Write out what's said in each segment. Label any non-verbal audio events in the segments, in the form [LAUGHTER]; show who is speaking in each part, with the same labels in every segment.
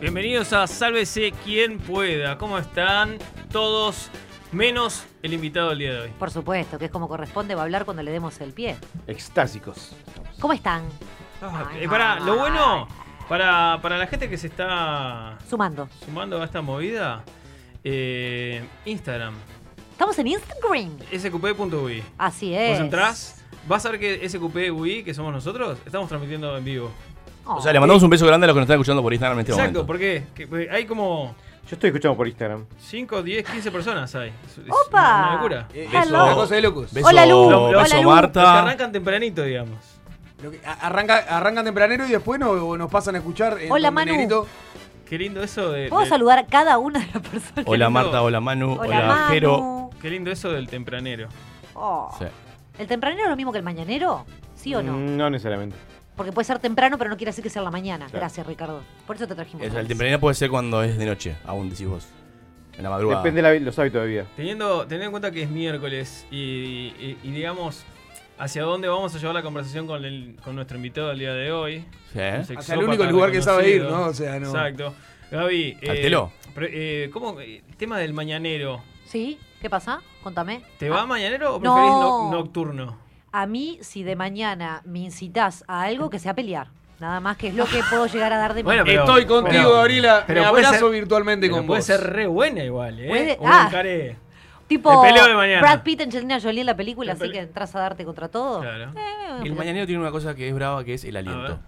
Speaker 1: bienvenidos a Sálvese quien pueda. ¿Cómo están todos? Menos el invitado del día de hoy.
Speaker 2: Por supuesto, que es como corresponde, va a hablar cuando le demos el pie.
Speaker 3: Extásicos.
Speaker 2: ¿Cómo están?
Speaker 1: Ah, eh, pará, lo bueno, para, para la gente que se está
Speaker 2: Sumando.
Speaker 1: sumando a esta movida, eh, Instagram,
Speaker 2: Estamos en Instagram.
Speaker 1: sqp.ui.
Speaker 2: Así es.
Speaker 1: Vos entrás, vas a ver que sqp.ui, que somos nosotros, estamos transmitiendo en vivo.
Speaker 2: Oh.
Speaker 4: O sea, le mandamos un beso grande a los que nos están escuchando por Instagram en este
Speaker 1: Exacto,
Speaker 4: momento.
Speaker 1: porque que- porque hay como
Speaker 3: Yo estoy escuchando por Instagram.
Speaker 1: 5, 10, 15 personas ahí. Es- es
Speaker 2: ¡Opa!
Speaker 1: Una locura.
Speaker 5: Eh,
Speaker 2: Hello.
Speaker 5: Es una cosa de locos.
Speaker 4: Beso,
Speaker 2: Hola, Lu.
Speaker 1: Hola,
Speaker 4: beso
Speaker 2: Lu.
Speaker 1: Los que
Speaker 4: Marta.
Speaker 1: arrancan tempranito, digamos.
Speaker 5: Lo que- a- arranca, arrancan tempranero y después no- nos pasan a escuchar. eh,
Speaker 2: Hola,
Speaker 5: donde
Speaker 2: Manu.
Speaker 5: Negrito.
Speaker 1: Qué lindo eso de.
Speaker 2: ¿Puedo
Speaker 1: de-
Speaker 2: saludar a cada una de las personas?
Speaker 4: Hola
Speaker 1: lindo.
Speaker 4: Marta, hola Manu, hola,
Speaker 2: Manu.
Speaker 4: Jero.
Speaker 1: Qué lindo eso del tempranero.
Speaker 2: Oh.
Speaker 4: Sí. Mm.
Speaker 2: ¿El tempranero es lo mismo que el mañanero? ¿Sí o no?
Speaker 3: Mm, No necesariamente.
Speaker 2: Porque puede ser temprano, pero no quiere decir que sea en la mañana.
Speaker 3: Claro.
Speaker 2: Gracias, Ricardo. Por eso te trajimos.
Speaker 4: O sea, el tempranero puede ser cuando es de noche, aún decís vos. En la madrugada.
Speaker 3: Depende de los hábitos de vida.
Speaker 1: Teniendo, teniendo en cuenta que es miércoles y, y- y digamos hacia dónde vamos a llevar la conversación con, el- con nuestro invitado del día de hoy. Un
Speaker 4: Sí.
Speaker 1: sexópata
Speaker 5: Hacia el único lugar que sabe ir,
Speaker 1: reconocido.
Speaker 5: ¿no? O sea, no.
Speaker 1: Exacto. Gaby, eh,
Speaker 4: Saltelo.
Speaker 1: pre- eh, ¿cómo? eh, tema del mañanero.
Speaker 2: ¿Sí? ¿Qué pasa? Contame. Ah.
Speaker 1: ¿Te va mañanero o
Speaker 2: No.
Speaker 1: preferís no- nocturno?
Speaker 2: A mí, si de mañana me incitas a algo, que sea pelear. Nada más que es lo que puedo llegar a
Speaker 1: [LAUGHS]
Speaker 2: dar de mí.
Speaker 1: Bueno, pero-
Speaker 5: Estoy contigo,
Speaker 1: pero-
Speaker 5: Gabriela.
Speaker 1: pero
Speaker 5: Me
Speaker 1: puede
Speaker 5: abrazo
Speaker 1: ser-
Speaker 5: virtualmente
Speaker 1: Pero
Speaker 5: con
Speaker 1: puede
Speaker 5: vos.
Speaker 1: ser re buena igual, ¿eh?
Speaker 2: Puede-
Speaker 1: Un
Speaker 2: ah.
Speaker 1: encaré.
Speaker 2: tipo
Speaker 1: el peleo de mañana.
Speaker 2: Brad Pitt, Angelina Jolie en la película,
Speaker 1: El
Speaker 2: así
Speaker 1: pele-
Speaker 2: que entras a darte contra todo.
Speaker 1: Claro.
Speaker 2: Eh,
Speaker 4: El
Speaker 2: pero-
Speaker 4: mañanero tiene una cosa que es brava, que es el
Speaker 1: A ver.
Speaker 4: aliento.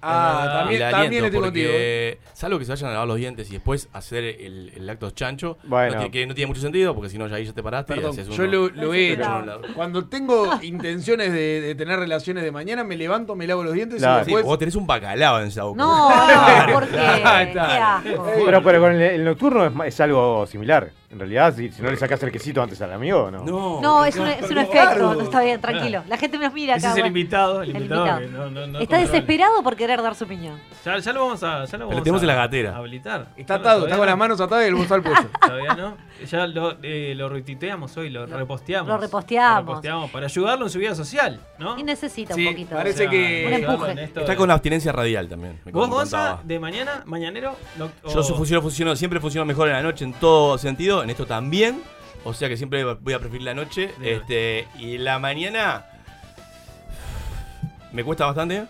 Speaker 5: Ah, también,
Speaker 4: el aliento,
Speaker 5: también estoy contigo.
Speaker 4: porque salvo que se vayan a lavar los dientes y después hacer el, el acto chancho,
Speaker 3: Bueno.
Speaker 4: no, tiene, que no tiene mucho sentido, porque si no ya ahí ya te paraste y
Speaker 5: Perdón,
Speaker 4: haces
Speaker 5: yo
Speaker 4: uno.
Speaker 5: lo, lo he
Speaker 2: Gracias,
Speaker 5: hecho.
Speaker 4: Laura.
Speaker 5: Cuando tengo [LAUGHS] intenciones de, de tener relaciones de mañana, me levanto, me lavo los dientes
Speaker 3: Claro.
Speaker 5: y
Speaker 4: Sí,
Speaker 5: después.
Speaker 4: vos tenés un bacalao en esa boca.
Speaker 2: No,
Speaker 4: [LAUGHS]
Speaker 2: no, ¿por qué?
Speaker 5: Claro,
Speaker 2: Qué
Speaker 5: claro.
Speaker 2: asco.
Speaker 3: Pero, pero con el, el nocturno es, ma- es algo similar. En realidad, si, si no le sacas el quesito antes al amigo, no.
Speaker 1: Oh,
Speaker 4: No,
Speaker 2: No, es un, e- es un efecto.
Speaker 5: Ricardo.
Speaker 2: No está bien, tranquilo. La gente nos mira
Speaker 1: Ese
Speaker 2: acá.
Speaker 1: es el
Speaker 2: bueno.
Speaker 1: invitado. El
Speaker 2: El
Speaker 1: invitado,
Speaker 2: invitado.
Speaker 1: que no- no- no
Speaker 2: Está
Speaker 1: controla.
Speaker 2: desesperado por querer dar su opinión.
Speaker 1: Ya, ya lo vamos a. Ya lo vamos
Speaker 4: tenemos
Speaker 1: a-
Speaker 4: en la gatera.
Speaker 1: a habilitar.
Speaker 5: Está atado,
Speaker 1: Todavía
Speaker 5: está con
Speaker 1: no-
Speaker 5: las manos atadas y el bolso al pollo.
Speaker 1: [LAUGHS] Todavía no. Ya lo, eh, lo retuiteamos hoy, lo, reposteamos.
Speaker 2: lo reposteamos.
Speaker 1: Lo reposteamos para ayudarlo en su vida social, ¿no?
Speaker 2: Y necesita
Speaker 5: Sí,
Speaker 2: un poquito. de-
Speaker 5: parece que-
Speaker 2: Un
Speaker 1: ayudarlo
Speaker 2: empuje.
Speaker 1: en esto
Speaker 4: Está
Speaker 1: de-
Speaker 4: con abstinencia radial también. me
Speaker 1: ¿Vos,
Speaker 4: contaba.
Speaker 1: Gonza, de mañana, mañanero? No-
Speaker 4: Yo
Speaker 1: o-
Speaker 4: su- funciono, funciono, siempre funciono mejor en la noche en todo sentido, en esto también. O sea que siempre voy a preferir la noche.
Speaker 1: De
Speaker 4: Este, y la mañana me cuesta bastante.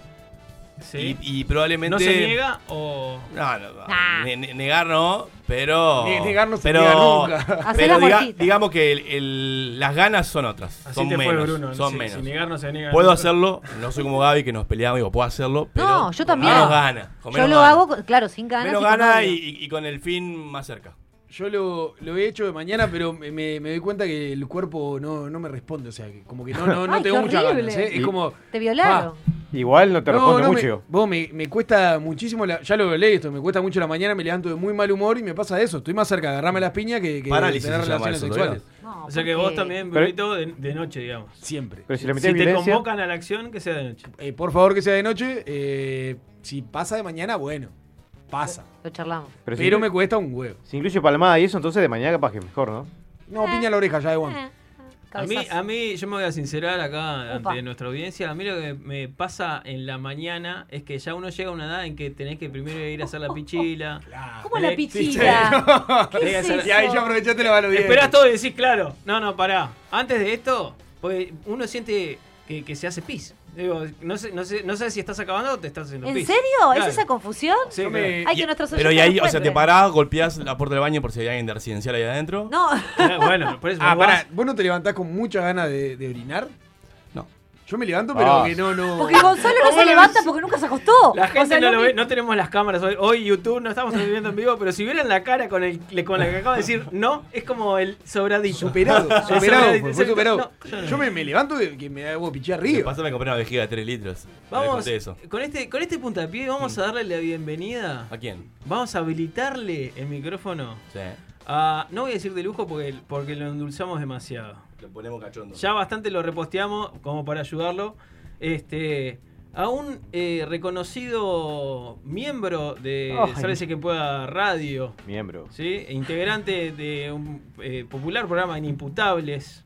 Speaker 1: Sí.
Speaker 4: Y, y probablemente.
Speaker 1: ¿No se niega o.?
Speaker 4: No, no, no,
Speaker 2: Nah.
Speaker 4: ne- ne- negar no, pero.
Speaker 5: Ni- negar no se
Speaker 4: pero,
Speaker 5: niega nunca.
Speaker 2: Hacé
Speaker 4: Pero
Speaker 2: la
Speaker 4: diga-
Speaker 2: mortita.
Speaker 4: digamos que el- el- las ganas son otras.
Speaker 1: Así
Speaker 4: son
Speaker 1: te
Speaker 4: menos.
Speaker 1: fue Bruno.
Speaker 4: son
Speaker 1: si,
Speaker 4: menos.
Speaker 1: si negar no se niega.
Speaker 4: Puedo
Speaker 1: nunca.
Speaker 4: hacerlo, no soy como Gaby que nos peleamos, digo, puedo hacerlo, pero
Speaker 2: No, yo
Speaker 4: con
Speaker 2: también.
Speaker 4: menos gana, con
Speaker 2: Yo
Speaker 4: menos
Speaker 2: lo
Speaker 4: gana.
Speaker 2: hago, con- claro, sin ganas.
Speaker 4: menos
Speaker 2: y con
Speaker 4: gana
Speaker 2: odio.
Speaker 4: y, y- y con el fin más cerca.
Speaker 5: Yo lo, lo he hecho de mañana, pero me, me- me doy cuenta que el cuerpo no, no me responde. O sea, que como que no, no, no
Speaker 2: Ay,
Speaker 5: tengo
Speaker 2: qué
Speaker 5: muchas
Speaker 2: horrible.
Speaker 5: ganas. ¿eh? Es como.
Speaker 2: Te violaron.
Speaker 3: Igual no te
Speaker 5: no,
Speaker 3: responde
Speaker 5: no,
Speaker 3: mucho.
Speaker 5: Me, vos, me, me cuesta muchísimo. la- ya lo leí esto, me cuesta mucho la mañana, me levanto de muy mal humor y me pasa eso. Estoy más cerca de agarrarme las piñas que, que
Speaker 4: Parálisis
Speaker 5: tener
Speaker 4: se llama
Speaker 5: relaciones
Speaker 4: eso,
Speaker 5: sexuales.
Speaker 2: No,
Speaker 1: O sea que
Speaker 2: porque-
Speaker 1: vos también,
Speaker 3: Pero-
Speaker 1: Brunito, de, de noche, digamos.
Speaker 5: Siempre.
Speaker 3: Pero si le
Speaker 1: Si
Speaker 3: metes
Speaker 1: te
Speaker 3: violencia.
Speaker 1: convocan a la acción, que sea de noche.
Speaker 5: Eh, por favor, que sea de noche. eh, si pasa de mañana, bueno, pasa.
Speaker 2: Lo charlamos.
Speaker 3: Pero, si,
Speaker 5: Pero me cuesta un huevo.
Speaker 3: si incluye palmada y eso, entonces de mañana capaz que es mejor, ¿no?
Speaker 5: No, piña en la oreja ya de Juan.
Speaker 2: Eh,
Speaker 1: A mí,
Speaker 2: cabezazo.
Speaker 1: a mí, yo me voy a sincerar acá
Speaker 2: Upa.
Speaker 1: ante nuestra audiencia. A mí lo que me pasa en la mañana es que ya uno llega a una edad en que tenés que primero ir a hacer la pichila.
Speaker 2: ¿Cómo la
Speaker 1: Sí,
Speaker 2: pichita? ¿Qué es
Speaker 1: Sí,
Speaker 2: eso?
Speaker 5: Y ahí ya aprovechaste la valor.
Speaker 1: Esperás todo y decís, claro, no, no, pará. Antes de esto, pues uno siente que, que se hace pis. Digo, no sé, no, sé, no sé si estás acabando o te estás haciendo
Speaker 2: ¿En
Speaker 1: pis.
Speaker 2: serio? ¿Es
Speaker 1: Claro.
Speaker 2: esa confusión?
Speaker 1: Sí,
Speaker 5: Yo me-
Speaker 1: claro.
Speaker 2: Hay
Speaker 4: Y-
Speaker 2: que nuestros
Speaker 4: Pero y
Speaker 2: oyentes
Speaker 4: ahí,
Speaker 2: lo
Speaker 4: o sea, te
Speaker 2: encuentren.
Speaker 4: parás, golpeás la puerta del baño por si hay alguien de residencial ahí adentro.
Speaker 2: No, [LAUGHS]
Speaker 5: [LAUGHS]
Speaker 1: Claro, Bueno, por eso
Speaker 5: Ah,
Speaker 1: vos
Speaker 5: pará,
Speaker 1: vas-
Speaker 5: ¿vos no te levantás con muchas ganas de, de orinar?
Speaker 4: No.
Speaker 5: Yo me levanto, pero
Speaker 3: Ah.
Speaker 5: que no, no.
Speaker 2: porque Gonzalo no se levanta porque nunca se acostó.
Speaker 1: La gente
Speaker 2: O sea,
Speaker 1: no lo
Speaker 2: vi-
Speaker 1: ve, no tenemos las cámaras hoy. Hoy YouTube no estamos viviendo en vivo, pero si vieran la cara con, el, le- con la que acabo de decir no, es como el sobradito. [LAUGHS]
Speaker 5: Superado,
Speaker 1: El
Speaker 5: superado,
Speaker 1: sobradito,
Speaker 5: fue
Speaker 1: exacto.
Speaker 5: superado.
Speaker 1: No, yo no.
Speaker 5: Yo me, me levanto y que me hago pichar
Speaker 4: Me
Speaker 5: arriba.
Speaker 4: pasó, me compré una vejiga de 3 litros. No les
Speaker 1: Vamos,
Speaker 4: conté eso. Mm.
Speaker 1: con este, con este puntapié vamos a darle la bienvenida.
Speaker 4: ¿A quién?
Speaker 1: Vamos a habilitarle el micrófono
Speaker 4: Sí.
Speaker 1: a- Ah, No voy a decir de lujo porque, porque lo endulzamos demasiado.
Speaker 4: Lo ponemos cachondo.
Speaker 1: Ya bastante lo reposteamos como para ayudarlo. Este. A un eh, reconocido miembro de
Speaker 3: Ay.
Speaker 1: Sálvese que pueda radio.
Speaker 3: Miembro.
Speaker 1: ¿sí? e integrante de un eh, popular programa Inimputables.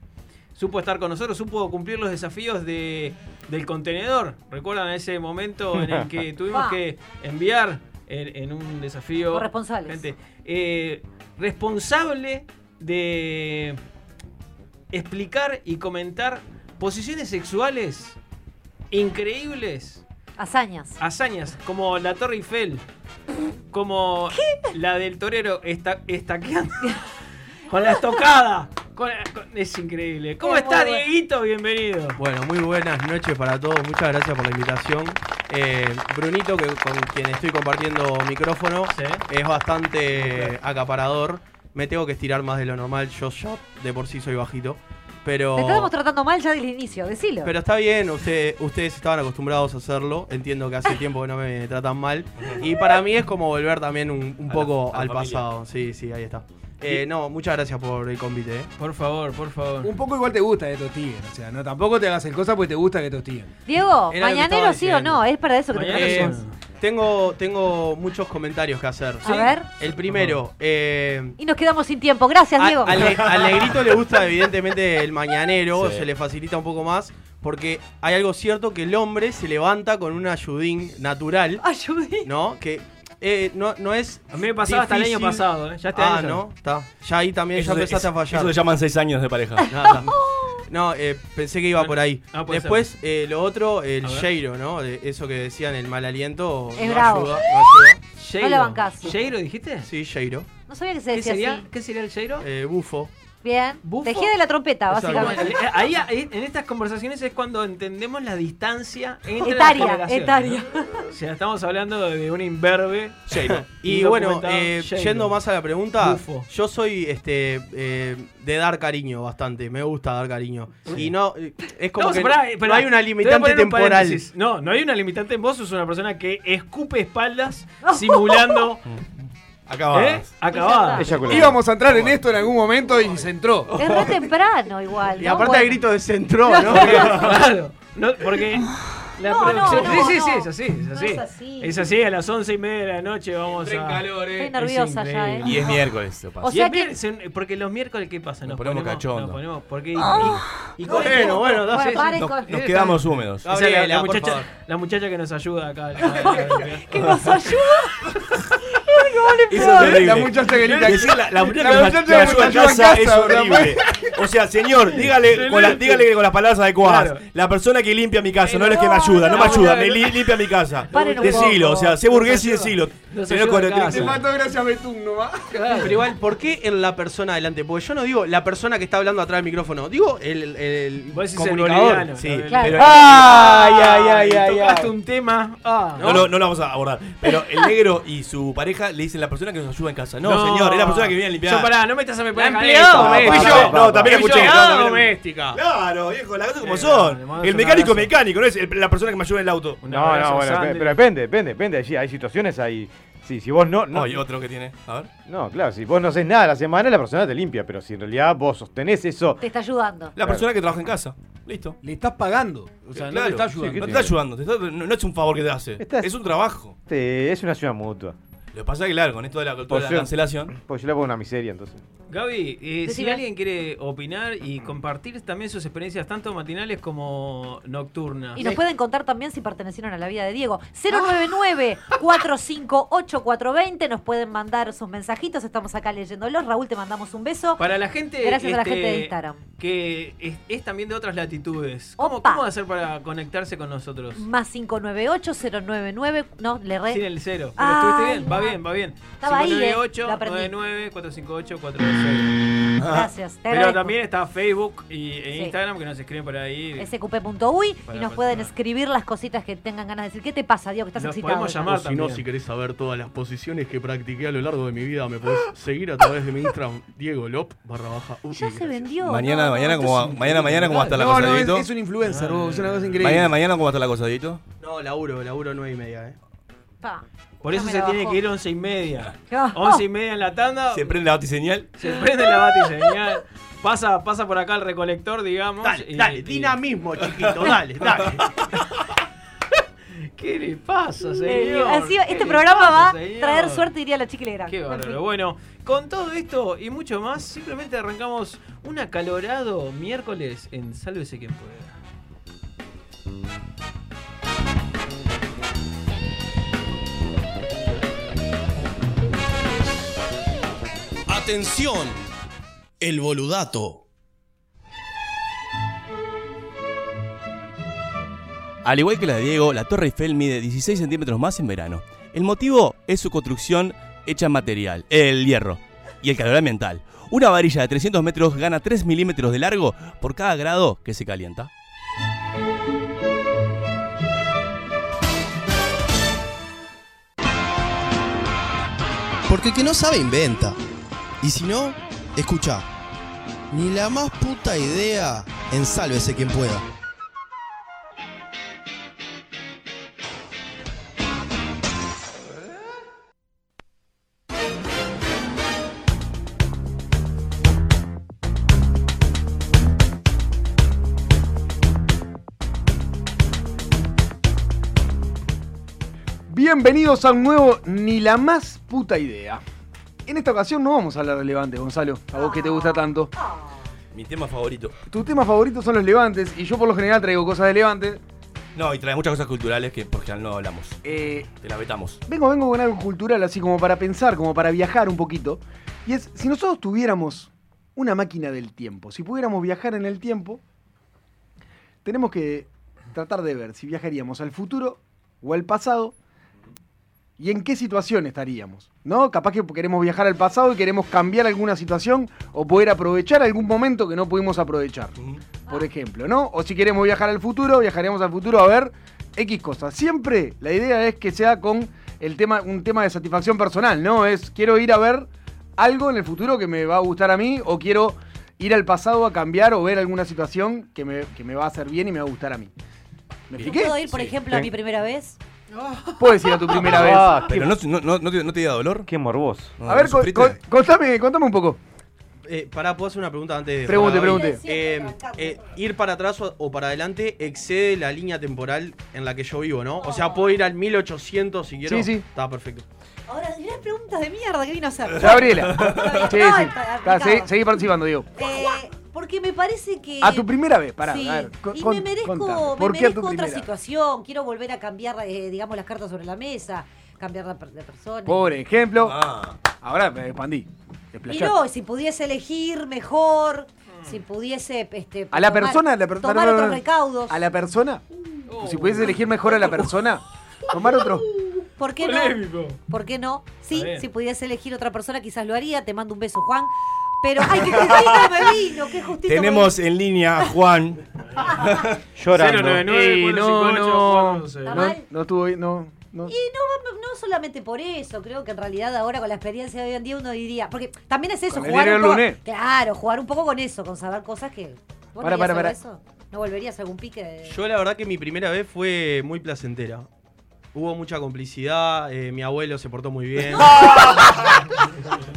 Speaker 1: Supo estar con nosotros, supo cumplir los desafíos de, del contenedor. ¿Recuerdan ese momento en el que tuvimos
Speaker 2: Ah.
Speaker 1: que enviar en, en un desafío.
Speaker 2: Corresponsales.
Speaker 1: Gente, eh, responsable de explicar y comentar posiciones sexuales increíbles,
Speaker 2: Hazañas.
Speaker 1: hazañas, como la Torre Eiffel, como la del torero esta, estaqueando [LAUGHS] con la estocada. con la- con- es increíble. ¿Cómo
Speaker 2: Es muy
Speaker 1: está,
Speaker 2: bueno.
Speaker 1: Dieguito? Bienvenido.
Speaker 6: Bueno, muy buenas noches para todos. Muchas gracias por la invitación. Eh, Brunito, que, con quien estoy compartiendo micrófono,
Speaker 1: Sí.
Speaker 6: es bastante acaparador. Me tengo que estirar más de lo normal. Yo ya de por sí soy bajito. Pero,
Speaker 2: Te estábamos tratando mal ya desde el inicio, decilo.
Speaker 6: pero está bien, usted- ustedes estaban acostumbrados a hacerlo. Entiendo que
Speaker 2: [LAUGHS]
Speaker 6: hace tiempo que no me tratan mal. Y para mí es como volver también un, un
Speaker 4: A la-
Speaker 6: poco
Speaker 4: a la
Speaker 6: al
Speaker 4: familia.
Speaker 6: pasado. Sí, sí, ahí está. Eh, no, muchas gracias por el convite. eh.
Speaker 1: Por favor, por favor.
Speaker 5: Un poco igual te gusta que te hostiguen. O sea, no, tampoco te hagas el cosa porque te gusta que te hostiguen.
Speaker 2: Diego,
Speaker 6: Era lo que
Speaker 2: mañanero
Speaker 6: estaba
Speaker 2: sí o
Speaker 6: diciendo.
Speaker 2: no, es para eso que te
Speaker 1: Mañana
Speaker 6: Eh,
Speaker 2: trajimos.
Speaker 1: son-
Speaker 6: Tengo, tengo muchos comentarios que hacer.
Speaker 2: A ver.
Speaker 6: El primero, eh,
Speaker 2: Y nos quedamos sin tiempo. Gracias,
Speaker 6: a-
Speaker 2: Diego.
Speaker 6: al,
Speaker 2: [LAUGHS]
Speaker 6: ne- al negrito le gusta evidentemente el mañanero,
Speaker 4: Sí.
Speaker 6: se le facilita un poco más, porque hay algo cierto que el hombre se levanta con un ayudín
Speaker 2: [LAUGHS]
Speaker 6: natural,
Speaker 2: Ayudé.
Speaker 6: ¿no? Que eh, no, no es...
Speaker 1: A mí me pasaba hasta el año
Speaker 6: difícil-
Speaker 1: pasado, ¿eh? Ya este
Speaker 6: Ah,
Speaker 1: año ya.
Speaker 6: no, está. Ya ahí también
Speaker 4: Eso
Speaker 6: ya
Speaker 4: se-
Speaker 6: empezaste a
Speaker 4: es-
Speaker 6: fallar.
Speaker 4: Eso se llaman seis años de pareja.
Speaker 6: Nada. No, eh, pensé que iba por ahí.
Speaker 1: Ah, puede
Speaker 6: Después, eh, lo otro, el
Speaker 1: A ver.
Speaker 6: Sheiro, ¿no? De- Eso que decían, el mal aliento.
Speaker 2: Es
Speaker 6: no
Speaker 2: bravo.
Speaker 6: ayuda, no ayuda.
Speaker 1: Sheiro.
Speaker 2: No la bancás.
Speaker 1: ¿Sheiro dijiste?
Speaker 6: Sí, Sheiro.
Speaker 2: No sabía que se
Speaker 1: ¿Qué
Speaker 2: decía
Speaker 1: sería,
Speaker 2: así.
Speaker 1: ¿Qué sería el Sheiro?
Speaker 6: Eh, bufo.
Speaker 2: Bien.
Speaker 1: ¿Bufo?
Speaker 2: Tejía de la trompeta,
Speaker 6: Exacto.
Speaker 2: básicamente.
Speaker 1: Eh, Ahí, ahí, en estas conversaciones es cuando entendemos la distancia entre las
Speaker 2: Etaria,
Speaker 1: generaciones,
Speaker 2: etaria.
Speaker 1: ¿no? O sea, estamos hablando de un imberbe. [LAUGHS]
Speaker 4: Sheiro.
Speaker 6: Y
Speaker 1: Lo
Speaker 6: bueno,
Speaker 1: comentaba
Speaker 6: eh,
Speaker 1: Sheila.
Speaker 6: yendo más a la pregunta,
Speaker 1: Bufo.
Speaker 6: yo soy este eh, de dar cariño bastante, me gusta dar cariño. Y no, eh, es como
Speaker 1: No,
Speaker 6: que
Speaker 1: pará,
Speaker 6: no-
Speaker 1: eh,
Speaker 6: no
Speaker 1: pará.
Speaker 6: hay
Speaker 1: Te voy a
Speaker 6: una
Speaker 1: poner
Speaker 6: limitante
Speaker 1: un
Speaker 6: temporal.
Speaker 1: paréntesis. No, no hay una limitante en vos, sos una persona que escupe
Speaker 2: [LAUGHS]
Speaker 1: espaldas simulando
Speaker 4: Acabamos.
Speaker 1: ¿eh? acabada.
Speaker 2: Y Pues ya
Speaker 3: Ella con la-
Speaker 5: Íbamos a entrar en esto en algún momento y se entró.
Speaker 1: [LAUGHS]
Speaker 2: Es re temprano igual.
Speaker 6: Y
Speaker 2: ¿no?
Speaker 6: aparte
Speaker 2: Bueno.
Speaker 6: hay grito de centro, ¿no? Que-
Speaker 1: [LAUGHS] Claro. No, porque la
Speaker 2: No, no,
Speaker 1: producción.
Speaker 2: no,
Speaker 1: sí, sí,
Speaker 2: no.
Speaker 1: sí, es así, es
Speaker 2: No
Speaker 1: así.
Speaker 2: es así.
Speaker 1: Es así, a las once y media de la noche vamos a.
Speaker 2: Estoy nerviosa
Speaker 1: eh. Es
Speaker 2: ya, eh.
Speaker 1: increíble.
Speaker 4: Y es miércoles, se pasa.
Speaker 2: O
Speaker 1: Y
Speaker 2: sea
Speaker 1: el
Speaker 2: que-
Speaker 1: viernes, en- porque los miércoles, ¿qué pasa?
Speaker 4: Nos ponemos cachondo.
Speaker 1: Nos ponemos, porque. y- y- y-
Speaker 6: Bueno, bueno, da-
Speaker 2: Ah. Bueno,
Speaker 1: sí,
Speaker 2: paren
Speaker 4: Nos,
Speaker 2: con-
Speaker 4: nos quedamos húmedos.
Speaker 1: Esa es la, la
Speaker 6: Gabriela, por
Speaker 1: muchacha,
Speaker 6: favor.
Speaker 1: la muchacha que nos ayuda
Speaker 2: [LAUGHS]
Speaker 1: acá. la-
Speaker 2: Que nos ayuda. [LAUGHS] Ay, no, vale,
Speaker 4: Eso
Speaker 2: peor.
Speaker 4: es horrible.
Speaker 5: La muchacha que grita
Speaker 4: Decir la, la muchacha
Speaker 5: La
Speaker 4: que nos-
Speaker 5: muchacha
Speaker 4: que nos
Speaker 5: que
Speaker 4: ayuda
Speaker 5: nos ayuda en
Speaker 4: en casa es
Speaker 5: casa,
Speaker 4: horrible. O sea, señor, dígale con, la- dígale que con las palabras adecuadas.
Speaker 1: Claro.
Speaker 4: La persona que limpia mi casa, no,
Speaker 1: No,
Speaker 4: es que me ayuda, no,
Speaker 1: no,
Speaker 4: me ayuda,
Speaker 1: no,
Speaker 4: me
Speaker 1: no.
Speaker 4: li- limpia mi casa.
Speaker 2: Paren un
Speaker 4: Decilo,
Speaker 2: poco.
Speaker 4: o sea, sé burgués y
Speaker 1: Nos ayuda.
Speaker 4: decilo.
Speaker 1: Nos
Speaker 4: Señor,
Speaker 1: ayuda
Speaker 4: con-
Speaker 1: en casa.
Speaker 5: Te mato gracias Betún nomás.
Speaker 6: Pero igual, ¿por qué en la persona adelante? Porque yo no digo la persona que está hablando atrás del micrófono, digo el, el
Speaker 1: Vos decís el
Speaker 6: comunicador.
Speaker 1: boliviano,
Speaker 4: Sí,
Speaker 1: ¿no?
Speaker 2: Claro.
Speaker 4: pero-
Speaker 3: Ay, ay, ay, ay,
Speaker 1: Tocaste
Speaker 3: ay.
Speaker 1: un tema. Ah,
Speaker 4: No, lo- no lo vamos a abordar.
Speaker 1: [LAUGHS]
Speaker 4: Pero el negro y su pareja le dicen la persona que nos ayuda en casa. No, señor, es la persona que viene a limpiar.
Speaker 1: Yo pará, no metas a mi pareja. en
Speaker 5: empleado,
Speaker 1: esto,
Speaker 5: me-
Speaker 1: maestro.
Speaker 5: fui
Speaker 4: yo.
Speaker 1: Fui
Speaker 4: No, también
Speaker 1: yo.
Speaker 4: escuché.
Speaker 1: Ah,
Speaker 4: No, no, no.
Speaker 1: doméstica.
Speaker 4: Claro, viejo, las cosas como
Speaker 1: Eh, le
Speaker 4: son.
Speaker 1: mando
Speaker 4: El
Speaker 1: un
Speaker 4: mecánico
Speaker 1: abrazo.
Speaker 4: mecánico, no es el- la persona que me ayuda en el auto.
Speaker 1: Un
Speaker 3: No,
Speaker 1: abrazo,
Speaker 3: no, bueno,
Speaker 1: Sandri.
Speaker 3: pe- pero depende, depende, depende. Allí hay situaciones ahí. Sí, si vos no. no
Speaker 4: No, y otro que tiene. A ver.
Speaker 3: No, claro, si vos no haces nada la semana, la persona te limpia, pero si en realidad vos sostenés eso.
Speaker 2: Te está ayudando.
Speaker 4: La persona que trabaja en casa. Listo.
Speaker 5: Le estás pagando. O sea, no
Speaker 4: Claro.
Speaker 5: le está
Speaker 3: Sí,
Speaker 5: ayudando.
Speaker 4: No te está ayudando, te está- no, no es un favor que te hace.
Speaker 3: Estás-
Speaker 4: Ah, Es un trabajo.
Speaker 3: te- es una ayuda mutua.
Speaker 4: Lo que pasa es que, claro, con esto de la cultura de la
Speaker 3: Porción.
Speaker 4: cancelación.
Speaker 3: Porque yo le pongo una miseria, entonces.
Speaker 1: Gaby, eh, si
Speaker 2: Decime.
Speaker 1: alguien quiere opinar y compartir también sus experiencias, tanto matinales como nocturnas.
Speaker 2: Y nos pueden contar también si pertenecieron a la vida de Diego.
Speaker 1: Ah.
Speaker 2: 099-458-420. Nos pueden mandar sus mensajitos. Estamos acá leyéndolos. Raúl, te mandamos un beso.
Speaker 1: Para la gente.
Speaker 2: Gracias a la
Speaker 1: este,
Speaker 2: gente de Instagram.
Speaker 1: Que es, es también de otras latitudes. ¿Cómo,
Speaker 2: Opa.
Speaker 1: ¿Cómo hacer para conectarse con nosotros?
Speaker 2: Más 598-099. No, le re.
Speaker 1: Sin el cero. Pero
Speaker 2: Ay,
Speaker 1: estuviste bien. Va
Speaker 2: no.
Speaker 1: bien, va bien.
Speaker 2: Estaba ahí, eh.
Speaker 1: 598
Speaker 2: La perdí.
Speaker 1: 99 458 426.
Speaker 2: Gracias. Te
Speaker 1: Pero
Speaker 2: agradezco.
Speaker 1: también está Facebook y, e
Speaker 2: Sí.
Speaker 1: Instagram que nos escriben por ahí.
Speaker 2: SQP.uy y
Speaker 1: Para
Speaker 2: nos pueden
Speaker 1: personas.
Speaker 2: escribir las cositas que tengan ganas de decir. ¿Qué te pasa, Diego? Que estás
Speaker 1: Nos
Speaker 2: excitado.
Speaker 1: podemos
Speaker 2: ya?
Speaker 1: llamar
Speaker 7: O si no,
Speaker 1: también.
Speaker 7: si querés saber todas las posiciones que practiqué a lo largo de mi vida, me
Speaker 1: [GASPS]
Speaker 7: podés seguir a través de mi Instagram, Diego Lop, barra baja. UI,
Speaker 2: Ya se
Speaker 7: gracias.
Speaker 2: vendió.
Speaker 4: mañana,
Speaker 2: no,
Speaker 4: mañana,
Speaker 2: no,
Speaker 4: como,
Speaker 2: esto es
Speaker 4: mañana, mañana, ¿cómo va a estar la
Speaker 5: No,
Speaker 4: cosa,
Speaker 5: no, es,
Speaker 4: Dieguito?
Speaker 5: es un influencer, vos, es una cosa increíble.
Speaker 4: Mañana, mañana, ¿cómo va a estar la cosa, Dieguito?
Speaker 6: No, laburo, laburo nueve y media, eh.
Speaker 2: un- Pa.
Speaker 1: Por
Speaker 2: Ya
Speaker 1: eso
Speaker 2: me
Speaker 1: se
Speaker 2: la
Speaker 1: tiene
Speaker 2: bajó.
Speaker 1: que ir 11 y media.
Speaker 2: Ah.
Speaker 1: 11 y media en la tanda.
Speaker 4: Se prende la batiseñal.
Speaker 1: Se prende la batiseñal. Pasa, pasa por acá el recolector, digamos.
Speaker 6: Dale,
Speaker 1: y-
Speaker 6: dale,
Speaker 1: y-
Speaker 6: dinamismo, chiquito, dale, dale.
Speaker 1: [LAUGHS] ¿Qué le pasa,
Speaker 2: Eh,
Speaker 1: señor?
Speaker 2: así,
Speaker 1: ¿Qué
Speaker 2: este
Speaker 1: le
Speaker 2: programa
Speaker 1: pasa,
Speaker 2: va a
Speaker 1: señor?
Speaker 2: traer suerte, diría la chiquilera.
Speaker 1: Qué
Speaker 2: En fin.
Speaker 1: bárbaro. Bueno, con todo esto y mucho más, simplemente arrancamos un acalorado miércoles en Sálvese quien pueda.
Speaker 8: Atención, el boludato.
Speaker 4: Al igual que la de Diego, la Torre Eiffel mide 16 centímetros más en verano. El motivo es su construcción hecha en material, el hierro y el calor ambiental. Una varilla de 300 metros gana 3 milímetros de largo por cada grado que se calienta.
Speaker 8: Porque el que no sabe inventa. Y si no, escucha. Ni la más puta idea, ensálvese quien pueda.
Speaker 5: Bienvenidos a un nuevo Ni la más puta idea. En esta ocasión no vamos a hablar de levantes, Gonzalo, a vos que te gusta tanto.
Speaker 4: Mi tema favorito.
Speaker 5: Tus temas favoritos son los levantes y yo por lo general traigo cosas de levantes.
Speaker 4: No, y trae muchas cosas culturales que por general no hablamos.
Speaker 5: Eh,
Speaker 4: Te las vetamos.
Speaker 5: vengo, vengo con algo cultural así como para pensar, como para viajar un poquito. Y es, si nosotros tuviéramos una máquina del tiempo, si pudiéramos viajar en el tiempo, tenemos que tratar de ver si viajaríamos al futuro o al pasado y en qué situación estaríamos, ¿no? Capaz que queremos viajar al pasado y queremos cambiar alguna situación o poder aprovechar algún momento que no pudimos aprovechar por ejemplo, ¿no? O si queremos viajar al futuro, viajaremos al futuro a ver X cosas. Siempre la idea es que sea con el tema, un tema de satisfacción personal, ¿no? Es quiero ir a ver algo en el futuro que me va a gustar a mí o quiero ir al pasado a cambiar o ver alguna situación que me, que me va a hacer bien y me va a gustar a mí. ¿Me
Speaker 4: Bien.
Speaker 5: expliqué?
Speaker 2: ¿Puedo ir, por ejemplo, a
Speaker 5: ¿Eh?
Speaker 3: Sí.
Speaker 2: mi primera vez?
Speaker 5: Puedes ir a tu primera vez.
Speaker 3: Ah,
Speaker 4: Pero no, no, no- no te, no te da dolor.
Speaker 3: Qué morboso.
Speaker 4: ¿No-
Speaker 5: A ver,
Speaker 4: no
Speaker 5: co-
Speaker 4: Mm, sufriste?
Speaker 5: co- contame, contame un poco.
Speaker 6: Eh, pará, ¿puedo hacer una pregunta antes de.?
Speaker 5: Pregunte,
Speaker 6: para-
Speaker 5: pregunte.
Speaker 6: Eh, eh, ir para atrás o, o para adelante excede la línea temporal en la que yo vivo, ¿no? O sea, puedo ir al 1800 si quiero.
Speaker 5: Sí, sí.
Speaker 6: Está perfecto.
Speaker 2: Ahora, mirá preguntas de mierda que vino a hacer.
Speaker 5: [LAUGHS]
Speaker 2: Ah,
Speaker 5: Gabriela. Sí,
Speaker 2: No,
Speaker 5: sí.
Speaker 2: está
Speaker 5: Está, se-
Speaker 2: aplicado.
Speaker 5: seguí participando, Diego.
Speaker 2: Eh, porque me parece que...
Speaker 5: A tu primera vez, pará.
Speaker 2: Sí,
Speaker 5: a ver, co-
Speaker 2: y
Speaker 5: con-
Speaker 2: me merezco,
Speaker 5: contame,
Speaker 2: me
Speaker 5: ¿Por qué a tu
Speaker 2: merezco otra
Speaker 5: primera?
Speaker 2: situación. Quiero volver a cambiar, eh, digamos, las cartas sobre la mesa, cambiar la, per- de persona.
Speaker 5: Por ejemplo,
Speaker 4: Ah,
Speaker 5: ahora me expandí.
Speaker 2: y
Speaker 5: desplayate.
Speaker 2: no, si pudiese elegir mejor, si pudiese este,
Speaker 5: A la
Speaker 2: tomar-
Speaker 5: persona, a la per-
Speaker 2: tomar
Speaker 5: perdón,
Speaker 2: otros
Speaker 5: perdón.
Speaker 2: recaudos.
Speaker 5: A la persona. Pues Si pudiese elegir mejor a la persona, tomar otro.
Speaker 2: ¿Por qué no?
Speaker 1: Polémico.
Speaker 2: ¿Por qué no? Sí,
Speaker 1: Está bien.
Speaker 2: si pudiese elegir otra persona, quizás lo haría. Te mando un beso, Juan. Pero, ay, qué
Speaker 5: [LAUGHS]
Speaker 2: justito me vino, qué justito me
Speaker 4: tenemos en línea a Juan.
Speaker 5: Llorando.
Speaker 1: 099
Speaker 5: Eh, no, no,
Speaker 1: 458
Speaker 2: ¿Está
Speaker 5: no,
Speaker 2: mal?
Speaker 5: no estuvo bien, no, no.
Speaker 2: Y no, no solamente por eso, creo que en realidad ahora con la experiencia de hoy en día uno diría, porque también es eso,
Speaker 5: Con el
Speaker 2: jugar
Speaker 5: diario
Speaker 2: un poco,
Speaker 5: del lunes.
Speaker 2: claro, jugar un poco con eso, con saber cosas que ¿Vos
Speaker 5: Para,
Speaker 2: no
Speaker 5: para,
Speaker 2: harías
Speaker 5: para.
Speaker 2: eso? ¿No volverías a algún pique? de-
Speaker 6: Yo la verdad que mi primera vez fue muy placentera. Hubo mucha complicidad, eh, mi abuelo se portó
Speaker 5: [LAUGHS]
Speaker 6: muy bien.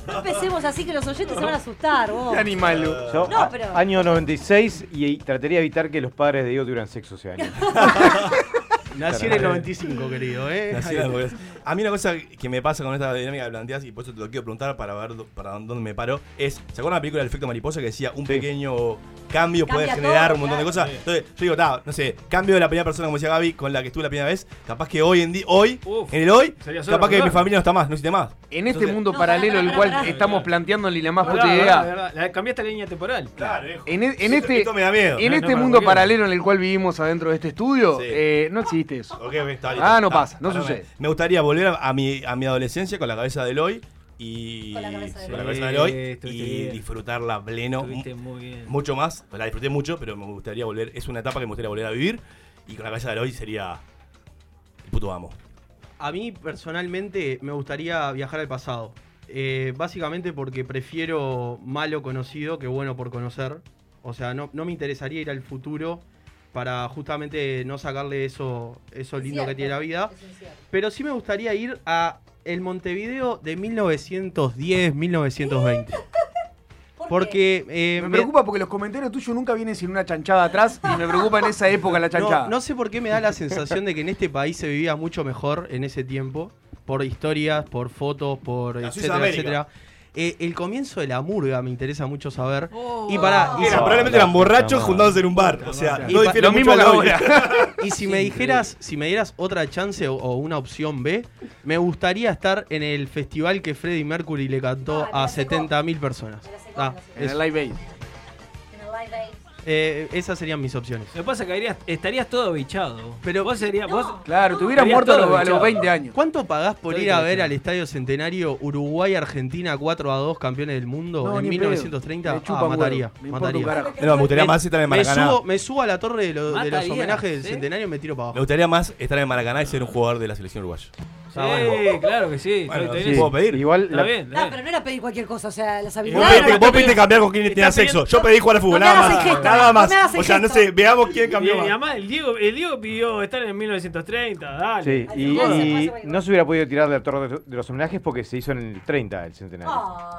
Speaker 2: No empecemos así que los oyentes se van a asustar, vos.
Speaker 3: Oh.
Speaker 5: Qué animal. Lu.
Speaker 3: Yo,
Speaker 2: No,
Speaker 3: a-
Speaker 2: pero-
Speaker 3: Año 96 y, y trataría de evitar que los padres de Diego tuvieran sexo ese [LAUGHS] año.
Speaker 4: [LAUGHS]
Speaker 6: Nací en el 95, querido, ¿eh?
Speaker 4: Así es, porque- A mí una cosa que me pasa con esta dinámica que planteas, y por eso te lo quiero preguntar para ver do- para dónde me paro, es, ¿se acuerdan la película del efecto mariposa que decía un
Speaker 3: Sí.
Speaker 4: pequeño cambio puede
Speaker 2: Cambia
Speaker 4: generar
Speaker 2: todo,
Speaker 4: un montón de
Speaker 2: claro.
Speaker 4: cosas? Entonces, yo digo, ta, no sé, cambio de la primera persona, como decía Gaby, con la que estuve la primera vez, capaz que hoy en día, hoy,
Speaker 1: Uf,
Speaker 4: en el hoy,
Speaker 1: sería solo
Speaker 4: capaz que
Speaker 1: mejor.
Speaker 4: mi familia no está más, no existe más.
Speaker 5: En este
Speaker 4: Entonces-
Speaker 5: mundo
Speaker 2: No,
Speaker 5: paralelo
Speaker 2: pará,
Speaker 5: el
Speaker 2: pará,
Speaker 5: cual
Speaker 2: pará.
Speaker 5: estamos planteando ni la más
Speaker 1: Verdad,
Speaker 5: puta
Speaker 1: verdad,
Speaker 5: idea.
Speaker 1: verdad. La- Cambiaste la línea temporal.
Speaker 5: En, e- en
Speaker 4: Yo-
Speaker 5: este,
Speaker 4: esto me da miedo.
Speaker 5: en
Speaker 4: No,
Speaker 5: este
Speaker 4: no,
Speaker 5: mundo
Speaker 4: no,
Speaker 5: paralelo en el cual vivimos adentro de este estudio,
Speaker 4: Sí.
Speaker 5: eh, no existe eso.
Speaker 4: Ok, ok, está
Speaker 5: Ah, no
Speaker 4: Está,
Speaker 5: pasa, no
Speaker 4: pará,
Speaker 5: sucede.
Speaker 4: Me me gustaría volver a, a mi, a mi adolescencia con la cabeza del hoy y
Speaker 2: Con la cabeza
Speaker 4: con
Speaker 2: del
Speaker 4: la
Speaker 1: hoy.
Speaker 4: cabeza del
Speaker 1: Sí,
Speaker 4: hoy
Speaker 1: estuviste
Speaker 4: y
Speaker 1: bien.
Speaker 4: disfrutarla pleno.
Speaker 1: Estuviste muy bien.
Speaker 4: mucho más. La disfruté mucho, pero me gustaría volver. Es una etapa que me gustaría volver a vivir. Y con la cabeza de hoy sería. El puto amo.
Speaker 6: A mí personalmente me gustaría viajar al pasado. Eh, básicamente porque prefiero malo conocido que bueno por conocer. O sea, no, no me interesaría ir al futuro para justamente no sacarle eso, eso lindo que
Speaker 2: Cierto,
Speaker 6: tiene la vida.
Speaker 2: es incierto.
Speaker 6: Pero sí me gustaría ir a el Montevideo de 1910, 1920.
Speaker 2: [LAUGHS] ¿Por qué?
Speaker 6: Porque eh,
Speaker 5: Me
Speaker 6: me-
Speaker 5: preocupa porque los comentarios tuyos nunca vienen sin una chanchada atrás y me preocupa en esa época la chanchada.
Speaker 6: No, no sé por qué me da la sensación de que en este país se vivía mucho mejor en ese tiempo. Por historias, por fotos, por
Speaker 4: La
Speaker 6: etcétera,
Speaker 4: Suiza América.
Speaker 6: etcétera. Eh, el comienzo de la murga me interesa mucho saber.
Speaker 1: Oh.
Speaker 6: y pará, y
Speaker 3: Era,
Speaker 6: si,
Speaker 3: probablemente eran borrachos juntándose
Speaker 4: en un bar. O sea,
Speaker 6: no difiere
Speaker 1: Lo mismo que ahora.
Speaker 4: [LAUGHS]
Speaker 6: y si me dijeras, si me dieras otra chance o, o una opción B, me gustaría estar en el festival que Freddie Mercury le cantó
Speaker 9: Ah, me
Speaker 6: a
Speaker 9: la secó.
Speaker 6: 70.000 personas.
Speaker 9: Me la secó,
Speaker 6: Ah,
Speaker 9: me la secó.
Speaker 5: En
Speaker 6: es-
Speaker 5: el live
Speaker 9: En
Speaker 5: aid.
Speaker 9: el Live Aid.
Speaker 6: eh, esas serían mis opciones.
Speaker 1: Lo que pasa es que harías- estarías todo bichado.
Speaker 6: Pero-
Speaker 1: vos serías. Vos,
Speaker 5: Claro, te hubieras
Speaker 1: Sería
Speaker 5: muerto a
Speaker 1: todo
Speaker 5: los, a los
Speaker 1: bichado.
Speaker 5: 20 años.
Speaker 6: ¿Cuánto pagás por
Speaker 1: Estoy
Speaker 6: ir a
Speaker 1: interesado.
Speaker 6: ver al Estadio Centenario Uruguay-Argentina 4 a 2 campeones del mundo
Speaker 5: No,
Speaker 6: en
Speaker 5: ni en
Speaker 6: 1930?
Speaker 5: pedo. Me chupa
Speaker 6: Ah,
Speaker 5: un huevo.
Speaker 6: mataría.
Speaker 5: Me importa un
Speaker 6: mataría.
Speaker 5: carajo.
Speaker 4: No, me gustaría más estar en
Speaker 6: Me
Speaker 4: Maracaná.
Speaker 6: subo, me subo a la torre de, lo- de los
Speaker 1: Mataría,
Speaker 6: homenajes del
Speaker 1: ¿sí?
Speaker 6: centenario y me tiro para
Speaker 4: Me
Speaker 6: abajo.
Speaker 4: gustaría más estar en Maracaná y ser un jugador de la selección uruguaya.
Speaker 1: sí,
Speaker 4: Ah, bueno.
Speaker 1: claro que sí.
Speaker 4: Bueno,
Speaker 1: estoy-
Speaker 4: sí.
Speaker 1: estoy bien.
Speaker 4: ¿Puedo pedir?
Speaker 3: Igual
Speaker 1: Está
Speaker 3: la-
Speaker 1: bien, está
Speaker 2: No,
Speaker 1: bien.
Speaker 2: pero no era pedir cualquier cosa, o sea, las
Speaker 4: Vos
Speaker 2: habilidades.
Speaker 4: pediste,
Speaker 2: eran-
Speaker 4: vos pediste cambiar con quién tenía
Speaker 1: Estás pidiendo-
Speaker 4: sexo. Yo pedí jugar al fútbol,
Speaker 2: No me
Speaker 4: nada
Speaker 2: hagas
Speaker 4: más.
Speaker 2: el gesto,
Speaker 4: nada
Speaker 2: no
Speaker 4: más.
Speaker 2: me hagas el
Speaker 4: o sea, no
Speaker 2: gesto.
Speaker 4: sé, veamos quién
Speaker 1: Y,
Speaker 4: cambió
Speaker 1: y
Speaker 4: más.
Speaker 1: además el Diego, el Diego pidió estar en 1930, dale.
Speaker 3: Sí,
Speaker 9: Al final se
Speaker 3: y, y
Speaker 9: fue a hacer
Speaker 3: no se hubiera podido tirar de la torre de- de los homenajes porque se hizo en el 30 el centenario.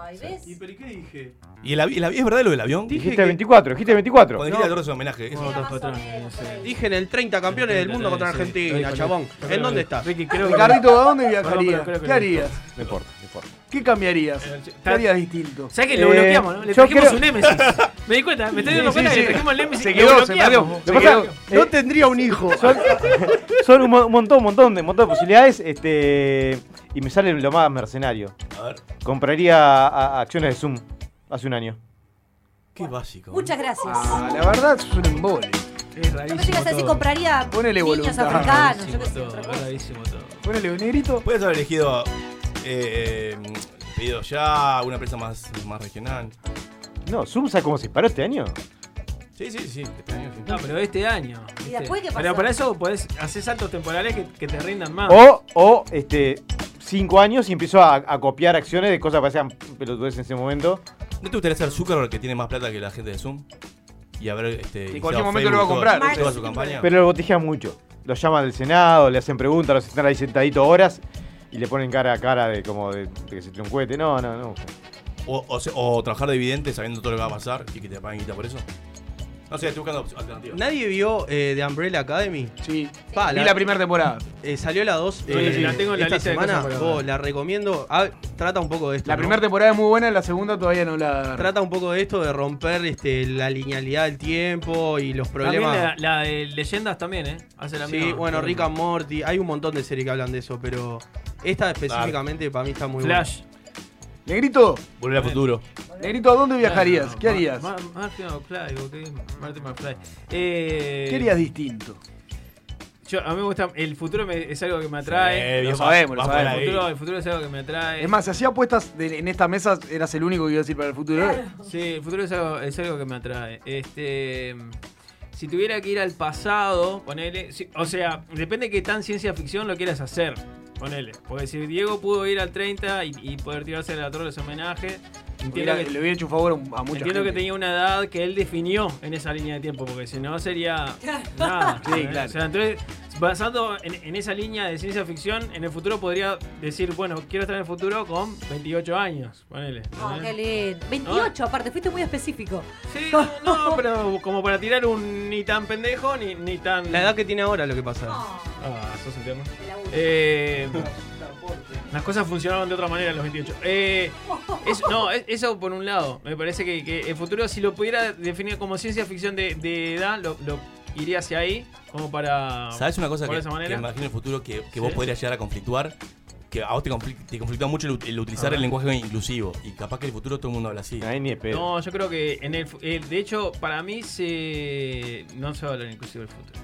Speaker 9: Ay, ¿ves?
Speaker 7: ¿Y pero qué dije?
Speaker 4: ¿Y el, avi- el avi- es verdad lo del avión?
Speaker 6: Dije
Speaker 3: dijiste
Speaker 6: que-
Speaker 3: 24, dijiste 24.
Speaker 4: Cuando dijiste la torre es un homenaje. eso-
Speaker 9: Era
Speaker 1: otros
Speaker 9: más o
Speaker 1: patrones,
Speaker 9: menos
Speaker 1: sí.
Speaker 9: por ahí.
Speaker 6: Dije en el 30 campeones del mundo contra
Speaker 1: Sí,
Speaker 6: Argentina,
Speaker 1: estoy
Speaker 6: chabón.
Speaker 1: con-
Speaker 6: ¿En dónde estás?
Speaker 1: Ricky, creo que-
Speaker 5: Ricardito, ¿a dónde
Speaker 1: Perdón,
Speaker 5: viajarías?
Speaker 1: pero creo que
Speaker 5: ¿Qué
Speaker 1: no. Eh,
Speaker 5: harías?
Speaker 3: No importa, no importa.
Speaker 5: ¿Qué cambiarías? ¿Qué harías distinto?
Speaker 1: ¿Sabes que lo
Speaker 3: Eh,
Speaker 1: bloqueamos, no? Le
Speaker 3: yo
Speaker 5: [LAUGHS]
Speaker 1: trajimos
Speaker 3: creo-
Speaker 1: un Némesis. Me di cuenta, me estoy dando
Speaker 5: Sí,
Speaker 1: cuenta
Speaker 5: sí,
Speaker 1: que
Speaker 5: sí.
Speaker 1: le trajimos el Némesis.
Speaker 5: Se
Speaker 1: y
Speaker 5: quedó,
Speaker 1: lo
Speaker 5: se
Speaker 1: bloqueamos.
Speaker 3: Lo que pasa- eh,
Speaker 6: No tendría un hijo.
Speaker 3: [LAUGHS] son, son un, mo- un montón, un montón de, un montón de posibilidades. Este, y me sale lo más mercenario.
Speaker 4: A ver,
Speaker 3: Compraría a- a acciones de Zoom hace un año.
Speaker 4: qué básico. ¿eh?
Speaker 2: Muchas gracias.
Speaker 5: Ah, la verdad es un embole.
Speaker 1: Es
Speaker 2: Yo
Speaker 1: rarísimo
Speaker 2: pensé que ibas a decir
Speaker 1: todo.
Speaker 2: compraría
Speaker 5: Ponele
Speaker 2: niños
Speaker 5: voluntad.
Speaker 2: africanos, yo
Speaker 1: Rarísimo
Speaker 2: qué sé,
Speaker 1: todo,
Speaker 2: otra cosa.
Speaker 1: rarísimo todo.
Speaker 5: Ponele un negrito.
Speaker 4: Puedes haber elegido eh, pedido ya, una empresa más, más regional.
Speaker 3: No, Zoom, ¿sabes cómo se disparó este año?
Speaker 4: Sí, sí, sí. te pedí, sí.
Speaker 1: No, pero este año.
Speaker 2: ¿Y
Speaker 1: ¿viste?
Speaker 2: después qué pasó?
Speaker 1: Pero para eso podés hacer saltos temporales que, que te rindan
Speaker 4: Ah.
Speaker 1: más.
Speaker 3: O, o este, cinco años y empiezo a, a copiar acciones de cosas que parecían pelotudes en ese momento.
Speaker 4: ¿No te gustaría ser Zuckerberg que tiene más plata que la gente de Zoom? Y haber este.
Speaker 5: En
Speaker 4: En
Speaker 5: cualquier momento lo va a comprar.
Speaker 4: Toda, toda
Speaker 2: Mark
Speaker 4: su campaña.
Speaker 3: Pero lo botejean mucho. Los llaman del Senado, le hacen preguntas, los están ahí sentaditos horas y le ponen cara a cara de como de, de que se tiró un cohete. No, no, no.
Speaker 4: O, o se- o trabajar de vidente sabiendo todo lo que va a pasar y que te paguen guita por eso. No sé, estoy buscando op- alternativas.
Speaker 6: ¿Nadie vio eh, The Umbrella Academy?
Speaker 5: Sí.
Speaker 6: Pa,
Speaker 5: Y la primera temporada.
Speaker 6: eh, salió la 2.
Speaker 1: Sí, sí, la tengo en la lista
Speaker 6: esta
Speaker 1: de
Speaker 6: semana.
Speaker 1: cosas para
Speaker 6: Oh,
Speaker 1: ver.
Speaker 6: la recomiendo. Ah, trata un poco de esto.
Speaker 5: La
Speaker 6: ¿no?
Speaker 5: primera temporada es muy buena, la segunda todavía no la.
Speaker 6: Trata un poco de esto, de romper este, la linealidad del tiempo y los
Speaker 1: También
Speaker 6: problemas.
Speaker 1: la, la de leyendas también, ¿eh? Hace la
Speaker 6: Sí,
Speaker 1: misma.
Speaker 6: bueno, Rick and Morty. Hay un montón de series que hablan de eso, pero esta específicamente para mí está muy
Speaker 1: Flash.
Speaker 5: Negrito,
Speaker 4: Volver al futuro.
Speaker 5: negrito, ¿a dónde viajarías?
Speaker 1: Claro,
Speaker 5: ¿Qué harías?
Speaker 1: Mar- Mar- Martin McFly, ¿o qué? Martin McFly. Eh,
Speaker 5: ¿Qué harías distinto?
Speaker 1: Yo, a mí me gusta. El futuro me- es algo que me atrae.
Speaker 4: Eh,
Speaker 5: lo
Speaker 4: bien,
Speaker 5: sabemos, lo
Speaker 4: vas por
Speaker 5: sabemos.
Speaker 1: el,
Speaker 4: ahí.
Speaker 1: futuro, el futuro es algo que me atrae.
Speaker 5: Es más, si hacía apuestas de- en esta mesa, eras el único que iba a decir para el futuro.
Speaker 1: Sí, el futuro es algo, es algo que me atrae. Este. Si tuviera que ir al pasado, ponele. si- o sea, depende de qué tan ciencia ficción lo quieras hacer. Ponele. Porque si Diego pudo ir al 30 y, y poder tirarse de la torre de los homenajes, entiendo
Speaker 5: Hubiera-
Speaker 1: que
Speaker 5: le hubiera hecho un favor a, un- a mucha
Speaker 1: Entiendo
Speaker 5: gente.
Speaker 1: que tenía una edad que él definió en esa línea de tiempo, porque si no sería nada.
Speaker 5: Sí,
Speaker 1: ¿eh?
Speaker 5: claro.
Speaker 1: O sea, entonces, basado en, en esa línea de ciencia ficción, en el futuro podría decir, bueno, quiero estar en el futuro con 28 años, ponele.
Speaker 2: Oh,
Speaker 1: ¿eh?
Speaker 2: qué lindo. 28, aparte, fuiste muy específico.
Speaker 1: Sí, no, no, pero como para tirar un ni tan pendejo, ni, ni tan...
Speaker 6: buena. La edad que tiene ahora lo que pasa.
Speaker 9: Oh,
Speaker 1: Ah, sos un tema.
Speaker 9: el laburo. [LAUGHS]
Speaker 1: Eh, las cosas funcionaron de otra manera en los 28. Eh, es- no, es- eso por un lado. Me parece que, que el futuro, si lo pudiera definir como ciencia ficción de, de edad, lo, lo iría hacia ahí, como para...
Speaker 4: ¿Sabes una cosa
Speaker 1: por
Speaker 4: que,
Speaker 1: esa
Speaker 4: que me
Speaker 1: manera?
Speaker 4: imagino en el futuro que, que vos
Speaker 1: Sí.
Speaker 4: podrías llegar a conflictuar? Que a vos te, conflic- te conflictúa mucho el, ut- el utilizar
Speaker 1: Ajá.
Speaker 4: el lenguaje inclusivo. Y capaz que en el futuro todo el mundo habla así.
Speaker 3: Ahí ni de pedo.
Speaker 1: No, yo creo que en el, fu- eh, de hecho para mí se no se va a hablar inclusive el futuro.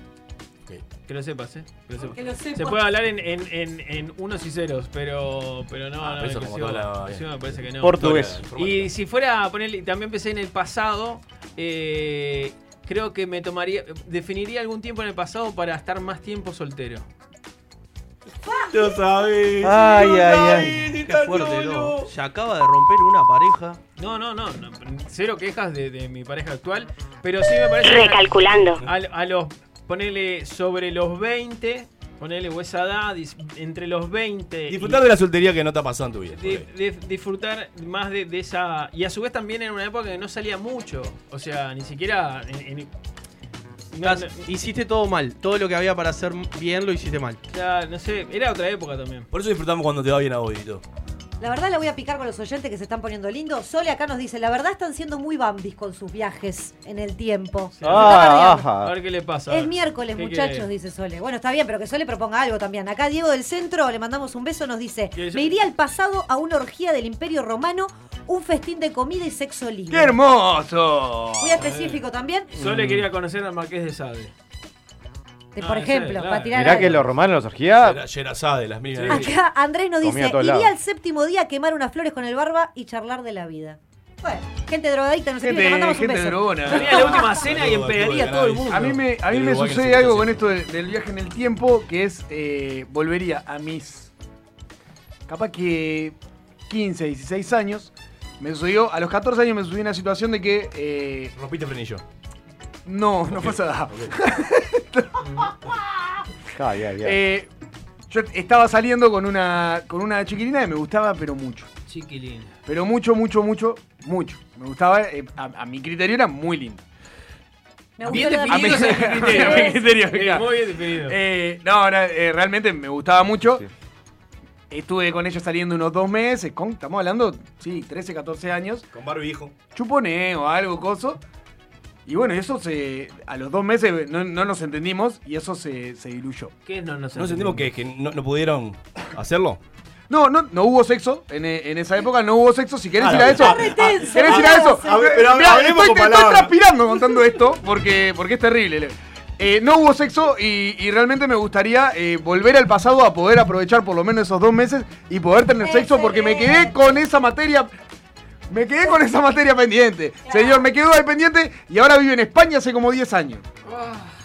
Speaker 4: Ok.
Speaker 1: Que lo sepas, eh. Que lo sepas.
Speaker 2: Que lo sepas.
Speaker 1: Se puede hablar en, en, en, en unos y ceros, pero pero no,
Speaker 4: Ah,
Speaker 1: no
Speaker 4: pero eso
Speaker 1: inclusivo-
Speaker 4: como toda la-
Speaker 1: inclusivo me parece que no.
Speaker 3: Portugués.
Speaker 1: Y si fuera a ponerle, también pensé en el pasado, eh, creo que me tomaría, definiría algún tiempo en el pasado para estar más tiempo soltero.
Speaker 4: Lo sabes.
Speaker 3: Ay, ay, ay.
Speaker 6: Qué fuerte, loco. Se acaba de romper una pareja.
Speaker 1: No, no, no, no, cero quejas de, de mi pareja actual, pero sí me parece... que-
Speaker 10: Recalculando.
Speaker 1: a, a los, ponele sobre los 20, ponele o esa edad, dis- entre los 20 y-
Speaker 4: Disfrutar de la soltería que no te ha pasado en tu vida.
Speaker 1: di-
Speaker 4: ponele.
Speaker 1: di- disfrutar más de, de esa. Y a su vez también en una época que no salía mucho. O sea, ni siquiera. en- en- no, no,
Speaker 6: Estás- Hiciste todo mal. Todo lo que había para hacer bien lo hiciste mal.
Speaker 1: ya, no sé, era otra época también.
Speaker 4: Por eso disfrutamos cuando te va bien a vos, Dito.
Speaker 2: La verdad la voy a picar con los oyentes que se están poniendo lindos. Sole acá nos dice, la verdad están siendo muy bambis con sus viajes en el tiempo. Se está
Speaker 3: Ah,
Speaker 2: bardeando.
Speaker 1: A
Speaker 3: ajá.
Speaker 1: ver qué le pasa. a
Speaker 2: Es
Speaker 1: ver.
Speaker 2: miércoles,
Speaker 1: ¿Qué
Speaker 2: muchachos,
Speaker 1: quiere?
Speaker 2: dice Sole. Bueno, está bien, pero que Sole proponga algo también. Acá Diego del Centro, le mandamos un beso, nos dice,
Speaker 1: ¿Qué dice?
Speaker 2: me iría al pasado a una orgía del Imperio Romano, un festín de comida y sexo libre.
Speaker 5: ¡Qué hermoso!
Speaker 2: Muy específico también,
Speaker 5: Mm.
Speaker 1: Sole quería conocer al Marqués de Sade.
Speaker 2: de,
Speaker 1: Ah,
Speaker 2: por
Speaker 1: ese,
Speaker 2: ejemplo,
Speaker 1: claro.
Speaker 2: para tirar
Speaker 3: Mirá
Speaker 2: algo.
Speaker 3: que los romanos, los orgías.
Speaker 4: Yerazade, las minas.
Speaker 1: Sí.
Speaker 2: Acá Andrés nos
Speaker 3: Comía
Speaker 2: dice,
Speaker 3: a todos
Speaker 2: iría
Speaker 3: lados.
Speaker 2: al séptimo día a quemar unas flores con el barba y charlar de la vida. Bueno, gente drogadicta, nos escribe, le
Speaker 5: Gente,
Speaker 2: mandamos un
Speaker 5: gente
Speaker 2: beso.
Speaker 5: drogona.
Speaker 1: Tenía la última cena y empedaría a todo el mundo.
Speaker 5: A mí me, a mí
Speaker 4: Del
Speaker 5: me
Speaker 4: Uruguay que
Speaker 5: sucede
Speaker 4: se
Speaker 5: algo
Speaker 4: puso
Speaker 5: con
Speaker 4: así.
Speaker 5: esto del, del viaje en el tiempo, que es, eh, volvería a mis, capaz que 15, 16 años. Me sucedió, a los 14 años me sucedió una situación de que eh,
Speaker 4: Rompiste frenillo.
Speaker 5: no, no pasa nada.
Speaker 3: Ay, ay, ay.
Speaker 5: [LAUGHS] Eh, yo estaba saliendo con una, con una chiquilina que me gustaba, pero mucho.
Speaker 1: Chiquilín.
Speaker 5: Pero mucho, mucho, mucho, mucho. Me gustaba, eh, a, a mi criterio era muy lindo.
Speaker 2: Me gustó
Speaker 1: Bien
Speaker 2: lo de-
Speaker 5: A mi,
Speaker 1: definido ese
Speaker 5: [LAUGHS]
Speaker 1: criterio.
Speaker 2: [LAUGHS]
Speaker 5: a mi criterio,
Speaker 1: Eh,
Speaker 5: claro.
Speaker 1: Muy bien definido.
Speaker 5: Eh, no, no, eh, realmente me gustaba mucho.
Speaker 3: Sí.
Speaker 5: Estuve con ella saliendo unos dos meses, con, estamos hablando, sí, 13, 14 años.
Speaker 4: Con barbijo.
Speaker 5: Chupone o algo, coso. Y bueno, eso se. A los dos meses no, no nos entendimos y eso se, se diluyó.
Speaker 1: ¿Qué es? no nos
Speaker 4: ¿No sentimos que, que no, no pudieron hacerlo?
Speaker 5: No, no, no hubo sexo. En, e- en esa época no hubo sexo. Si querés
Speaker 4: Ah,
Speaker 5: ir a eso.
Speaker 2: está re tenso,
Speaker 5: ¿Querés ir a
Speaker 2: vamos.
Speaker 5: eso?
Speaker 2: A
Speaker 4: ver, pero
Speaker 5: Mirá,
Speaker 4: hablemos
Speaker 5: estoy,
Speaker 4: con
Speaker 5: estoy
Speaker 4: palabras.
Speaker 5: transpirando contando esto porque, porque es terrible. Eh, no hubo sexo y, y realmente me gustaría eh, volver al pasado a poder aprovechar por lo menos esos dos meses y poder tener sexo porque me quedé
Speaker 2: Excelente.
Speaker 5: con esa materia. Me quedé con esa materia pendiente. Señor, me quedo ahí pendiente y ahora vivo en España hace como 10 años.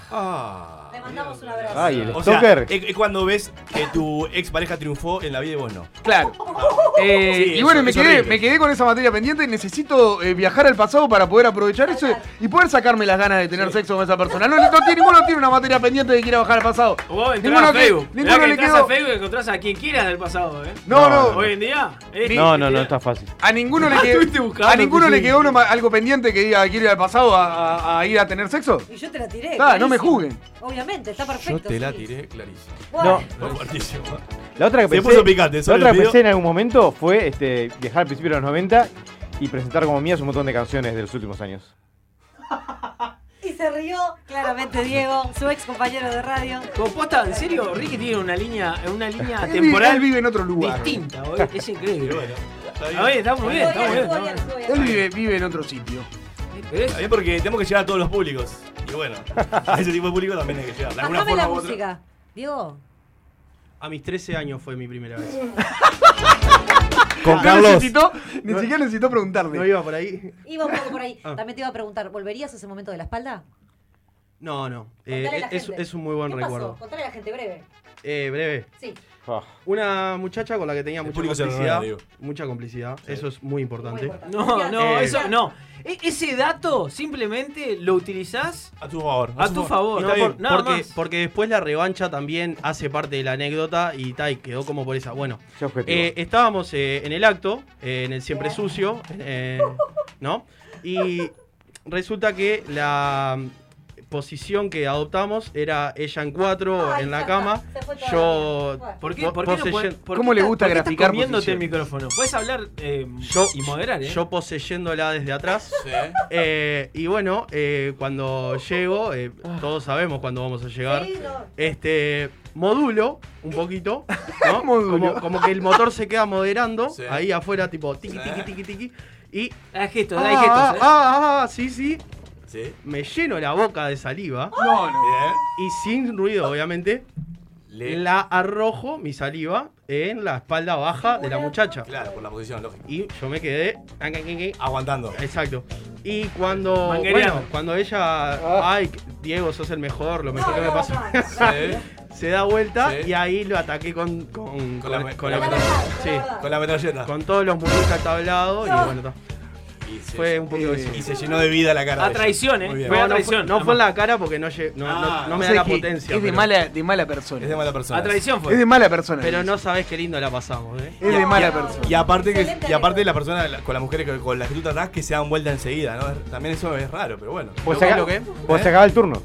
Speaker 4: Ah.
Speaker 2: Le mandamos un abrazo.
Speaker 3: Ay, el
Speaker 4: O sea,
Speaker 3: stalker.
Speaker 4: es, es cuando ves que tu expareja triunfó en la vida y vos no. Ah.
Speaker 5: Claro. Eh,
Speaker 4: Sí,
Speaker 5: y
Speaker 4: es-
Speaker 5: bueno, me
Speaker 4: es
Speaker 5: quedé,
Speaker 4: horrible.
Speaker 5: me quedé con esa materia pendiente y necesito eh, viajar al pasado para poder aprovechar eso y poder sacarme las ganas de tener sexo con esa persona. No, no tiene, ninguno tiene una materia pendiente que quiera bajar al pasado.
Speaker 1: Vos entrás
Speaker 5: Ninguno,
Speaker 1: a
Speaker 5: que-
Speaker 1: Facebook.
Speaker 5: ninguno
Speaker 1: Mirá que
Speaker 5: le
Speaker 1: entrás
Speaker 5: quedó.
Speaker 1: a Facebook y encontrás a quien quieras del pasado, ¿eh?
Speaker 5: No,
Speaker 3: No,
Speaker 5: no.
Speaker 1: Hoy en día. eh,
Speaker 3: No, no, no, está fácil.
Speaker 5: A ninguno le
Speaker 1: Ah, Estuviste
Speaker 5: quedó,
Speaker 1: buscando,
Speaker 5: a ninguno le
Speaker 1: sí.
Speaker 5: quedó uno ma- algo pendiente que diga quiero ir al pasado a, a- a ir a tener sexo.
Speaker 2: Y yo te la tiré.
Speaker 5: Ah, no
Speaker 2: clarísimo.
Speaker 5: me juzguen.
Speaker 2: Obviamente, está perfecto. sí.
Speaker 4: clarísimo.
Speaker 2: Bueno,
Speaker 4: Fue fuertísimo.
Speaker 3: La otra que
Speaker 4: Se
Speaker 3: pensé,
Speaker 4: puso picante,
Speaker 3: la
Speaker 4: solo
Speaker 3: otra
Speaker 4: le
Speaker 3: que
Speaker 4: pido-
Speaker 3: pensé en algún momento fue este, viajar al principio de los 90 y presentar como mías un montón de canciones de los últimos años.
Speaker 2: Y se rió claramente Diego, su ex compañero de radio.
Speaker 1: Como posta, en serio, Ricky tiene una línea, una línea
Speaker 5: [LAUGHS] Él vi-
Speaker 1: temporal
Speaker 5: él vive en otro lugar.
Speaker 1: distinta, boludo. Es increíble.
Speaker 4: Bueno, está bien.
Speaker 1: A ver, está muy bien, está
Speaker 2: Estuvo
Speaker 1: muy bien.
Speaker 2: bien,
Speaker 1: está muy
Speaker 2: estuvo bien,
Speaker 1: bien.
Speaker 2: estuvo bien.
Speaker 5: Él vive, [LAUGHS] vive en otro sitio.
Speaker 1: Pero es-
Speaker 4: Está bien porque tenemos que llegar a todos los públicos. Y bueno, [LAUGHS] a ese tipo de público también hay que llegar. De alguna
Speaker 2: Bajame
Speaker 4: forma
Speaker 2: la
Speaker 4: u otra.
Speaker 2: música. Diego,
Speaker 6: A mis 13 años fue mi primera vez.
Speaker 3: [LAUGHS]
Speaker 6: Ah,
Speaker 3: Con
Speaker 5: No
Speaker 3: Carlos.
Speaker 5: necesitó, ni siquiera necesitó preguntarme.
Speaker 6: ¿No iba por ahí?
Speaker 2: iba un poco por ahí.
Speaker 6: Ah.
Speaker 2: También te iba a preguntar, ¿volverías a ese momento de la espalda?
Speaker 6: No, no. Eh,
Speaker 2: Contale a la
Speaker 6: es,
Speaker 2: gente.
Speaker 6: es un muy buen
Speaker 2: ¿Qué pasó?
Speaker 6: recuerdo.
Speaker 2: Contale a la gente breve.
Speaker 6: Eh, breve.
Speaker 2: Sí.
Speaker 3: Ah,
Speaker 6: Una muchacha con la que tenía
Speaker 4: El
Speaker 6: mucha
Speaker 4: público se lo
Speaker 6: complicidad.
Speaker 4: regala,
Speaker 6: Mucha complicidad. Eso es muy
Speaker 2: muy
Speaker 6: importante.
Speaker 2: importante.
Speaker 1: No, no,
Speaker 6: Eh,
Speaker 1: eso no. E- ese dato simplemente lo utilizás
Speaker 4: A tu favor.
Speaker 1: a tu favor.
Speaker 4: Y
Speaker 1: No,
Speaker 4: está bien.
Speaker 1: por- nada
Speaker 6: porque,
Speaker 1: más.
Speaker 6: porque después la revancha también hace parte de la anécdota y tal, quedó como por esa. Bueno,
Speaker 3: qué objetivo.
Speaker 6: Eh, estábamos eh, en el acto, eh, en el siempre sucio, eh, ¿no? Y resulta que la posición que adoptamos era ella en cuatro
Speaker 2: Ay,
Speaker 6: en
Speaker 2: ya
Speaker 6: la
Speaker 2: está,
Speaker 6: cama,
Speaker 2: se fue toda
Speaker 6: yo,
Speaker 2: la mierda.
Speaker 1: ¿Por qué,
Speaker 6: po-
Speaker 1: por qué no
Speaker 6: poseyendo-
Speaker 1: podés- por
Speaker 5: ¿Cómo
Speaker 1: qué
Speaker 5: le
Speaker 1: ta-
Speaker 5: gusta
Speaker 1: por qué estás
Speaker 5: graficar
Speaker 1: comiéndote el
Speaker 5: posiciones?
Speaker 1: micrófono. Puedes hablar eh,
Speaker 6: Yo-
Speaker 1: y moderar, ¿eh?
Speaker 6: yo poseyéndola desde atrás. Eh, y bueno, eh, cuando llego, eh, todos sabemos cuándo vamos a llegar.
Speaker 2: Sí, no.
Speaker 6: Este modulo un poquito,
Speaker 1: [LAUGHS]
Speaker 6: ¿no?
Speaker 5: Modulo.
Speaker 6: Como, como que el motor se queda moderando
Speaker 4: Sí.
Speaker 6: ahí afuera, tipo tiqui,
Speaker 4: Sí.
Speaker 6: tiqui, tiqui, tiqui. Y
Speaker 1: Da gestos, da
Speaker 6: Ah,
Speaker 1: gestos. ¿eh?
Speaker 6: ah, ah, sí, sí.
Speaker 4: Sí. Bien.
Speaker 6: Me lleno la boca de saliva
Speaker 5: No, no.
Speaker 6: y sin ruido, obviamente,
Speaker 4: Le-
Speaker 6: la arrojo mi saliva en la espalda baja de la muchacha.
Speaker 4: Claro, por la posición, lógico.
Speaker 6: Y yo me quedé.
Speaker 4: Aguantando.
Speaker 6: Exacto. Y cuando.
Speaker 1: Manguereando. Ah.
Speaker 6: Bueno, cuando ella. Ay, Diego, sos el mejor, lo mejor que me pasó. [LAUGHS]
Speaker 4: Sí.
Speaker 6: Se da vuelta
Speaker 4: Sí.
Speaker 6: y ahí lo ataqué con. Con,
Speaker 4: Con la me-
Speaker 6: con
Speaker 4: la
Speaker 6: la-
Speaker 4: verdad,
Speaker 6: Sí.
Speaker 4: Con la metralleta.
Speaker 6: Con todos los muslos atablados y bueno, ta.
Speaker 4: Y se,
Speaker 6: fue un poquito eso.
Speaker 4: y se llenó de vida la cara.
Speaker 1: A
Speaker 4: de ella.
Speaker 1: traición, ¿eh?
Speaker 4: Muy bien.
Speaker 1: Fue a
Speaker 6: No, no fue,
Speaker 1: traición.
Speaker 6: no fue en la cara porque no, lle- no, no-
Speaker 4: Ah,
Speaker 6: no me
Speaker 5: O
Speaker 6: da
Speaker 5: sea
Speaker 6: la
Speaker 5: que
Speaker 6: potencia.
Speaker 5: Es de
Speaker 6: pero-
Speaker 5: mala, de mala
Speaker 4: Es de
Speaker 5: persona.
Speaker 4: mala persona.
Speaker 1: A traición fue.
Speaker 5: Es de mala persona.
Speaker 6: Pero no sabes qué lindo la pasamos, ¿eh?
Speaker 5: Es de mala
Speaker 4: Y-
Speaker 5: persona.
Speaker 4: Y aparte, que,
Speaker 2: Excelente
Speaker 4: y aparte la persona la- con las mujeres que- con las que tú tratás que se dan vuelta enseguida, ¿no? Es- También eso es raro, pero bueno.
Speaker 3: Pues
Speaker 6: ¿Lo
Speaker 3: acá-
Speaker 6: lo que?
Speaker 4: ¿Eh?
Speaker 3: Pues se acaba el turno.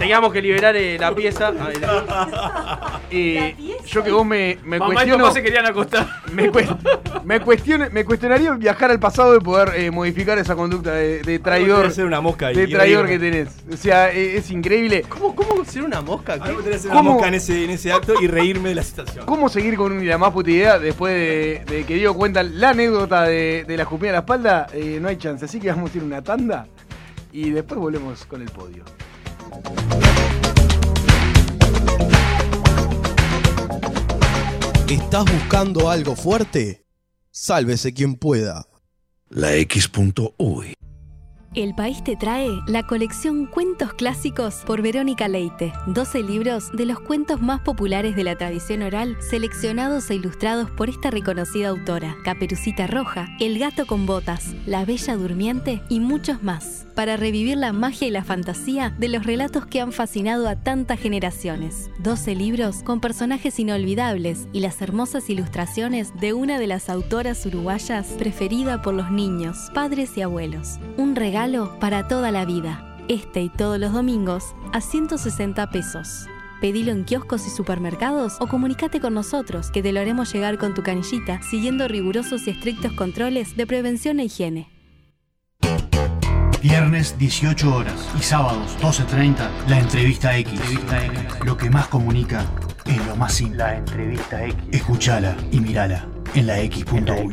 Speaker 6: Teníamos que liberar [LAUGHS] eh, la pieza. Ah,
Speaker 5: eh,
Speaker 11: La pieza.
Speaker 5: yo que vos me, me
Speaker 1: Mamá y
Speaker 5: cuestiono.
Speaker 1: papá se querían acostar.
Speaker 5: Me, cuest- me cuestione- me cuestionaría viajar al pasado y poder eh, modificar esa conducta de, de traidor.
Speaker 4: Ah, Ser una mosca
Speaker 5: De traidor que tenés. O sea, eh, es increíble.
Speaker 12: ¿Cómo, ¿Cómo ser una mosca? ¿Qué?
Speaker 4: Ah, ser una
Speaker 5: ¿Cómo?
Speaker 4: mosca en ese, en ese acto y reírme de la situación.
Speaker 5: ¿Cómo seguir con una más puta idea después de, de que Diego cuenta la anécdota de, de la escupida a la espalda? Eh, no hay chance, así que vamos a ir a una tanda y después volvemos con el podio.
Speaker 6: ¿Estás buscando algo fuerte? Sálvese quien pueda.
Speaker 13: La X.U.
Speaker 14: El país te trae la colección Cuentos Clásicos por Verónica Leite. 12 libros de los cuentos más populares de la tradición oral, seleccionados e ilustrados por esta reconocida autora. Caperucita Roja, El Gato con Botas, La Bella Durmiente y muchos más. Para revivir la magia y la fantasía de los relatos que han fascinado a tantas generaciones. 12 libros con personajes inolvidables y las hermosas ilustraciones de una de las autoras uruguayas preferida por los niños, padres y abuelos. Un regalo para toda la vida. Este y todos los domingos a 160 pesos. Pedilo en kioscos y supermercados o comunícate con nosotros que te lo haremos llegar con tu canillita siguiendo rigurosos y estrictos controles de prevención e higiene.
Speaker 13: Viernes 18 horas y sábados 12.30 la entrevista X. Lo que más comunica es lo más simple. La entrevista X. Escuchala y mirala en la X.U.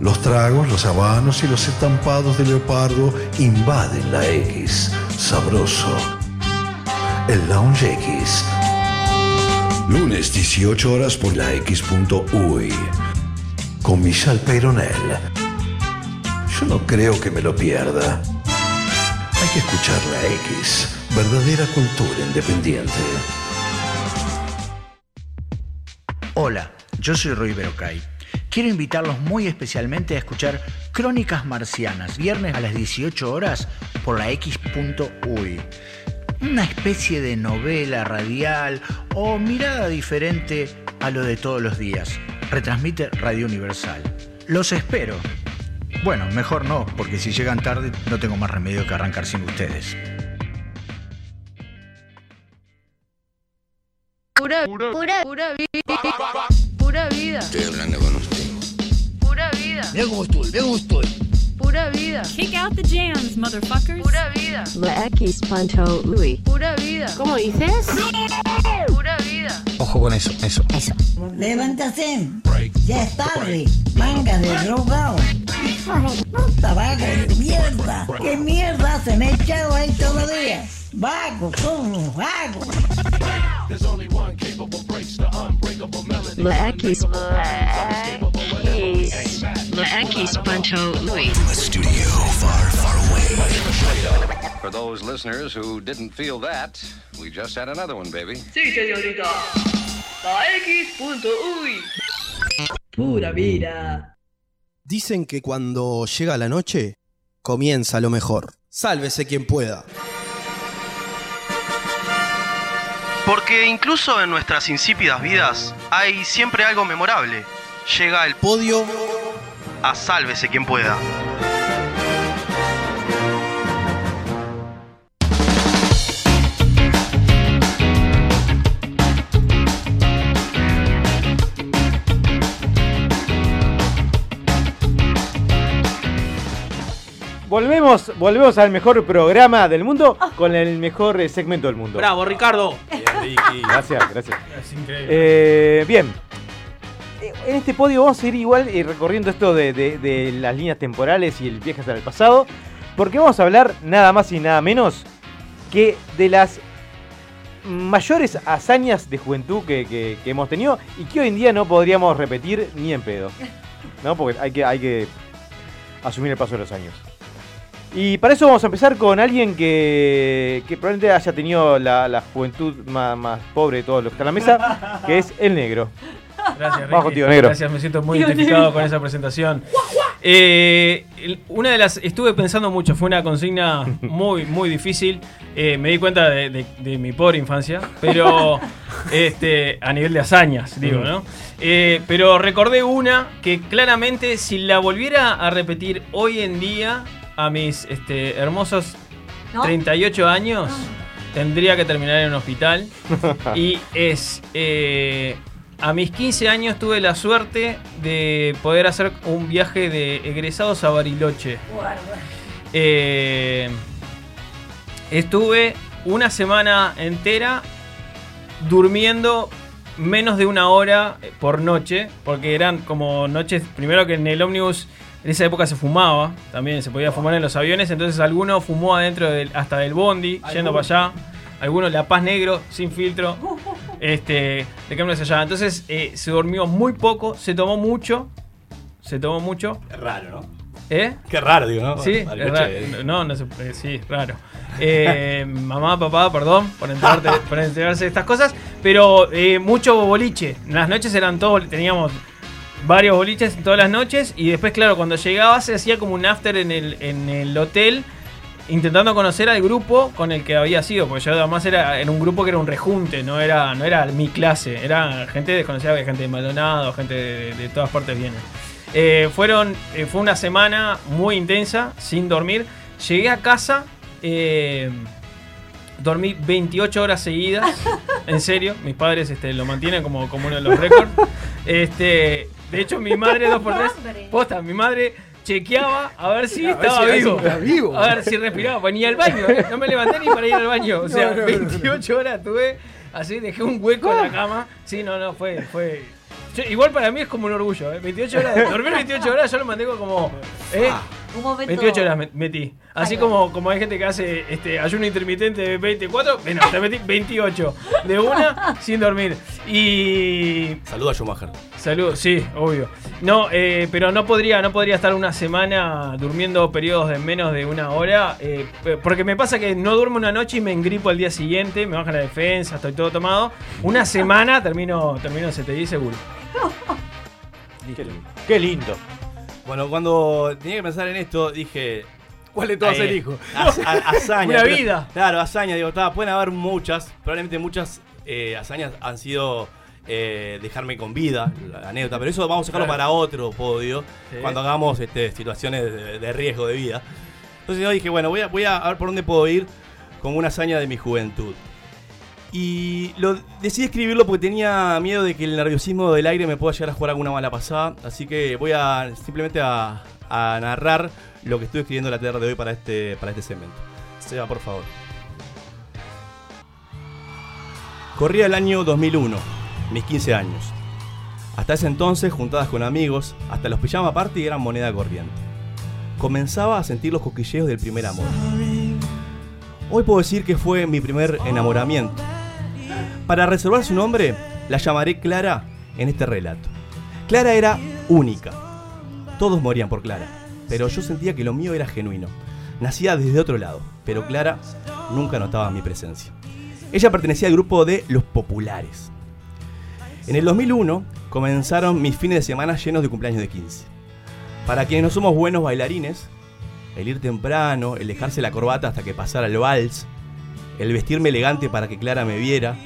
Speaker 13: Los tragos, los habanos y los estampados de leopardo invaden la X. Sabroso. El Lounge X. Lunes 18 horas por la X.uy. Con Michelle Peyronel. Yo no creo que me lo pierda. Hay que escuchar la X. Verdadera cultura independiente.
Speaker 15: Hola, yo soy Rui Berocay. Quiero invitarlos muy especialmente a escuchar Crónicas Marcianas, viernes a las 18 horas por la X.uy. Una especie de novela radial o mirada diferente a lo de todos los días. Retransmite Radio Universal. Los espero. Bueno, mejor no, porque si llegan tarde no tengo más remedio que arrancar sin ustedes.
Speaker 16: Pura, pura, pura vida. Pura vida. Estoy hablando con usted. Pura vida.
Speaker 15: Mira cómo estoy, mira cómo estoy.
Speaker 16: Pura vida. Kick out the jams, motherfuckers. Pura vida.
Speaker 14: La X.UI.
Speaker 16: Pura vida. ¿Cómo dices? Pura vida.
Speaker 15: Ojo con eso, eso.
Speaker 17: Eso. Levántate. Ya es tarde. Manga de drogado. Hijo de puta, vago de mierda. ¿Qué mierda se me ha echado ahí todavía? Vago, como vago.
Speaker 14: La X. La X.UI.
Speaker 18: For those listeners who didn't feel that, we just had another one, baby.
Speaker 16: Sí, señorita. La X.uy.
Speaker 6: Pura vida. Dicen que cuando llega la noche, comienza lo mejor. Sálvese quien pueda.
Speaker 12: Porque incluso en nuestras insípidas vidas hay siempre algo memorable. Llega el podio a sálvese quien pueda.
Speaker 3: Volvemos, volvemos al mejor programa del mundo con el mejor eh, segmento del mundo.
Speaker 1: Bravo, Ricardo.
Speaker 4: [LAUGHS]
Speaker 3: Gracias, gracias.
Speaker 1: Es increíble.
Speaker 3: Eh, bien. Eh, En este podio vamos a ir igual eh, recorriendo esto de, de- de las líneas temporales y el viaje hacia el pasado. Porque vamos a hablar nada más y nada menos que de las mayores hazañas de juventud que, que- que hemos tenido y que hoy en día no podríamos repetir ni en pedo. ¿No? Porque hay que, hay que asumir el paso de los años. Y para eso vamos a empezar con alguien que, que probablemente haya tenido la, la juventud más, más pobre de todos los que están en la mesa, que es el negro.
Speaker 1: Gracias, Ricky.
Speaker 3: Vamos contigo, negro.
Speaker 1: Gracias, me siento muy
Speaker 3: Tío
Speaker 1: identificado
Speaker 3: negro.
Speaker 1: con esa presentación. Eh, el- una de las. Estuve pensando mucho, fue una consigna muy, muy difícil. Eh, me di cuenta de, de- de mi pobre infancia,
Speaker 3: [LAUGHS]
Speaker 1: pero este, a nivel de hazañas, digo, ¿no? Eh, pero recordé una que claramente, si la volviera a repetir hoy en día, a mis este, hermosos
Speaker 2: ¿No?
Speaker 1: 38 años, tendría que terminar en un hospital. Y es. eh, a mis 15 años tuve la suerte de poder hacer un viaje de egresados a Bariloche. Eh, estuve una semana entera durmiendo menos de una hora eh, por noche, porque eran como noches, primero que en el ómnibus en esa época se fumaba, también se podía fumar en los aviones, entonces alguno fumó adentro del, hasta del bondi, yendo para allá, algunos La Paz Negro, sin filtro, este, de Cámara hacia allá. Entonces eh, se durmió muy poco, se tomó mucho, se tomó mucho.
Speaker 4: Raro, ¿no?
Speaker 1: ¿Eh?
Speaker 4: Qué raro, digo, ¿no?
Speaker 1: Sí,
Speaker 4: Al
Speaker 1: es
Speaker 4: coche,
Speaker 1: raro.
Speaker 4: eh.
Speaker 1: No, no se, eh, sí, raro. Eh, [LAUGHS] mamá, papá, perdón por, enterarte, por enterarse de estas cosas, pero eh, mucho boliche. Las noches eran todo, teníamos varios boliches todas las noches y después, claro, cuando llegaba se hacía como un after en el, en el hotel intentando conocer al grupo con el que había sido, porque yo además era en un grupo que era un rejunte, no era, no era mi clase, era gente desconocida, había gente de Maldonado, gente de, de todas partes viene. Eh, fueron, eh, fue una semana muy intensa, sin dormir. Llegué a casa, eh, dormí 28 horas seguidas, en serio, mis padres este, lo mantienen como, como uno de los récords. Este, de hecho, mi madre 2x3, posta, mi madre chequeaba a ver si
Speaker 9: A ver
Speaker 1: estaba
Speaker 9: si- a ver si
Speaker 1: vivo.
Speaker 9: está vivo.
Speaker 1: A ver si respiraba, pues ni al baño, ¿eh? no me levanté ni para ir al baño. O
Speaker 9: No,
Speaker 1: sea,
Speaker 9: no, no, no.
Speaker 1: 28 horas tuve, así dejé un hueco en la cama. Sí, no, no, fue, fue. Yo- igual para mí es como un orgullo, ¿eh? 28 horas, dormir 28 horas yo lo mantengo como. ¿eh?
Speaker 2: Un momento.
Speaker 1: 28 horas me- metí. Así como, como hay gente que hace este ayuno intermitente de 24, bueno, te metí 28 de una sin dormir. Y.
Speaker 4: Saluda a Schumacher.
Speaker 1: Saludos, sí, obvio. No, eh, pero no podría, no podría estar una semana durmiendo periodos de menos de una hora. eh, p- porque me pasa que no duermo una noche y me engripo al día siguiente, me baja la defensa, estoy todo tomado. Una semana termino, termino CTI seguro.
Speaker 4: Qué lindo. Bueno, cuando tenía que pensar en esto, dije.
Speaker 7: ¿Cuál de todas
Speaker 4: eh,
Speaker 7: elijo?
Speaker 4: haz- ha- [LAUGHS] hazaña.
Speaker 7: Una
Speaker 4: pero-
Speaker 7: vida.
Speaker 4: Claro, hazaña. Digo, está, pueden haber muchas. Probablemente muchas eh, hazañas han sido eh, dejarme con vida, la anécdota. Pero eso vamos a dejarlo
Speaker 7: Claro.
Speaker 4: para otro podio,
Speaker 7: Sí.
Speaker 4: cuando hagamos este, situaciones de, de riesgo de vida. Entonces yo dije, bueno, voy a, voy a ver por dónde puedo ir con una hazaña de mi juventud. Y lo decidí escribirlo porque tenía miedo de que el nerviosismo del aire me pueda llegar a jugar alguna mala pasada. Así que voy a simplemente a, a narrar lo que estoy escribiendo la tarde de hoy para este, para este segmento. Seba, por favor. Corría el año 2001, mis 15 años. Hasta ese entonces, juntadas con amigos, hasta los pijama party eran moneda corriente. Comenzaba a sentir los coquilleos del primer amor. Hoy puedo decir que fue mi primer enamoramiento. Para reservar su nombre, la llamaré Clara en este relato. Clara era única. Todos morían por Clara, pero yo sentía que lo mío era genuino. Nacía desde otro lado, pero Clara nunca notaba mi presencia. Ella pertenecía al grupo de Los Populares. En el 2001 comenzaron mis fines de semana llenos de cumpleaños de 15. Para quienes no somos buenos bailarines, el ir temprano, el dejarse la corbata hasta que pasara el vals, el vestirme elegante para que Clara me viera,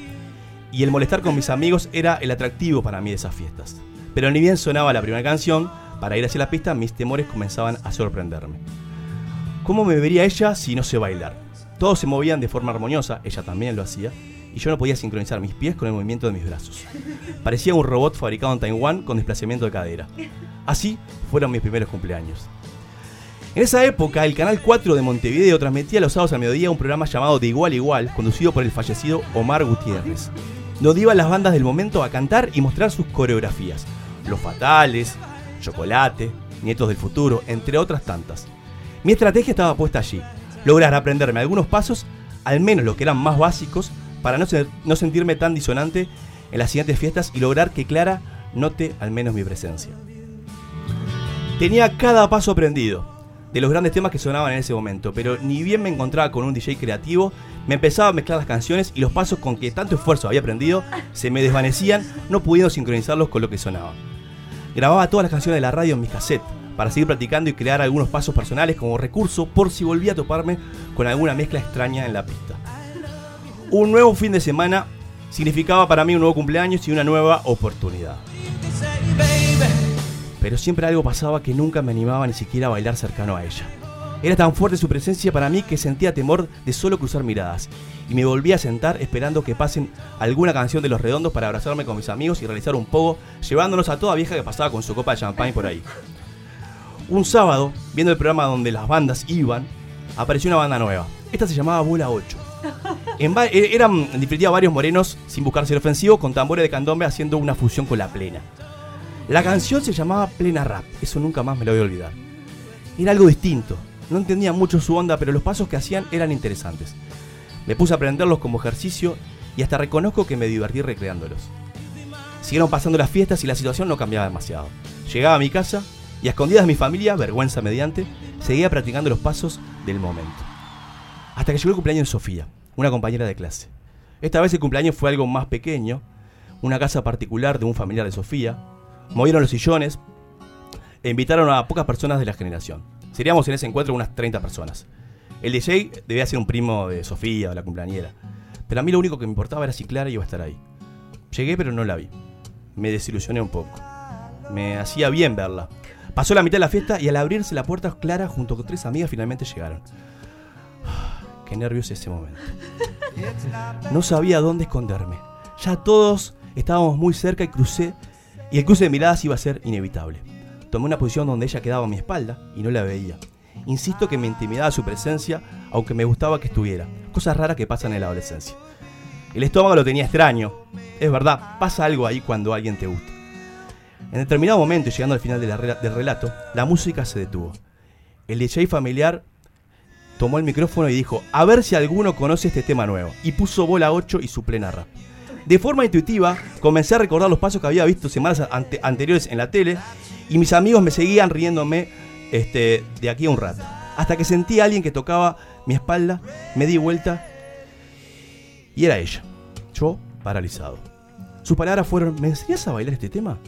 Speaker 4: y el molestar con mis amigos era el atractivo para mí de esas fiestas. Pero ni bien sonaba la primera canción, para ir hacia la pista mis temores comenzaban a sorprenderme. ¿Cómo me vería ella si no sé bailar? Todos se movían de forma armoniosa, ella también lo hacía, y yo no podía sincronizar mis pies con el movimiento de mis brazos. Parecía un robot fabricado en Taiwán con desplazamiento de cadera. Así fueron mis primeros cumpleaños. En esa época, el Canal 4 de Montevideo transmitía los sábados al mediodía un programa llamado De Igual a Igual, conducido por el fallecido Omar Gutiérrez, donde iban las bandas del momento a cantar y mostrar sus coreografías. Los Fatales, Chocolate, Nietos del Futuro, entre otras tantas. Mi estrategia estaba puesta allí, lograr aprenderme algunos pasos, al menos los que eran más básicos, para no, ser- no sentirme tan disonante en las siguientes fiestas y lograr que Clara note al menos mi presencia. Tenía cada paso aprendido, de los grandes temas que sonaban en ese momento, pero ni bien me encontraba con un DJ creativo, me empezaba a mezclar las canciones y los pasos con que tanto esfuerzo había aprendido se me desvanecían, no pudiendo sincronizarlos con lo que sonaba. Grababa todas las canciones de la radio en mis cassettes para seguir practicando y crear algunos pasos personales como recurso por si volvía a toparme con alguna mezcla extraña en la pista. Un nuevo fin de semana significaba para mí un nuevo cumpleaños y una nueva oportunidad. Pero siempre algo pasaba que nunca me animaba ni siquiera a bailar cercano a ella. Era tan fuerte su presencia para mí que sentía temor de solo cruzar miradas y me volví a sentar esperando que pasen alguna canción de Los Redondos para abrazarme con mis amigos y realizar un poco llevándonos a toda vieja que pasaba con su copa de champán por ahí. Un sábado, viendo el programa donde las bandas iban, apareció una banda nueva. Esta se llamaba Bola 8. En va- eh, eran en definitiva varios morenos, sin buscar ser ofensivo, con tambores de candombe haciendo una fusión con la plena. La canción se llamaba Plena Rap, eso nunca más me lo voy a olvidar. Era algo distinto, no entendía mucho su onda, pero los pasos que hacían eran interesantes. Me puse a aprenderlos como ejercicio y hasta reconozco que me divertí recreándolos. Siguieron pasando las fiestas y la situación no cambiaba demasiado. Llegaba a mi casa y a escondidas de mi familia, vergüenza mediante, seguía practicando los pasos del momento. Hasta que llegó el cumpleaños de Sofía, una compañera de clase. Esta vez el cumpleaños fue algo más pequeño, una casa particular de un familiar de Sofía. Movieron los sillones e invitaron a pocas personas de la generación. Seríamos en ese encuentro unas 30 personas. El DJ debía ser un primo de Sofía o la cumpleañera. Pero a mí lo único que me importaba era si Clara iba a estar ahí. Llegué pero no la vi. Me desilusioné un poco. Me hacía bien verla. Pasó la mitad de la fiesta y al abrirse la puerta, Clara junto con tres amigas finalmente llegaron. [SIGHS] Qué nervios ese momento. No sabía dónde esconderme. Ya todos estábamos muy cerca y crucé, y el cruce de miradas iba a ser inevitable. Tomé una posición donde ella quedaba a mi espalda y no la veía. Insisto que me intimidaba su presencia, aunque me gustaba que estuviera. Cosas raras que pasan en la adolescencia. El estómago lo tenía extraño. Es verdad, pasa algo ahí cuando alguien te gusta. En determinado momento, y llegando al final de la rela- del relato, la música se detuvo. El DJ familiar tomó el micrófono y dijo, a ver si alguno conoce este tema nuevo. Y puso bola 8 y su plena rap. De forma intuitiva, comencé a recordar los pasos que había visto semanas ante- anteriores en la tele y mis amigos me seguían riéndome este, de aquí a un rato. Hasta que sentí a alguien que tocaba mi espalda, me di vuelta y era ella. Yo, paralizado. Sus palabras fueron, ¿me enseñas a bailar este tema?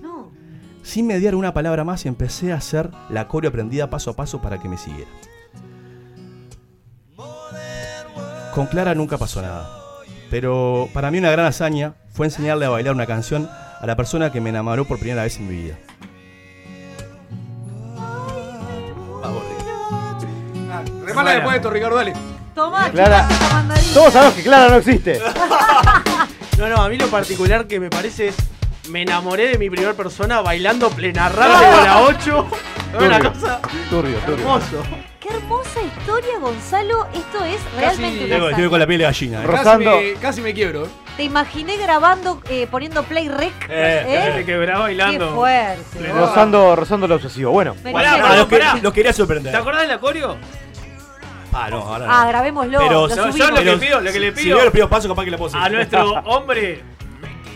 Speaker 4: Sin mediar una palabra más, empecé a hacer la coreo aprendida paso a paso para que me siguiera. Con Clara nunca pasó nada, pero para mí una gran hazaña fue enseñarle a bailar una canción a la persona que me enamoró por primera vez en mi vida.
Speaker 5: Remala
Speaker 3: Bueno.
Speaker 5: después de esto, Ricardo, dale.
Speaker 2: Tomá,
Speaker 3: Clara.
Speaker 2: chupate esta mandarina.
Speaker 3: Todos sabemos que Clara no existe.
Speaker 6: No, no, a mí lo particular que me parece es. Me enamoré de mi primer persona bailando plena rap de bola
Speaker 19: [LAUGHS]
Speaker 6: 8. Es una
Speaker 3: Turbio.
Speaker 6: cosa.
Speaker 3: Turbio, turbio.
Speaker 6: Hermoso.
Speaker 2: Qué hermosa historia, Gonzalo. Esto es realmente una
Speaker 4: Estoy
Speaker 2: hazaña.
Speaker 4: estoy con la piel de gallina. ¿eh?
Speaker 5: Casi me, casi me quiebro.
Speaker 2: Te imaginé grabando, eh, poniendo play rec.
Speaker 1: Eh,
Speaker 2: ¿eh?
Speaker 1: te quebrás bailando.
Speaker 2: Qué fuerte.
Speaker 3: Rozando, rozando lo obsesivo. Bueno.
Speaker 2: Me
Speaker 1: Pará,
Speaker 2: quedé-
Speaker 1: pará,
Speaker 4: los, que-
Speaker 1: pará.
Speaker 4: los quería sorprender.
Speaker 1: ¿Te acordás del acorio?
Speaker 4: Ah, no, ahora no.
Speaker 2: Ah, grabémoslo.
Speaker 4: Pero
Speaker 2: lo
Speaker 4: yo-
Speaker 1: yo
Speaker 2: subimos.
Speaker 1: lo que pido, lo que le
Speaker 4: Si
Speaker 1: pido
Speaker 4: veo los primeros pasos, capaz que la puedo hacer.
Speaker 1: a
Speaker 4: [LAUGHS]
Speaker 1: nuestro hombre,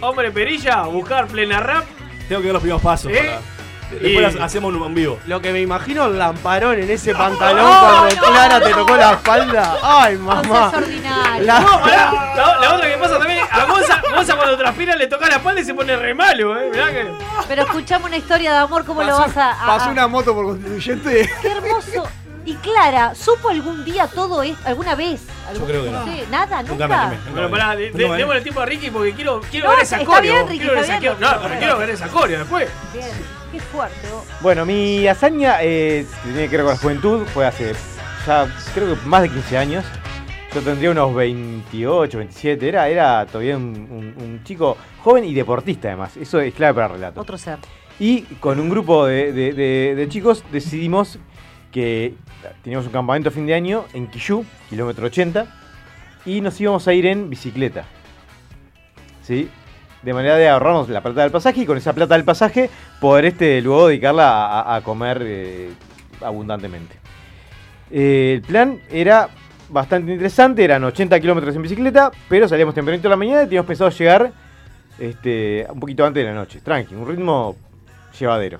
Speaker 1: hombre perilla, buscar plena rap.
Speaker 4: Tengo que ver los primeros pasos.
Speaker 1: ¿Eh?
Speaker 4: para- Después
Speaker 1: Y-
Speaker 4: hacemos un en vivo.
Speaker 6: Lo que me imagino
Speaker 2: [LAUGHS]
Speaker 6: el lamparón en ese pantalón
Speaker 1: No,
Speaker 6: cuando
Speaker 1: no,
Speaker 6: Clara te
Speaker 1: no.
Speaker 6: tocó la falda. Ay,
Speaker 2: No
Speaker 6: mamá.
Speaker 2: seas ordinario.
Speaker 1: [LAUGHS]
Speaker 6: La-
Speaker 1: No, pará. La, la otra que pasa también, a Gonza, Gonza cuando transpira le toca la espalda y se pone re malo, ¿eh? Mirá que.
Speaker 2: Pero escuchame una historia de amor, ¿cómo lo vas a...? a-
Speaker 5: Pasó
Speaker 2: a-
Speaker 5: una moto por constituyente.
Speaker 2: Qué hermoso. Y Clara, ¿supo algún día todo esto? ¿Alguna vez? ¿Algún-
Speaker 4: creo que no.
Speaker 2: sé, ¿Nada? ¿Nunca?
Speaker 1: Bueno, pará, de- de-
Speaker 4: me-
Speaker 1: démosle tiempo a Ricky porque quiero, quiero
Speaker 2: No,
Speaker 1: ver esa
Speaker 2: está
Speaker 1: coreo.
Speaker 2: bien, Ricky,
Speaker 1: quiero ver
Speaker 2: está
Speaker 1: esa-
Speaker 2: bien,
Speaker 1: quiero-
Speaker 2: lo
Speaker 1: no, pero
Speaker 2: quiero
Speaker 1: quiero
Speaker 2: ver.
Speaker 1: ver esa coreo
Speaker 15: pues.
Speaker 1: después.
Speaker 2: Bien, qué fuerte. oh. vos.
Speaker 3: Bueno, mi hazaña eh, tiene que ver con la juventud. Fue hace ya creo que más de 15 años. Yo tendría unos 28, 27. Era, era todavía un, un- un chico joven y deportista además. Eso es clave para el relato.
Speaker 2: Otro ser.
Speaker 3: Y con un grupo de, de- de- de chicos decidimos que teníamos un campamento a fin de año en Quillú, kilómetro 80, y nos íbamos a ir en bicicleta. ¿Sí? De manera de ahorrarnos la plata del pasaje y con esa plata del pasaje poder este, luego dedicarla a, a- a comer eh, abundantemente. Eh, el plan era bastante interesante, eran 80 kilómetros en bicicleta, pero salíamos tempranito de la mañana y teníamos pensado llegar este, un poquito antes de la noche, tranqui, un ritmo llevadero.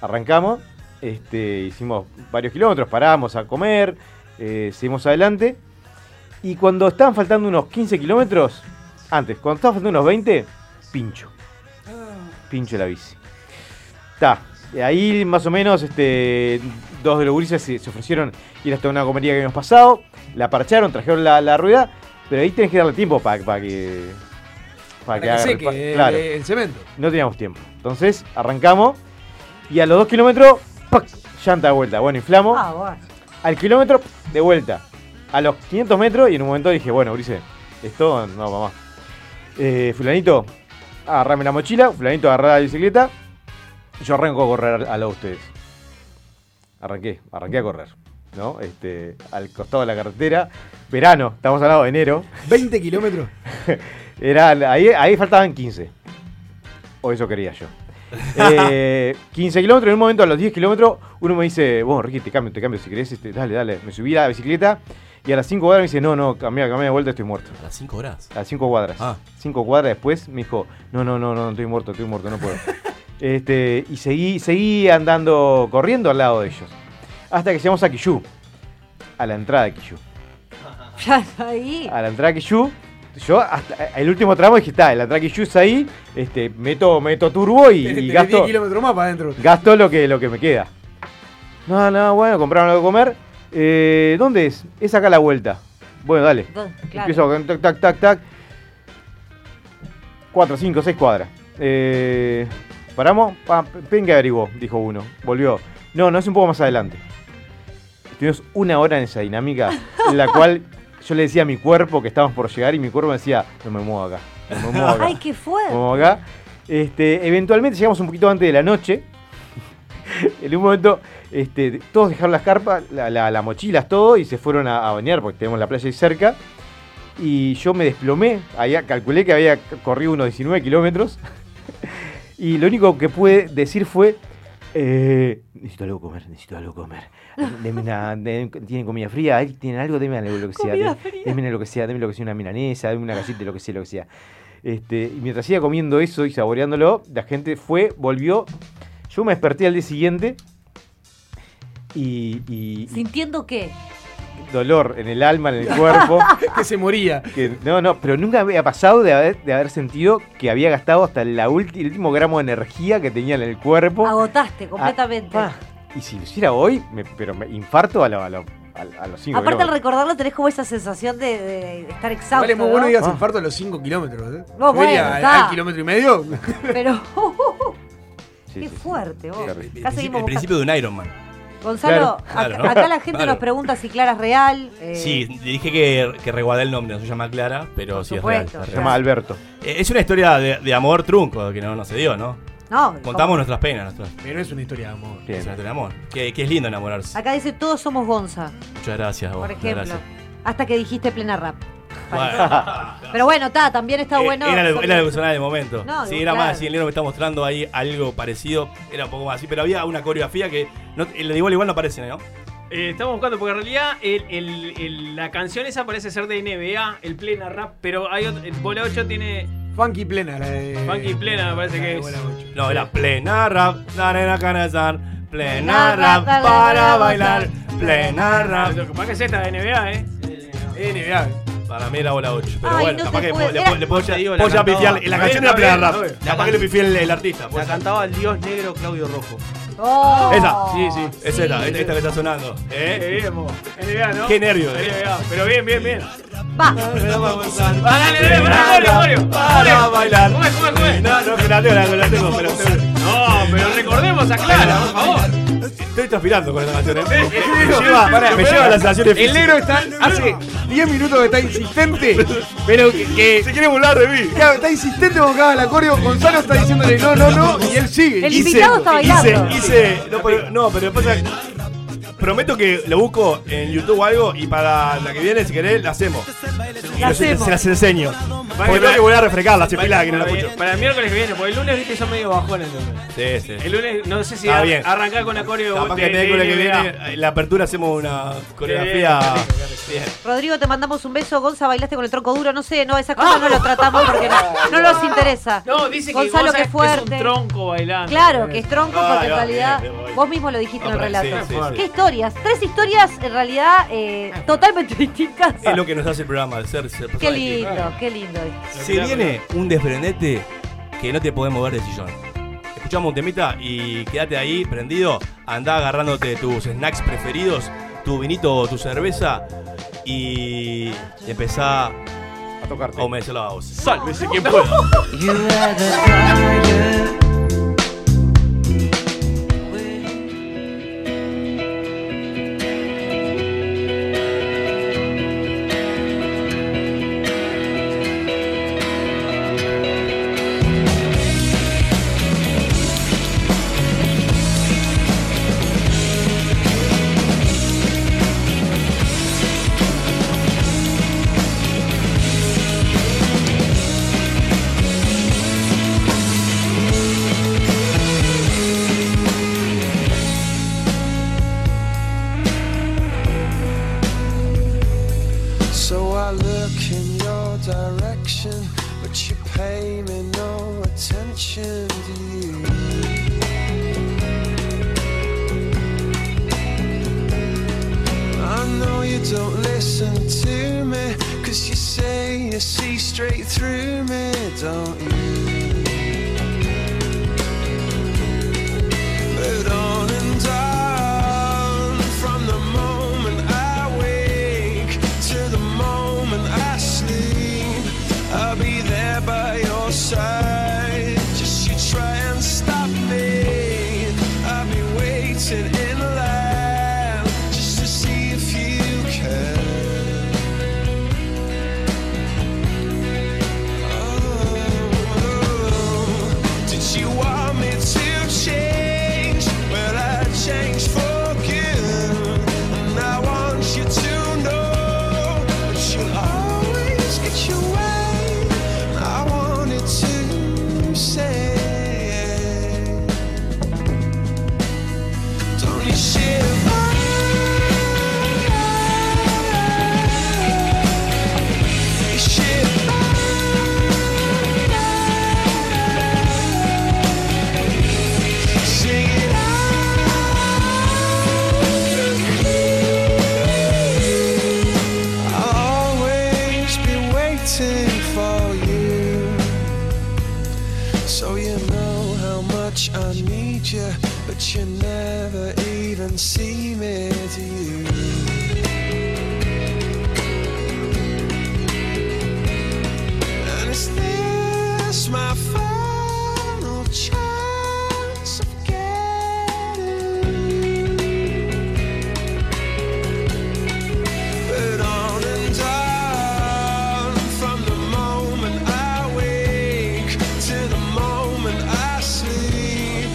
Speaker 3: Arrancamos, Este, hicimos varios kilómetros, paramos a comer, eh, seguimos adelante. Y cuando estaban faltando unos 15 kilómetros, antes, cuando estaban faltando unos 20, pincho. Pincho la bici. Está. Ahí más o menos este, dos de los gurises se, se ofrecieron ir hasta una comería que habíamos pasado. La parcharon, trajeron la, la rueda. Pero ahí tenés que darle tiempo para que.
Speaker 15: Para que
Speaker 3: haga
Speaker 15: seque eh,
Speaker 3: repa-
Speaker 15: el-
Speaker 3: claro.
Speaker 15: el cemento.
Speaker 3: No teníamos tiempo. Entonces arrancamos. Y a los dos kilómetros, ¡pac! llanta de vuelta. Bueno, inflamos.
Speaker 2: Ah, bueno.
Speaker 3: Al kilómetro, de vuelta. A los 500 metros y en un momento dije, bueno, Brice, esto no, mamá. Eh, fulanito, agarrame la mochila, fulanito agarra la bicicleta. Yo arranco a correr a lado de ustedes. Arranqué, arranqué a correr. ¿No? Este, al costado de la carretera. Verano, estamos al lado de enero.
Speaker 15: ¿20 kilómetros?
Speaker 3: Era, ahí, ahí faltaban 15. O eso quería
Speaker 4: [LAUGHS]
Speaker 3: yo. Eh, 15 kilómetros, en un momento a los 10 kilómetros, uno me dice, bueno, Ricky, te cambio, te cambio si querés, este, dale, dale. Me subí a la bicicleta y a las 5 cuadras me dice, no, no, cambia, cambia de vuelta, estoy muerto.
Speaker 4: ¿A las 5 horas? Ah.
Speaker 3: A las 5 cuadras. 5 cuadras después me dijo, no, no, no, no, estoy muerto, estoy muerto, no
Speaker 4: [LAUGHS]
Speaker 3: puedo. este, y seguí, seguí andando, corriendo al lado de ellos. Hasta que llegamos a Quillú, a la entrada de Quillú
Speaker 2: Ya ahí.
Speaker 3: a la entrada que yo, yo hasta eh, el último tramo dije, está, la entrada que yo es ahí, este, meto, meto turbo y, y
Speaker 15: Tenés 10
Speaker 3: gasto,
Speaker 15: kilómetros más para adentro.
Speaker 3: gasto lo que, lo que me queda. No, no, bueno, compraron algo de comer. Eh, ¿Dónde es? Es acá a la vuelta. Bueno, dale.
Speaker 2: Claro.
Speaker 3: Empiezo con tac, tac, tac, tac. 4, 5, 6 cuadras. Eh, ¿Paramos? Pa, pen que averiguó, dijo uno. Volvió. No, no es un poco más adelante. Estuvimos una hora en esa dinámica en la cual yo le decía a mi cuerpo que estábamos por llegar y mi cuerpo me decía, no me muevo acá. No me
Speaker 2: [LAUGHS]
Speaker 3: muevo acá.
Speaker 2: Ay, qué fuerte.
Speaker 3: Como acá. Este, eventualmente llegamos un poquito antes de la noche. [LAUGHS] en un momento, este, todos dejaron las carpas, la- la- las mochilas, todo, y se fueron a, a bañar porque tenemos la playa ahí cerca. Y yo me desplomé, había, calculé que había c- corrido unos 19 kilómetros. [LAUGHS] y lo único que pude decir fue, eh, necesito algo comer, necesito algo comer. Deme una- de- ¿Tienen comida fría? Ay, ¿Tienen algo? Deme algo, lo que sea.
Speaker 15: Comida
Speaker 3: de- Deme lo que sea, deme lo que sea, una milanesa, deme una casita, lo que sea, lo que sea. Este, y mientras iba comiendo eso y saboreándolo, la gente fue, volvió. Yo me desperté al día siguiente y, y-
Speaker 4: Mm.
Speaker 3: y
Speaker 2: Sintiendo que.
Speaker 3: dolor en el alma, en el
Speaker 4: [LAUGHS]
Speaker 3: cuerpo. que se moría. no, no, pero nunca había pasado de haber, de haber sentido que había gastado hasta la ulti- el último gramo de energía que tenía en el cuerpo.
Speaker 2: Agotaste completamente.
Speaker 4: Ah,
Speaker 3: Y si lo hiciera hoy, me- pero me infarto a, lo- a lo- a- a los cinco
Speaker 2: Aparte al
Speaker 3: kilómetros.
Speaker 2: recordarlo tenés como esa sensación de, de estar exhausto.
Speaker 15: Vale, es muy
Speaker 2: ¿no?
Speaker 15: bueno digas infarto a los 5 kilómetros. ¿eh?
Speaker 2: Ah. No, bueno,
Speaker 15: Feria, al,
Speaker 2: está.
Speaker 15: al kilómetro y medio.
Speaker 2: [LAUGHS]
Speaker 15: [LAUGHS]
Speaker 2: Pero [LAUGHS] uh,
Speaker 3: Sí,
Speaker 2: qué
Speaker 3: sí, sí.
Speaker 2: fuerte vos.
Speaker 6: [LAUGHS]
Speaker 4: El,
Speaker 2: Acá seguimos
Speaker 4: el
Speaker 2: buscando.
Speaker 4: principio de un Iron Man.
Speaker 2: Gonzalo,
Speaker 4: Claro. Claro,
Speaker 2: acá,
Speaker 4: ¿no?
Speaker 2: acá la gente
Speaker 4: Claro.
Speaker 2: nos pregunta si Clara es real. eh,
Speaker 4: Sí, le dije que, que reguardé el nombre, no se llama Clara, pero sí es
Speaker 2: supuesto,
Speaker 4: real. Eh,
Speaker 2: Se llama
Speaker 3: Alberto.
Speaker 4: es una historia de, de amor trunco que no, no se dio, ¿no?
Speaker 2: No,
Speaker 4: Contamos nuestras penas, nuestras.
Speaker 15: Pero es una historia de amor.
Speaker 4: Es una historia de amor. Que, que es lindo enamorarse.
Speaker 2: Acá dice todos somos Gonza,
Speaker 4: Muchas gracias, vos.
Speaker 2: Ah, por
Speaker 4: muchas
Speaker 2: ejemplo.
Speaker 4: gracias.
Speaker 2: Hasta que dijiste plena rap.
Speaker 4: [LAUGHS] Bueno.
Speaker 2: Pero bueno, está, también está
Speaker 4: Eh,
Speaker 2: Ah, bueno.
Speaker 4: Era, lo-
Speaker 2: saber-
Speaker 4: era lo que sonaba de momento.
Speaker 2: No,
Speaker 4: sí,
Speaker 2: digo,
Speaker 4: era
Speaker 2: claro.
Speaker 4: más así. El negro me está mostrando ahí algo parecido. Era un poco más así, pero había una coreografía que. No, el de igual igual no aparece, ¿no?
Speaker 1: Eh, estamos buscando, porque en realidad el- el- el- la canción esa parece ser de NBA, el plena rap, pero hay otro, el Bola 8 tiene.
Speaker 15: Funky plena, la de.
Speaker 1: Funky plena, me parece que es.
Speaker 4: No, era plena rap, la nena canazar, plena
Speaker 1: Plena rap,
Speaker 4: rap
Speaker 1: la
Speaker 4: para
Speaker 1: nena
Speaker 4: bailar,
Speaker 1: canazar.
Speaker 4: plena rap.
Speaker 1: Lo que pasa es esta de NBA, ¿eh?
Speaker 15: NBA.
Speaker 4: Para mí era bola 8, pero
Speaker 1: Ay,
Speaker 4: bueno,
Speaker 1: no
Speaker 4: capaz
Speaker 1: te
Speaker 4: que
Speaker 1: puedo-
Speaker 4: le,
Speaker 1: era-
Speaker 4: puedo- le puedo
Speaker 1: Te digo, la
Speaker 4: ya, puedo ya
Speaker 1: cantaba-
Speaker 4: pifiar. En la
Speaker 1: Está
Speaker 4: canción
Speaker 1: bien,
Speaker 4: era plena
Speaker 1: está
Speaker 4: rap.
Speaker 1: bien, está bien.
Speaker 4: Capaz que le pifié el, el artista.
Speaker 6: La cantaba el dios negro Claudio Rojo.
Speaker 2: Oh.
Speaker 4: Esa. Sí, sí. Es esta, esta que está sonando.
Speaker 1: Qué
Speaker 4: ¿Eh?
Speaker 1: bien, vos. NBA, ¿no?
Speaker 4: Qué nervios, eh.
Speaker 1: NBA, pero bien, bien, bien.
Speaker 2: Va.
Speaker 1: Va, dale, dale, dale, Mario.
Speaker 4: Para bailar.
Speaker 1: Come, come, come.
Speaker 4: No, no, que la tengo, la- la tengo, pero.
Speaker 1: No, pero recordemos a Clara, por favor.
Speaker 4: Estoy transpirando con esta canción, ¿eh?
Speaker 15: Me
Speaker 4: [LAUGHS] Me
Speaker 15: lleva-
Speaker 4: lleva, pará, me lleva a la sensación
Speaker 15: El negro está hace 10 minutos que está insistente, pero que, Se
Speaker 4: quiere burlar de mí.
Speaker 15: Claro, está insistente con cada acordeo. Gonzalo está diciéndole no, no, no, y él sigue.
Speaker 4: Hice- hice- hice- no, pero, no, pero pasa.
Speaker 19: prometo que lo busco en YouTube o algo y para la que viene, si querés, la hacemos. Y
Speaker 1: La
Speaker 19: los-
Speaker 1: hacemos.
Speaker 19: Se las enseño.
Speaker 1: Para
Speaker 19: Porque
Speaker 1: que-
Speaker 19: tengo que volver a refrescarla, hace pila que no la
Speaker 1: para-
Speaker 19: escucho.
Speaker 1: Para el miércoles que viene, porque el lunes viste son medio bajón entonces.
Speaker 19: Sí, sí.
Speaker 1: El lunes no sé si
Speaker 19: Está
Speaker 1: ar-
Speaker 19: bien.
Speaker 1: arrancar con la coreo
Speaker 19: Capaz
Speaker 1: de-
Speaker 19: que el miércoles que
Speaker 1: de NBA.
Speaker 19: viene, en la apertura hacemos una coreografía. Bien.
Speaker 2: Rodrigo, te mandamos un beso. Gonza, bailaste con el tronco duro. No sé, no, esas cosas no las tratamos porque
Speaker 1: [LAUGHS]
Speaker 2: no, no nos interesa.
Speaker 1: Ah. No, dice que
Speaker 2: Gonzalo,
Speaker 1: Gonza
Speaker 2: que
Speaker 1: es- que es un
Speaker 2: fuerte.
Speaker 1: tronco bailando.
Speaker 2: Claro, que es tronco
Speaker 1: Ah,
Speaker 2: porque en
Speaker 1: no,
Speaker 2: realidad
Speaker 1: bien, bien, voy.
Speaker 2: vos mismo lo dijiste
Speaker 19: No,
Speaker 2: en el
Speaker 19: pero sí,
Speaker 2: relato.
Speaker 19: sí, sí.
Speaker 2: ¿Qué historias? Tres historias en realidad eh, totalmente [LAUGHS] distintas.
Speaker 4: Es lo que nos hace el programa, de ser. ser
Speaker 2: Qué
Speaker 4: personas distintas.
Speaker 2: lindo, qué lindo.
Speaker 4: Se viene un desprendete que no te podés mover del sillón. Escuchamos un temita y quédate ahí prendido. Andá agarrándote tus snacks preferidos, tu vinito o tu cerveza y empezá a tocarte. A humedecer la voz. Sálvese quien pueda.
Speaker 20: So I look in your direction, but you pay me no attention, do you? I know you don't listen to me, cause you say you see straight through me, don't you? But on and on, from the moment I wake to the moment I sleep, I'll be there by your side. Just you try and stop me. I'll be waiting in line just to see if you care. Oh, Did you want me to change? Well, I changed for good. And I want you to know that you'll always get your way. I wanted to say, don't you shiver? Shiver. Sing it out. I'll always be waiting for you. So you know how much I need you, but you never even see me, do you? And is this my final chance of getting you? But on and on, from the moment I wake to the moment I sleep,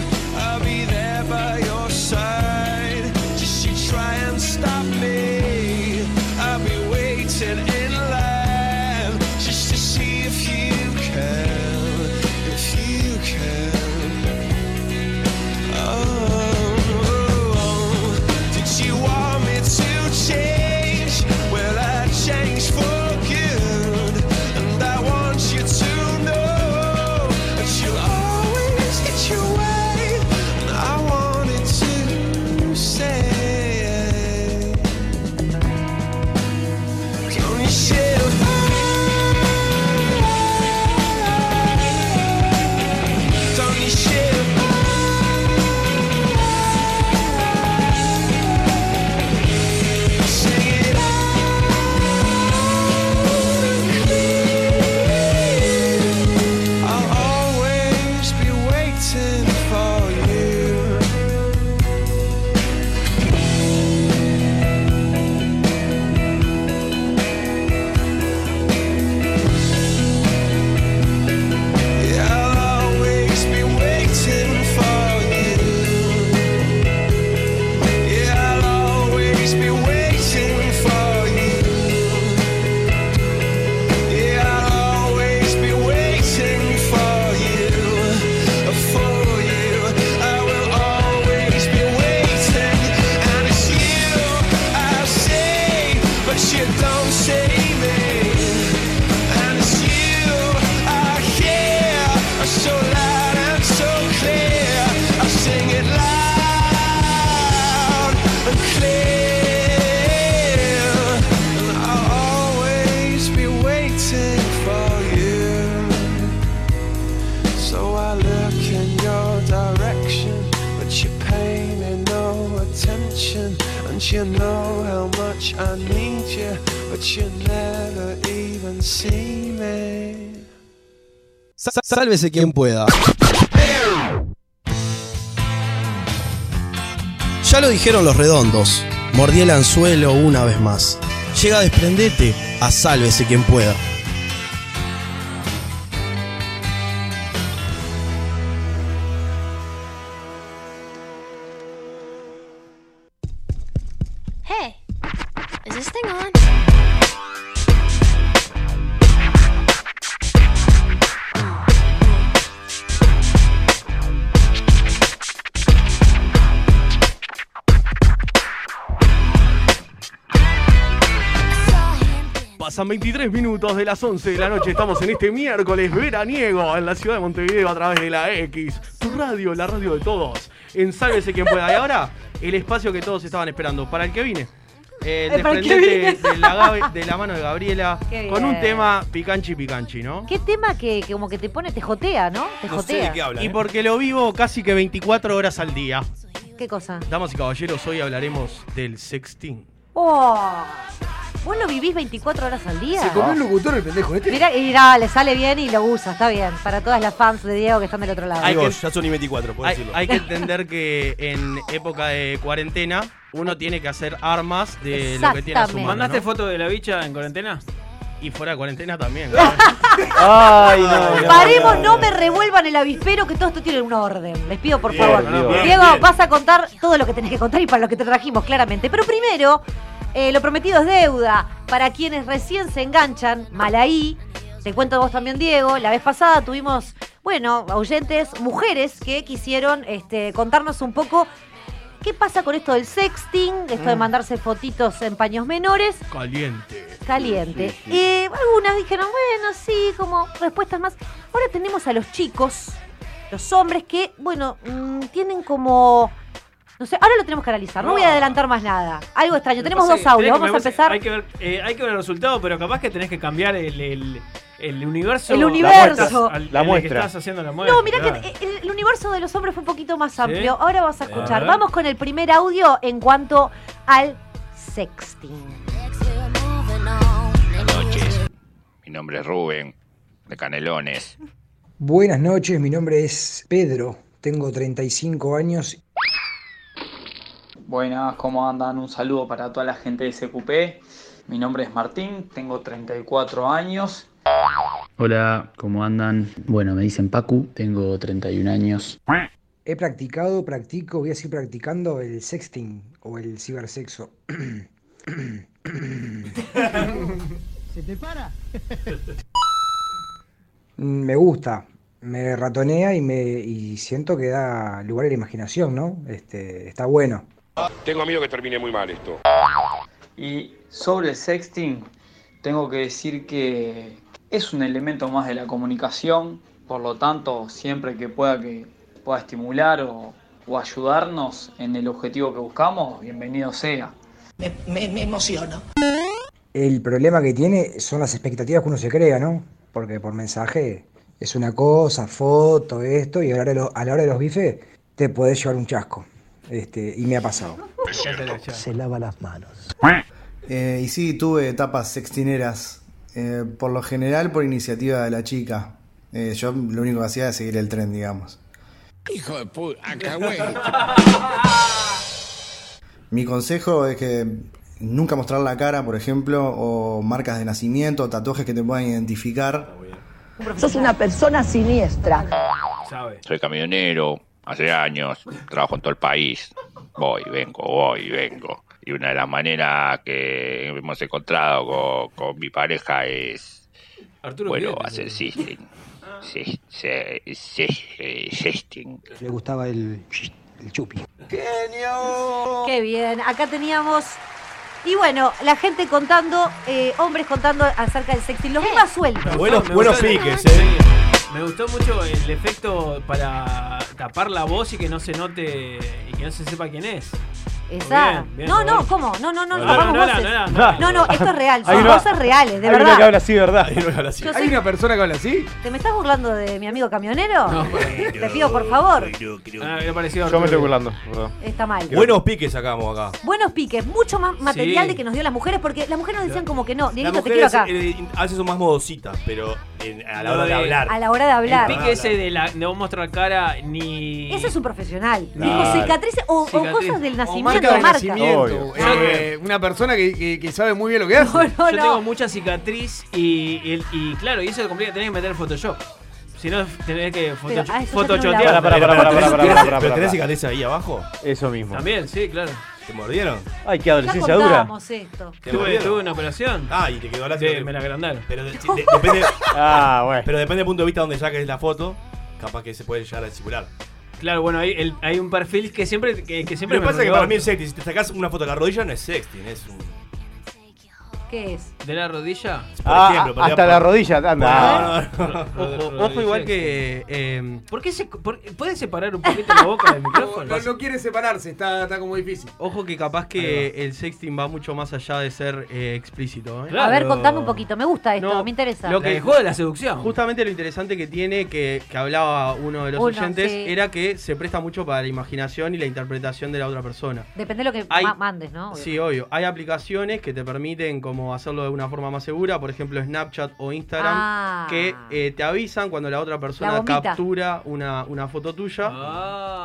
Speaker 20: I'll be there by your side. Just you try and stop me. you know how much I need you, but you never even see me.
Speaker 21: Sa- sa- Sálvese quien pueda. Ya lo dijeron los redondos. Mordí el anzuelo una vez más. Llega a desprendete a sálvese quien pueda.
Speaker 22: Hey, is this thing on?
Speaker 6: Pasan 23 minutos de las 11 de la noche. Estamos en este miércoles veraniego en la ciudad de Montevideo a través de la X. Tu radio, la radio de todos. En Sálvese quien pueda. Y ahora, el espacio que todos estaban esperando. Para el que vine. Eh,
Speaker 2: Eh, para el que
Speaker 6: desprendete
Speaker 2: vine.
Speaker 6: de la, Gabe- de la mano de Gabriela
Speaker 2: [LAUGHS] Qué
Speaker 6: con un
Speaker 2: bien.
Speaker 6: tema picanchi picanchi, ¿no?
Speaker 2: Qué tema que, que como que te pone, te jotea, ¿no? Te jotea.
Speaker 6: Y porque lo vivo casi que 24 horas al día.
Speaker 2: ¿Qué cosa?
Speaker 6: Damas y caballeros, hoy hablaremos del sexting.
Speaker 2: ¡Oh! ¿Vos lo vivís 24 horas al día?
Speaker 23: Se comió un locutor el pendejo este.
Speaker 2: Mirá, y mirá, le sale bien y lo usa, está bien. Para todas las fans de Diego que están del otro lado.
Speaker 6: Hay que-
Speaker 4: ya son y 24, puedo
Speaker 6: Hay,
Speaker 5: [LAUGHS]
Speaker 4: decirlo.
Speaker 6: hay que entender que en época de cuarentena uno tiene que hacer armas de lo que tiene a su mano.
Speaker 1: ¿Mandaste
Speaker 6: ¿no?
Speaker 1: foto de la bicha en cuarentena?
Speaker 6: Y fuera de
Speaker 5: [LAUGHS]
Speaker 6: cuarentena también.
Speaker 3: Ay,
Speaker 6: no,
Speaker 2: Paremos, no me revuelvan el avispero que todo esto tiene una orden. Les pido por
Speaker 6: Bien,
Speaker 2: favor.
Speaker 6: no, bien,
Speaker 2: Diego,
Speaker 6: bien.
Speaker 2: vas a contar todo lo que tenés que contar y para lo que te trajimos, claramente. Pero primero, eh, lo prometido es deuda. Para quienes recién se enganchan, mal ahí. Te cuento vos también, Diego. La vez pasada tuvimos, bueno, oyentes, mujeres que quisieron este, contarnos un poco qué pasa con esto del sexting, esto de
Speaker 6: Mm.
Speaker 2: mandarse fotitos en paños menores
Speaker 6: Caliente.
Speaker 2: caliente.
Speaker 6: Sí, sí, sí.
Speaker 2: Y algunas dijeron, bueno, sí, como respuestas más. Ahora tenemos a los chicos, los hombres que, bueno, mm, tienen como... No sé, ahora lo tenemos que analizar, no voy a adelantar más nada. Algo extraño, tenemos
Speaker 1: Pasa
Speaker 2: dos
Speaker 1: que
Speaker 2: audios,
Speaker 1: tenés que-
Speaker 2: vamos a
Speaker 1: me
Speaker 2: empezar.
Speaker 1: parece- Hay que, ver, eh, hay que ver el resultado, pero capaz que tenés que cambiar el, el, el universo.
Speaker 2: El
Speaker 1: al-
Speaker 2: universo.
Speaker 1: al-
Speaker 3: La
Speaker 1: al que
Speaker 3: muestra.
Speaker 1: estás haciendo la muestra.
Speaker 2: No, mirá
Speaker 1: claro.
Speaker 2: que eh, el, el universo de los hombres fue un poquito más amplio.
Speaker 1: Sí.
Speaker 2: Ahora vas a
Speaker 1: A
Speaker 2: escuchar.
Speaker 1: ver.
Speaker 2: Vamos con el primer audio en cuanto al sexting.
Speaker 24: Buenas noches. Mi nombre es Rubén, de Canelones.
Speaker 25: Buenas noches, mi nombre es Pedro, tengo 35 años.
Speaker 26: Buenas, ¿cómo andan? Un saludo para toda la gente de SQP. Mi nombre es Martín, tengo 34 años.
Speaker 27: Hola, ¿cómo andan? Bueno, me dicen Pacu, tengo 31 años.
Speaker 25: He practicado, practico, voy a seguir practicando el sexting o el cibersexo.
Speaker 15: [LAUGHS]
Speaker 25: [CLEARS THROAT]
Speaker 15: ¿Se te para?
Speaker 25: Me gusta, me ratonea y me y siento que da lugar a la imaginación, ¿no? Este, está bueno.
Speaker 28: Tengo miedo que termine muy mal esto.
Speaker 26: Y sobre el sexting, tengo que decir que es un elemento más de la comunicación, por lo tanto, siempre que pueda que pueda estimular o, o ayudarnos en el objetivo que buscamos, bienvenido sea.
Speaker 29: Me, me, me emociono.
Speaker 25: El problema que tiene son las expectativas que uno se crea, ¿no? Porque por mensaje es una cosa, foto, esto, y a la hora de, lo- a la hora de los bifes te podés llevar un chasco. Este, y me ha pasado.
Speaker 30: Se lava las manos.
Speaker 31: Eh, y sí, tuve etapas sextineras. eh, por lo general, por iniciativa de la chica. Eh, yo lo único que hacía era seguir el tren, digamos.
Speaker 17: Hijo de puta, acagüey.
Speaker 31: Mi consejo es que nunca mostrar la cara, por ejemplo, o marcas de nacimiento, o tatuajes que te puedan identificar.
Speaker 29: Sos una persona siniestra.
Speaker 24: Soy camionero, hace años, trabajo en todo el país. Voy, vengo, voy, vengo. Y una de las maneras que hemos encontrado co- con, mi pareja es,
Speaker 1: Arturo,
Speaker 24: bueno,
Speaker 1: olvídate,
Speaker 24: hacer
Speaker 1: boludo.
Speaker 24: sexting. Sí, sí, sí, eh, sexting.
Speaker 25: Le gustaba el, el chupi.
Speaker 2: Qué bien, acá teníamos. Y bueno, la gente contando, eh, hombres contando acerca del sexting, los más sueltos.
Speaker 1: Buenos,
Speaker 32: buenos piques, eh.
Speaker 1: Me gustó mucho el efecto para tapar la voz y que no se note y que no se sepa quién es.
Speaker 2: Esa.
Speaker 1: Bien, bien,
Speaker 2: no, no,
Speaker 1: Rodolfo.
Speaker 2: ¿cómo? No, no, no,
Speaker 1: No,
Speaker 2: no,
Speaker 1: no,
Speaker 2: hagamos
Speaker 1: no, no,
Speaker 2: voces.
Speaker 1: no,
Speaker 2: no,
Speaker 1: no,
Speaker 2: no, esto es real,
Speaker 3: Hay
Speaker 2: son
Speaker 3: una-
Speaker 2: cosas reales, de
Speaker 3: Hay
Speaker 2: verdad.
Speaker 3: una que habla así, ¿verdad?
Speaker 33: Hay una que habla así.
Speaker 2: Yo
Speaker 5: ¿Hay
Speaker 2: soy-
Speaker 5: una persona que habla así?
Speaker 2: ¿Te me estás burlando de mi amigo camionero? [LAUGHS] Te pido, por favor.
Speaker 6: Ah,
Speaker 3: Yo me estoy burlando, perdón.
Speaker 2: Está mal.
Speaker 33: Buenos piques sacamos acá.
Speaker 2: Buenos piques, mucho más material
Speaker 33: Sí.
Speaker 2: de que nos dio las mujeres, porque las mujeres nos decían como que no,
Speaker 4: Las
Speaker 2: Dieguito, te quiero
Speaker 4: mujeres
Speaker 2: acá.
Speaker 4: eh, a veces son más modositas, pero en- a la
Speaker 1: Lo
Speaker 4: hora de
Speaker 1: de-
Speaker 4: hablar.
Speaker 2: A la hora de hablar.
Speaker 1: El pique ese de, la, de no mostrar cara ni.
Speaker 2: Ese es un profesional.
Speaker 1: Claro.
Speaker 2: Dijo cicatrices o, o
Speaker 1: Cicatriz.
Speaker 2: cosas del
Speaker 1: O
Speaker 2: nacimiento,
Speaker 1: marca de
Speaker 2: marca.
Speaker 1: nacimiento.
Speaker 5: Obvio. Eh, una persona que, que- que sabe muy bien lo que hace.
Speaker 1: Yo tengo mucha cicatriz y, y, y claro, y eso es complicado, tenés que meter Photoshop. Si no, tenés que
Speaker 2: Pero, ah,
Speaker 1: Photoshop.
Speaker 2: eso ya tenemos
Speaker 3: Pará, pará,
Speaker 1: Photoshopear.
Speaker 3: pará, pará, pará, pará, pará,
Speaker 4: ¿Pero
Speaker 3: pará.
Speaker 4: tenés cicatriz ahí abajo?
Speaker 3: Eso mismo.
Speaker 1: También, sí, claro.
Speaker 4: ¿Te mordieron?
Speaker 3: Ay, qué
Speaker 2: Ya
Speaker 3: adolescencia dura.
Speaker 2: contábamos esto.
Speaker 4: ¿Te
Speaker 1: Tuve,
Speaker 4: mordieron?
Speaker 1: tuve una operación.
Speaker 4: Ah, y te quedó la
Speaker 1: Sí,
Speaker 4: cicatriz.
Speaker 1: me la agrandaron.
Speaker 4: Pero
Speaker 2: [LAUGHS]
Speaker 4: de- de- depende,
Speaker 3: Ah, bueno.
Speaker 4: pero depende del punto de vista donde saques la foto, capaz que se puede llegar a disimular.
Speaker 1: Claro, bueno, hay, el- hay un perfil que siempre. Que, que siempre
Speaker 4: Pero
Speaker 1: me
Speaker 4: pasa que
Speaker 1: rodeó.
Speaker 4: para mí es sexting. Si te sacás una foto de la rodilla, no es sexting, es un.
Speaker 2: ¿Qué es?
Speaker 1: ¿De la rodilla?
Speaker 4: Por
Speaker 3: Ah,
Speaker 4: ejemplo,
Speaker 3: hasta
Speaker 4: podría-
Speaker 3: la rodilla, anda.
Speaker 4: No, no, no.
Speaker 6: Ojo, ojo igual que. eh,
Speaker 1: ¿Por qué se, por- ¿Puedes separar un poquito la boca
Speaker 4: [LAUGHS]
Speaker 1: del micrófono?
Speaker 5: No, no quiere separarse, está, está como difícil.
Speaker 6: ojo que capaz que el sexting va mucho más allá de ser eh, explícito. ¿eh?
Speaker 2: A ver, contame un poquito, me gusta esto, me interesa.
Speaker 6: Lo que
Speaker 1: juego de la seducción.
Speaker 6: Justamente lo interesante que tiene, que, que hablaba uno de los
Speaker 2: Uno,
Speaker 6: oyentes,
Speaker 2: sí.
Speaker 6: era que se presta mucho para la imaginación y la interpretación de la otra persona.
Speaker 2: Depende de lo que
Speaker 6: Hay-
Speaker 2: ma- mandes, ¿no?
Speaker 6: Sí, obvio. Hay aplicaciones que te permiten como hacerlo de una forma más segura, por ejemplo Snapchat o Instagram,
Speaker 2: Ah.
Speaker 6: que eh, te avisan cuando la otra persona
Speaker 2: La bombita.
Speaker 6: captura una, una foto tuya.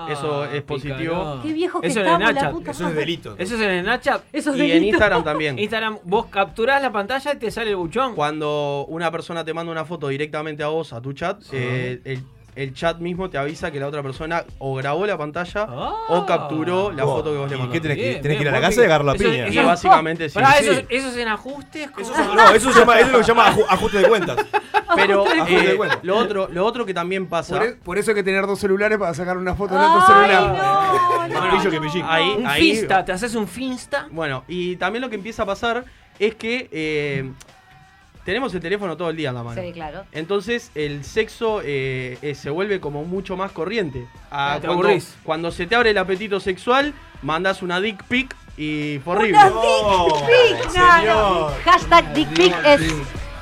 Speaker 6: Eso es positivo.
Speaker 2: Qué viejo que
Speaker 1: Ah, Eso en el
Speaker 2: estamos, la
Speaker 1: Snapchat.
Speaker 2: puta
Speaker 1: Eso es
Speaker 2: madre.
Speaker 4: delito.
Speaker 1: Eso es en el Snapchat.
Speaker 2: Eso es
Speaker 6: Y en
Speaker 2: delito.
Speaker 6: Instagram también.
Speaker 1: [LAUGHS] Instagram, vos capturás la pantalla y te sale el buchón.
Speaker 6: Cuando una persona te manda una foto directamente a vos, a tu chat,
Speaker 1: Ah.
Speaker 6: eh, el, el chat mismo te avisa que la otra persona o grabó la pantalla
Speaker 1: Ah.
Speaker 6: o capturó la
Speaker 4: Oh,
Speaker 6: foto que vos le
Speaker 4: ¿y
Speaker 6: mandaste.
Speaker 4: qué tenés que- Bien,
Speaker 33: tenés que ir a la casa y agarrar la
Speaker 6: Eso-
Speaker 33: piña?
Speaker 6: Y básicamente sí.
Speaker 1: Pará,
Speaker 6: Sí.
Speaker 1: eso, eso es en ajustes. ¿cómo?
Speaker 4: No, eso, se llama, eso es lo que se llama aju- ajuste de cuentas.
Speaker 1: [LAUGHS]
Speaker 15: [LAUGHS]
Speaker 6: Pero
Speaker 4: Ajuste de
Speaker 6: eh,
Speaker 4: cuentas.
Speaker 6: lo, otro, lo otro que también pasa.
Speaker 5: Por, e- por eso hay que tener dos celulares para sacar una foto en
Speaker 2: Ay,
Speaker 5: otro celular.
Speaker 2: no, no.
Speaker 4: Más pillo que pillín.
Speaker 6: Ahí,
Speaker 1: un
Speaker 6: ahí-
Speaker 1: finsta, te haces un finsta.
Speaker 6: Bueno, y también lo que empieza a pasar es que eh, tenemos el teléfono todo el día en la mano.
Speaker 2: Sí, claro.
Speaker 6: Entonces el sexo eh, eh, se vuelve como mucho más corriente. Ah,
Speaker 1: Te
Speaker 6: cuando,
Speaker 1: aburrís.
Speaker 6: cuando se te abre el apetito sexual, mandas una dick pic y fue horrible.
Speaker 2: Una dick pic, no, no.
Speaker 4: señor.
Speaker 2: Hashtag dick pic es,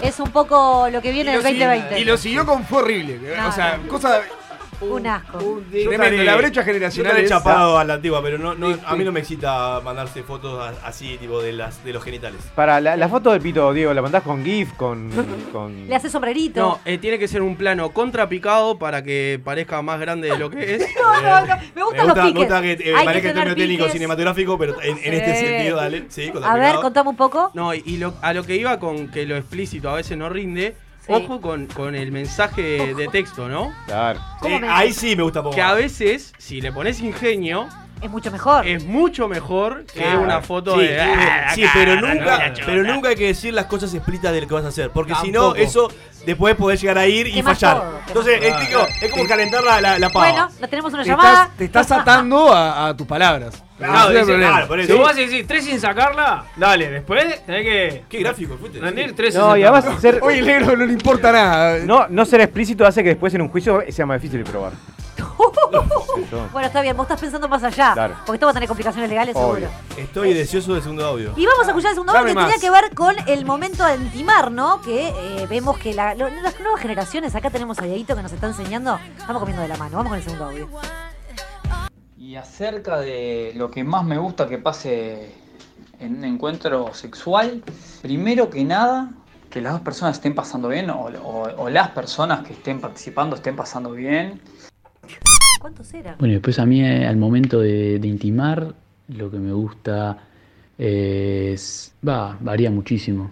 Speaker 2: es un poco lo que viene
Speaker 5: Y
Speaker 2: del
Speaker 5: lo siguió-
Speaker 2: 2020.
Speaker 5: Y lo siguió con fue horrible.
Speaker 2: No,
Speaker 5: O sea,
Speaker 2: no.
Speaker 5: cosa
Speaker 2: Un asco.
Speaker 5: tremendo. La brecha
Speaker 4: Yo
Speaker 5: generacional
Speaker 4: también
Speaker 5: es-
Speaker 4: chapado a la antigua, pero no, no- a mí no me excita mandarse fotos a- así, tipo, de, las, de los genitales.
Speaker 3: Para la, la foto del pito, Diego, ¿la mandás con GIF? Con. con...
Speaker 2: Le haces sombrerito.
Speaker 6: No, eh, tiene que ser un plano contrapicado para que parezca más grande de lo que es.
Speaker 2: No, no, no, me
Speaker 4: Me
Speaker 2: gustan los
Speaker 4: gusta, me
Speaker 2: piques.
Speaker 4: gusta que eh,
Speaker 2: Hay
Speaker 4: parezca el
Speaker 2: tener
Speaker 4: término técnico
Speaker 2: piques.
Speaker 4: cinematográfico, pero en, en este
Speaker 2: Sí.
Speaker 4: sentido, dale. Sí, con
Speaker 2: A ver,
Speaker 4: aplicado.
Speaker 2: contame un poco.
Speaker 6: No, y, y lo- a lo que iba con que lo explícito a veces no rinde,
Speaker 2: Sí.
Speaker 6: ojo con, con el mensaje de texto, ¿no?
Speaker 3: Claro.
Speaker 2: ¿Cómo
Speaker 4: Eh,
Speaker 2: me-
Speaker 4: ahí sí me gusta poco.
Speaker 6: Que a veces, si le pones ingenio,
Speaker 2: Es mucho mejor.
Speaker 6: es mucho mejor que
Speaker 4: Claro.
Speaker 6: una foto
Speaker 4: Sí,
Speaker 6: de. "Ah,
Speaker 4: sí,
Speaker 6: acá,
Speaker 4: pero
Speaker 6: la
Speaker 4: nunca,
Speaker 6: chota".
Speaker 4: pero nunca hay que decir las cosas explícitas de lo que vas a hacer, porque si no,
Speaker 6: Tampoco.
Speaker 4: eso después podés llegar a ir y
Speaker 2: Quemás
Speaker 4: fallar.
Speaker 2: todo, quemás
Speaker 4: Entonces, es, tipo- es como calentar la, la, la pava.
Speaker 2: Bueno, no tenemos una
Speaker 5: Te estás,
Speaker 2: llamada.
Speaker 5: te estás atando a, a tus palabras. Ese es
Speaker 1: Claro,
Speaker 5: el
Speaker 1: dice,
Speaker 5: problema.
Speaker 1: claro, por eso.
Speaker 4: Ah, Sí.
Speaker 1: Si vos decís tres sin sacarla, dale, después tenés que
Speaker 4: Qué gráfico, fuiste.
Speaker 1: rendir tres
Speaker 3: No,
Speaker 1: sin
Speaker 3: y
Speaker 1: sacarla.
Speaker 3: además ser.
Speaker 5: Oye, el negro no le importa nada.
Speaker 3: No, no ser explícito hace que después en un juicio sea más difícil de
Speaker 4: [LAUGHS]
Speaker 3: probar. Eso.
Speaker 2: Bueno, está bien, vos estás pensando más allá.
Speaker 3: Claro.
Speaker 2: Porque esto va a tener complicaciones legales,
Speaker 3: Obvio.
Speaker 2: seguro.
Speaker 4: Estoy deseoso del segundo audio.
Speaker 2: Y vamos a escuchar el segundo
Speaker 5: Dame
Speaker 2: audio que tenía
Speaker 5: más.
Speaker 2: que ver con el momento de intimar, ¿no? Que eh, vemos que la- lo- las nuevas generaciones, acá tenemos a Dieguito que nos está enseñando. Estamos comiendo de la mano. Vamos con el segundo audio.
Speaker 26: Y acerca de lo que más me gusta que pase en un encuentro sexual, primero que nada, que las dos personas estén pasando bien o, o- o las personas que estén participando estén pasando bien.
Speaker 2: ¿Cuántos eran?
Speaker 27: Bueno, y después a mí eh, al momento de, de intimar, lo que me gusta eh, es... Va, varía muchísimo.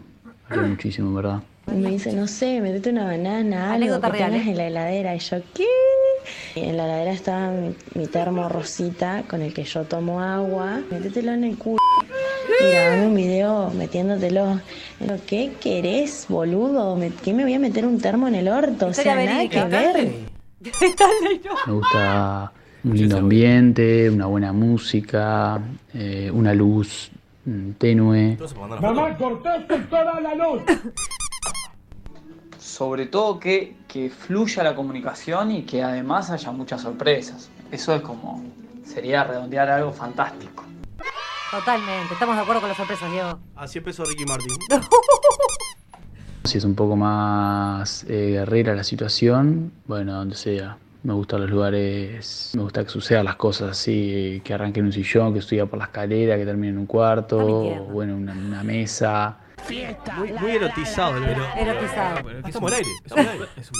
Speaker 27: Varía muchísimo, en verdad.
Speaker 19: Y me dice, no sé, metete una banana, algo
Speaker 2: Anécdota
Speaker 19: que
Speaker 2: real,
Speaker 19: tengas
Speaker 2: ¿eh?
Speaker 19: en la heladera. Y yo, ¿qué? Y en la heladera estaba mi, mi termo rosita con el que yo tomo agua. Métetelo en el culo. Y grabame un video metiéndotelo. Y yo, ¿Qué querés, boludo? ¿Me- ¿Qué me voy a meter un termo en el orto? O sea,
Speaker 2: Historia
Speaker 19: nada
Speaker 2: verídica.
Speaker 19: que ver.
Speaker 27: Me gusta un lindo ambiente, una buena música, eh, una luz mm, tenue.
Speaker 4: Entonces, para mandar la foto.
Speaker 26: Sobre todo que, que fluya la comunicación y que además haya muchas sorpresas. Eso es como, sería redondear algo fantástico.
Speaker 2: Totalmente, estamos de acuerdo con las sorpresas, Diego.
Speaker 6: Así empezó Ricky Martin.
Speaker 27: Si es un poco más eh, guerrera la situación, bueno, donde sea. Me gustan los lugares, me gusta que sucedan las cosas así, que arranque en un sillón, que suba por la escalera, que termine en un cuarto,
Speaker 2: Ah,
Speaker 27: o bueno, una, una mesa.
Speaker 6: Muy, muy erotizado, pero.
Speaker 2: Erotizado.
Speaker 6: Ah, Estamos al aire. Estamos al aire. Es un-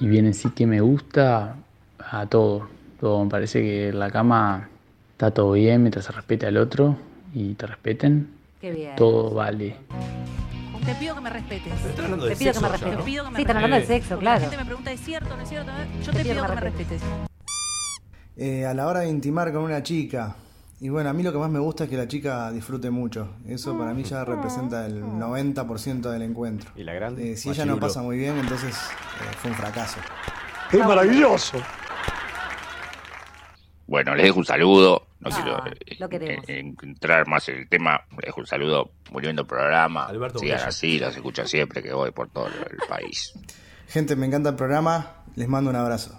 Speaker 27: Y bien en sí que me gusta a todo. Todo, Me parece que en la cama está todo bien mientras se respete al otro y te respeten.
Speaker 2: Qué bien.
Speaker 27: Todo vale.
Speaker 14: Te pido que me respetes.
Speaker 27: hablando de
Speaker 14: Te pido que
Speaker 27: sexo
Speaker 14: me
Speaker 27: ya,
Speaker 14: respetes.
Speaker 27: ¿no?
Speaker 14: Te pido que me
Speaker 2: Sí, están hablando de
Speaker 14: respetes.
Speaker 2: sexo,
Speaker 14: Porque La
Speaker 2: claro.
Speaker 14: gente me pregunta, ¿es cierto o no es cierto? Yo te, pido, que me respetes.
Speaker 31: Eh, a la hora de intimar con una chica. Y bueno, a mí lo que más me gusta es que la chica disfrute mucho. Eso para mí ya representa el 90% del encuentro.
Speaker 3: ¿Y la grande?
Speaker 31: Eh, si ella no
Speaker 3: Machiruro.
Speaker 31: pasa muy bien, entonces eh, fue un fracaso.
Speaker 34: Es maravilloso.
Speaker 24: Bueno, les dejo un saludo. No
Speaker 16: Ah.
Speaker 24: quiero eh,
Speaker 2: Lo queremos.
Speaker 24: en- entrar más en el tema. Les dejo un saludo. Muy lindo programa.
Speaker 31: Alberto
Speaker 24: Sigan
Speaker 31: Bonilla.
Speaker 24: así, los escucho siempre que voy por todo el país.
Speaker 31: Gente, me encanta el programa. Les mando un abrazo.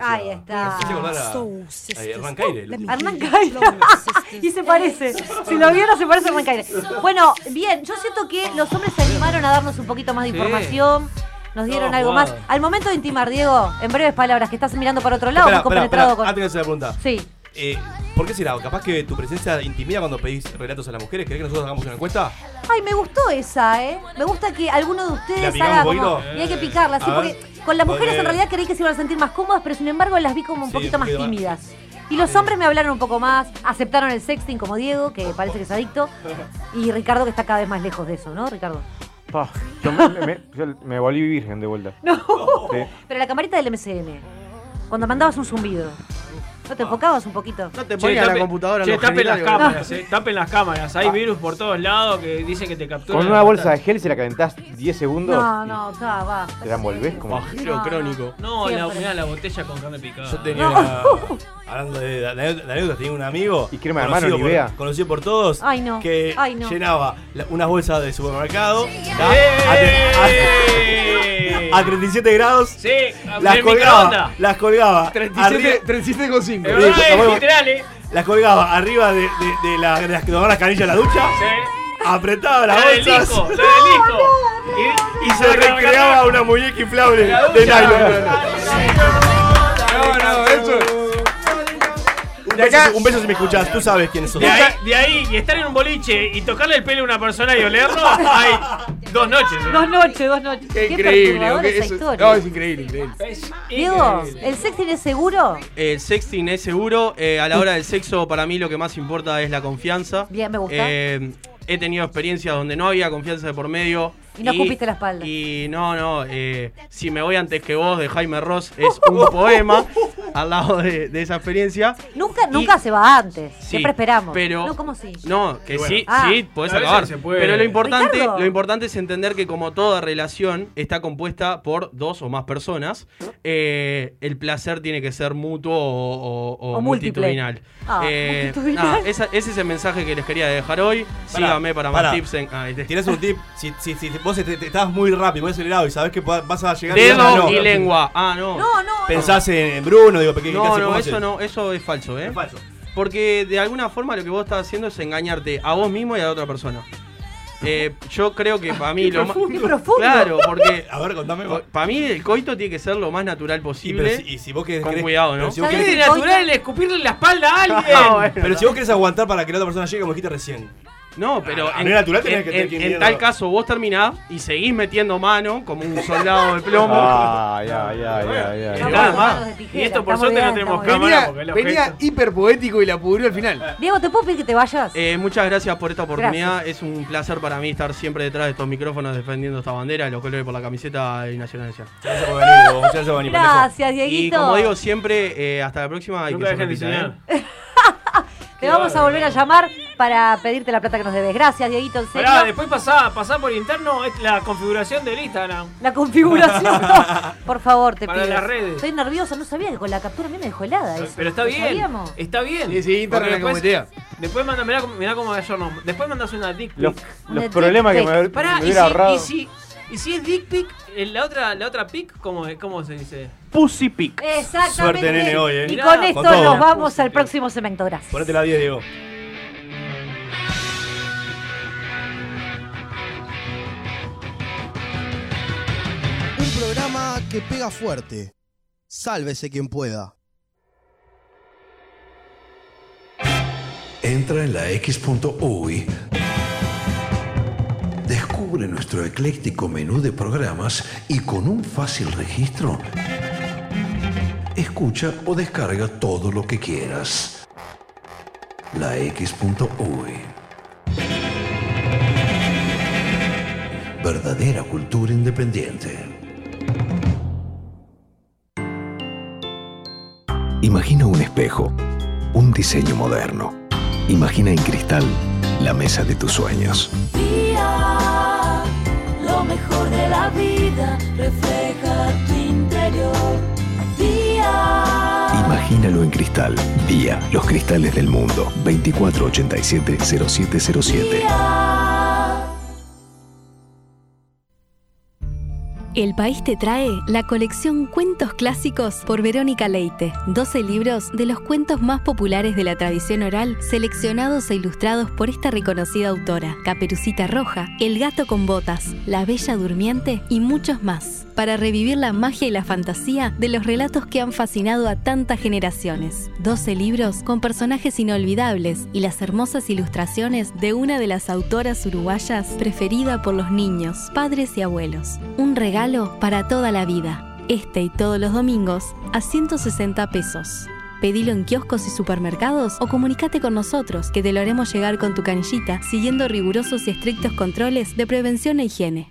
Speaker 2: Ahí está.
Speaker 31: Sí, acordar a-
Speaker 4: a Hernán Caire, lo-
Speaker 2: Hernán Caire. [LAUGHS] y se parece. Si lo vieron, se parece a Hernán Caire. Bueno, bien, yo siento que los hombres se animaron a darnos un poquito más de
Speaker 14: Sí.
Speaker 2: información. Nos dieron
Speaker 14: No,
Speaker 2: algo más.
Speaker 14: jugada.
Speaker 2: Al momento de intimar, Diego, en breves palabras, que estás mirando para otro lado,
Speaker 4: Espera,
Speaker 2: muy
Speaker 4: espera,
Speaker 2: compenetrado
Speaker 4: espera,
Speaker 2: con.
Speaker 4: Antes de hacer la pregunta.
Speaker 2: Sí.
Speaker 4: Eh, ¿Por qué será? ¿Capaz que tu presencia intimida cuando pedís relatos a las mujeres? ¿Querés que nosotros hagamos una encuesta?
Speaker 2: Ay, me gustó esa, ¿eh? Me gusta que alguno de
Speaker 4: ¿La
Speaker 2: ustedes
Speaker 4: picamos
Speaker 2: haga
Speaker 4: un
Speaker 2: como.
Speaker 4: poquito?
Speaker 2: Y hay que picarla, sí,
Speaker 4: A ver.
Speaker 2: porque con las mujeres
Speaker 4: Porque-
Speaker 2: en realidad creí que se iban a sentir más cómodas, pero sin embargo las vi como un
Speaker 4: Sí,
Speaker 2: poquito
Speaker 4: un
Speaker 2: más
Speaker 4: poquito más.
Speaker 2: tímidas. Y los hombres me hablaron un poco más, aceptaron el sexting como Diego, que parece que es adicto, y Ricardo que está cada vez más lejos de eso, ¿no, Ricardo?
Speaker 3: Pa, yo me, me- yo me volví virgen de vuelta. No.
Speaker 2: Pero la camarita del MCN, cuando mandabas un zumbido, ¿no te
Speaker 4: Ah.
Speaker 2: enfocabas un poquito? No
Speaker 1: Che, tapen- che, tapen las cámaras, eh, tapen las cámaras. Hay
Speaker 2: Ah.
Speaker 1: virus por todos lados que dicen que te capturan.
Speaker 3: Con una bolsa de gel, si la calentás 10 segundos,
Speaker 2: No, no, está, va.
Speaker 3: te la envolvés como.
Speaker 1: Pajero
Speaker 4: crónico.
Speaker 1: No, la,
Speaker 2: Siempre.
Speaker 1: mirá la botella con carne picada.
Speaker 4: Yo tenía una- Hablando de la la anécdota, tenía un amigo. Y
Speaker 3: crema de mano, ni idea.
Speaker 4: Conocido por todos.
Speaker 2: Ay, no.
Speaker 4: Que
Speaker 2: Ay, no.
Speaker 4: llenaba la- unas bolsas de supermercado. ¿tá? A
Speaker 1: ¡Eh!
Speaker 4: tre- A, a 37 grados.
Speaker 1: Sí,
Speaker 4: Las
Speaker 1: en
Speaker 4: colgaba.
Speaker 1: microondas.
Speaker 4: Las colgaba.
Speaker 1: 37
Speaker 4: 37,5. Sí,
Speaker 1: Es verdad, es
Speaker 4: bueno,
Speaker 1: literal, eh.
Speaker 4: Las colgaba arriba de, de, de la- de las que tomaban las canillas de la ducha. Apretaba las
Speaker 1: La del
Speaker 4: bolsas.
Speaker 1: hijo, la del hijo. Y,
Speaker 4: Y se recreaba una muñeca inflable de
Speaker 1: La ducha.
Speaker 4: nylon. Un beso, un beso si me escuchás, tú sabes quiénes son.
Speaker 1: De ahí, de ahí, y estar en un boliche y tocarle el pelo a una persona y olerlo, hay dos noches. eh.
Speaker 2: Dos noches, dos noches. Qué, perturbadora
Speaker 6: ok,
Speaker 2: esa
Speaker 6: eso-
Speaker 2: historia.
Speaker 6: no, es increíble, increíble.
Speaker 2: Diego, ¿el sexting es seguro?
Speaker 6: El Eh, sexting es seguro. eh, a la hora del sexo, para mí lo que más importa es la confianza.
Speaker 2: Bien, me gusta.
Speaker 6: Eh, he tenido experiencias donde no había confianza de por medio.
Speaker 2: Y no escupiste la espalda.
Speaker 6: Y no, no. eh, si me voy antes que vos, de Jaime Ross, es un
Speaker 2: [LAUGHS]
Speaker 6: poema al lado de, de esa experiencia.
Speaker 2: Nunca, nunca se va antes.
Speaker 6: Sí,
Speaker 2: Siempre esperamos.
Speaker 6: pero-
Speaker 2: no, ¿cómo sí?
Speaker 6: No, que
Speaker 2: Y bueno.
Speaker 6: sí,
Speaker 2: Ah.
Speaker 6: sí, podés
Speaker 1: A veces
Speaker 6: acabar.
Speaker 1: se puede.
Speaker 6: Pero lo importante,
Speaker 1: Ricardo.
Speaker 6: lo importante es entender que como toda relación está compuesta por dos o más personas, eh, el placer tiene que ser mutuo o, o- o
Speaker 1: O múltiple.
Speaker 6: multitudinal.
Speaker 1: Ah,
Speaker 6: Eh,
Speaker 1: multitudinal.
Speaker 6: nada, esa- ese es el mensaje que les quería dejar hoy. Síganme para más tips en... ah, este.
Speaker 4: Tienes un tip. Si, si, si vos te, te- estás muy rápido, muy acelerado y sabés que pa- vas a llegar.
Speaker 6: Dedo
Speaker 4: Ah, no.
Speaker 6: y lengua. Ah, no.
Speaker 2: No, no.
Speaker 4: Pensás en, en Bruno, digo, pequeño.
Speaker 6: No, no, eso no, eso es falso, ¿eh? Porque de alguna forma lo que vos estás haciendo es engañarte a vos mismo y a la otra persona. Eh, yo creo que para mí
Speaker 4: Qué
Speaker 6: lo más.
Speaker 4: profundo. Qué profundo.
Speaker 6: Claro, porque.
Speaker 4: [LAUGHS] A ver, contame.
Speaker 6: Para mí el coito tiene que ser lo más natural posible.
Speaker 4: pero si- y si vos querés-
Speaker 6: Con
Speaker 4: querés-
Speaker 6: cuidado,
Speaker 4: pero
Speaker 6: ¿no?
Speaker 4: si vos querés-
Speaker 1: Es natural escupirle la espalda a
Speaker 2: [LAUGHS]
Speaker 1: alguien.
Speaker 4: Pero si vos querés aguantar para que la otra persona llegue, como dijiste recién.
Speaker 6: No, pero
Speaker 4: Ah,
Speaker 6: en,
Speaker 4: no es natural, tenés
Speaker 6: en,
Speaker 4: que tener
Speaker 6: en-
Speaker 4: que
Speaker 6: en
Speaker 4: mierda.
Speaker 6: tal caso vos terminás y seguís metiendo mano como un soldado de plomo.
Speaker 4: Ah.
Speaker 3: Ay, ay, ay, ay, ay.
Speaker 1: Y esto por suerte no tenemos cámara
Speaker 6: Venía-
Speaker 1: porque los
Speaker 6: venía
Speaker 1: gestos-
Speaker 6: hiperpoético [LAUGHS] y la pudrió al final.
Speaker 2: Diego, ¿te puedo pedir que te vayas?
Speaker 6: Eh, muchas gracias por esta oportunidad. Es un placer para mí estar siempre detrás de estos micrófonos defendiendo esta bandera, los colores por la camiseta de Nacional. Gracias
Speaker 4: por venir, Diego. Muchas gracias por
Speaker 2: venir, pendejo. Gracias, Dieguito.
Speaker 6: Y como digo siempre, eh, hasta la próxima. y
Speaker 1: Nunca
Speaker 6: que se
Speaker 1: dejen de
Speaker 6: repita,
Speaker 1: soñar.
Speaker 6: ¿eh?
Speaker 2: Te vamos a volver a llamar para pedirte la plata que nos debes. Gracias, Dieguito, en serio.
Speaker 1: Pará, después pasá, pasá por interno es la configuración del Instagram.
Speaker 2: La
Speaker 1: [LAUGHS]
Speaker 4: [LAUGHS]
Speaker 2: configuración. por favor, te
Speaker 1: Para
Speaker 2: pido.
Speaker 1: las redes.
Speaker 2: Estoy nerviosa, no sabía que con la captura a mí me dejó helada eso.
Speaker 1: Pero está
Speaker 2: ¿Lo
Speaker 1: bien.
Speaker 2: sabíamos?
Speaker 1: Está bien.
Speaker 6: Sí, sí, internet
Speaker 1: Porque
Speaker 6: la comitea.
Speaker 1: Después manda, mirá, cómo- mirá cómo yo no. Después mandas una dick pic.
Speaker 3: Los-
Speaker 1: Una
Speaker 3: los
Speaker 1: dick
Speaker 3: problemas que
Speaker 1: pic.
Speaker 3: me haber-
Speaker 1: Pará,
Speaker 3: me
Speaker 1: y
Speaker 3: hubiera
Speaker 1: si-
Speaker 3: ahorrado.
Speaker 1: Y si, y si es dick pic, eh, la otra, la otra pic, ¿cómo, es? ¿cómo se dice?
Speaker 4: Pussy pic.
Speaker 2: Exactamente.
Speaker 4: Suerte, nene, hoy, eh.
Speaker 2: Y con
Speaker 4: Mirá,
Speaker 2: esto
Speaker 4: con todo.
Speaker 2: nos vamos al próximo segmento. Gracias.
Speaker 4: Ponete la 10, Diego.
Speaker 8: que pega fuerte. Sálvese quien pueda.
Speaker 13: Entra en la X.UI. Descubre nuestro ecléctico menú de programas y con un fácil registro, escucha o descarga todo lo que quieras. La X.UI. Verdadera cultura independiente.
Speaker 30: Imagina un espejo, un diseño moderno. Imagina en cristal la mesa de tus sueños.
Speaker 17: Día, lo mejor de la vida refleja tu interior. Día,
Speaker 30: Imagínalo en cristal. Día, los cristales del mundo. 2487-0707.
Speaker 14: El país te trae la colección Cuentos Clásicos por Verónica Leite. 12 libros de los cuentos más populares de la tradición oral, seleccionados e ilustrados por esta reconocida autora. Caperucita Roja, El Gato con Botas, La Bella Durmiente y muchos más. Para revivir la magia y la fantasía de los relatos que han fascinado a tantas generaciones. 12 libros con personajes inolvidables y las hermosas ilustraciones de una de las autoras uruguayas preferida por los niños, padres y abuelos. Un regalo para toda la vida. Este y todos los domingos a 160 pesos. Pedilo en kioscos y supermercados o comunícate con nosotros que te lo haremos llegar con tu canillita siguiendo rigurosos y estrictos controles de prevención e higiene.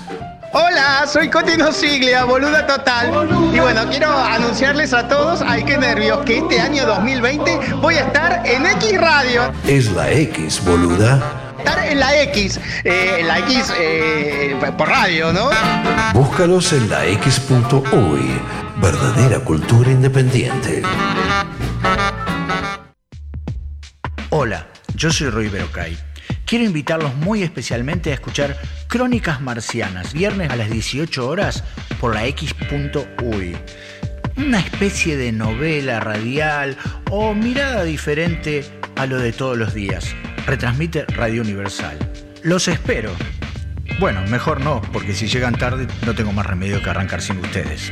Speaker 15: Hola, soy Cotino Siglia, boluda total. Y bueno, quiero anunciarles a todos, ay qué nervios, que este año 2020 voy a estar en X Radio.
Speaker 13: Es la X, boluda.
Speaker 15: Estar en la X, eh, en la X eh, por radio, ¿no?
Speaker 13: Búscalos en la X.uy, verdadera cultura independiente.
Speaker 15: Hola, yo soy Rui Berocay. Quiero invitarlos muy especialmente a escuchar Crónicas Marcianas, viernes a las 18 horas por la X.uy. Una especie de novela radial o mirada diferente a lo de todos los días. Retransmite Radio Universal. Los espero. Bueno, mejor no, porque si llegan tarde no tengo más remedio que arrancar sin ustedes.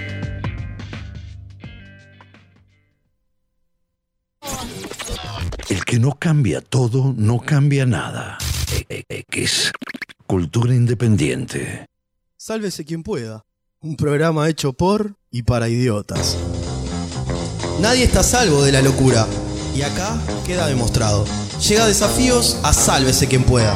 Speaker 13: El que no cambia todo, no cambia nada. E, X. Cultura independiente.
Speaker 8: Sálvese quien pueda. Un programa hecho por y para idiotas. Nadie está a salvo de la locura. Y acá queda demostrado. Llega desafíos a sálvese quien pueda.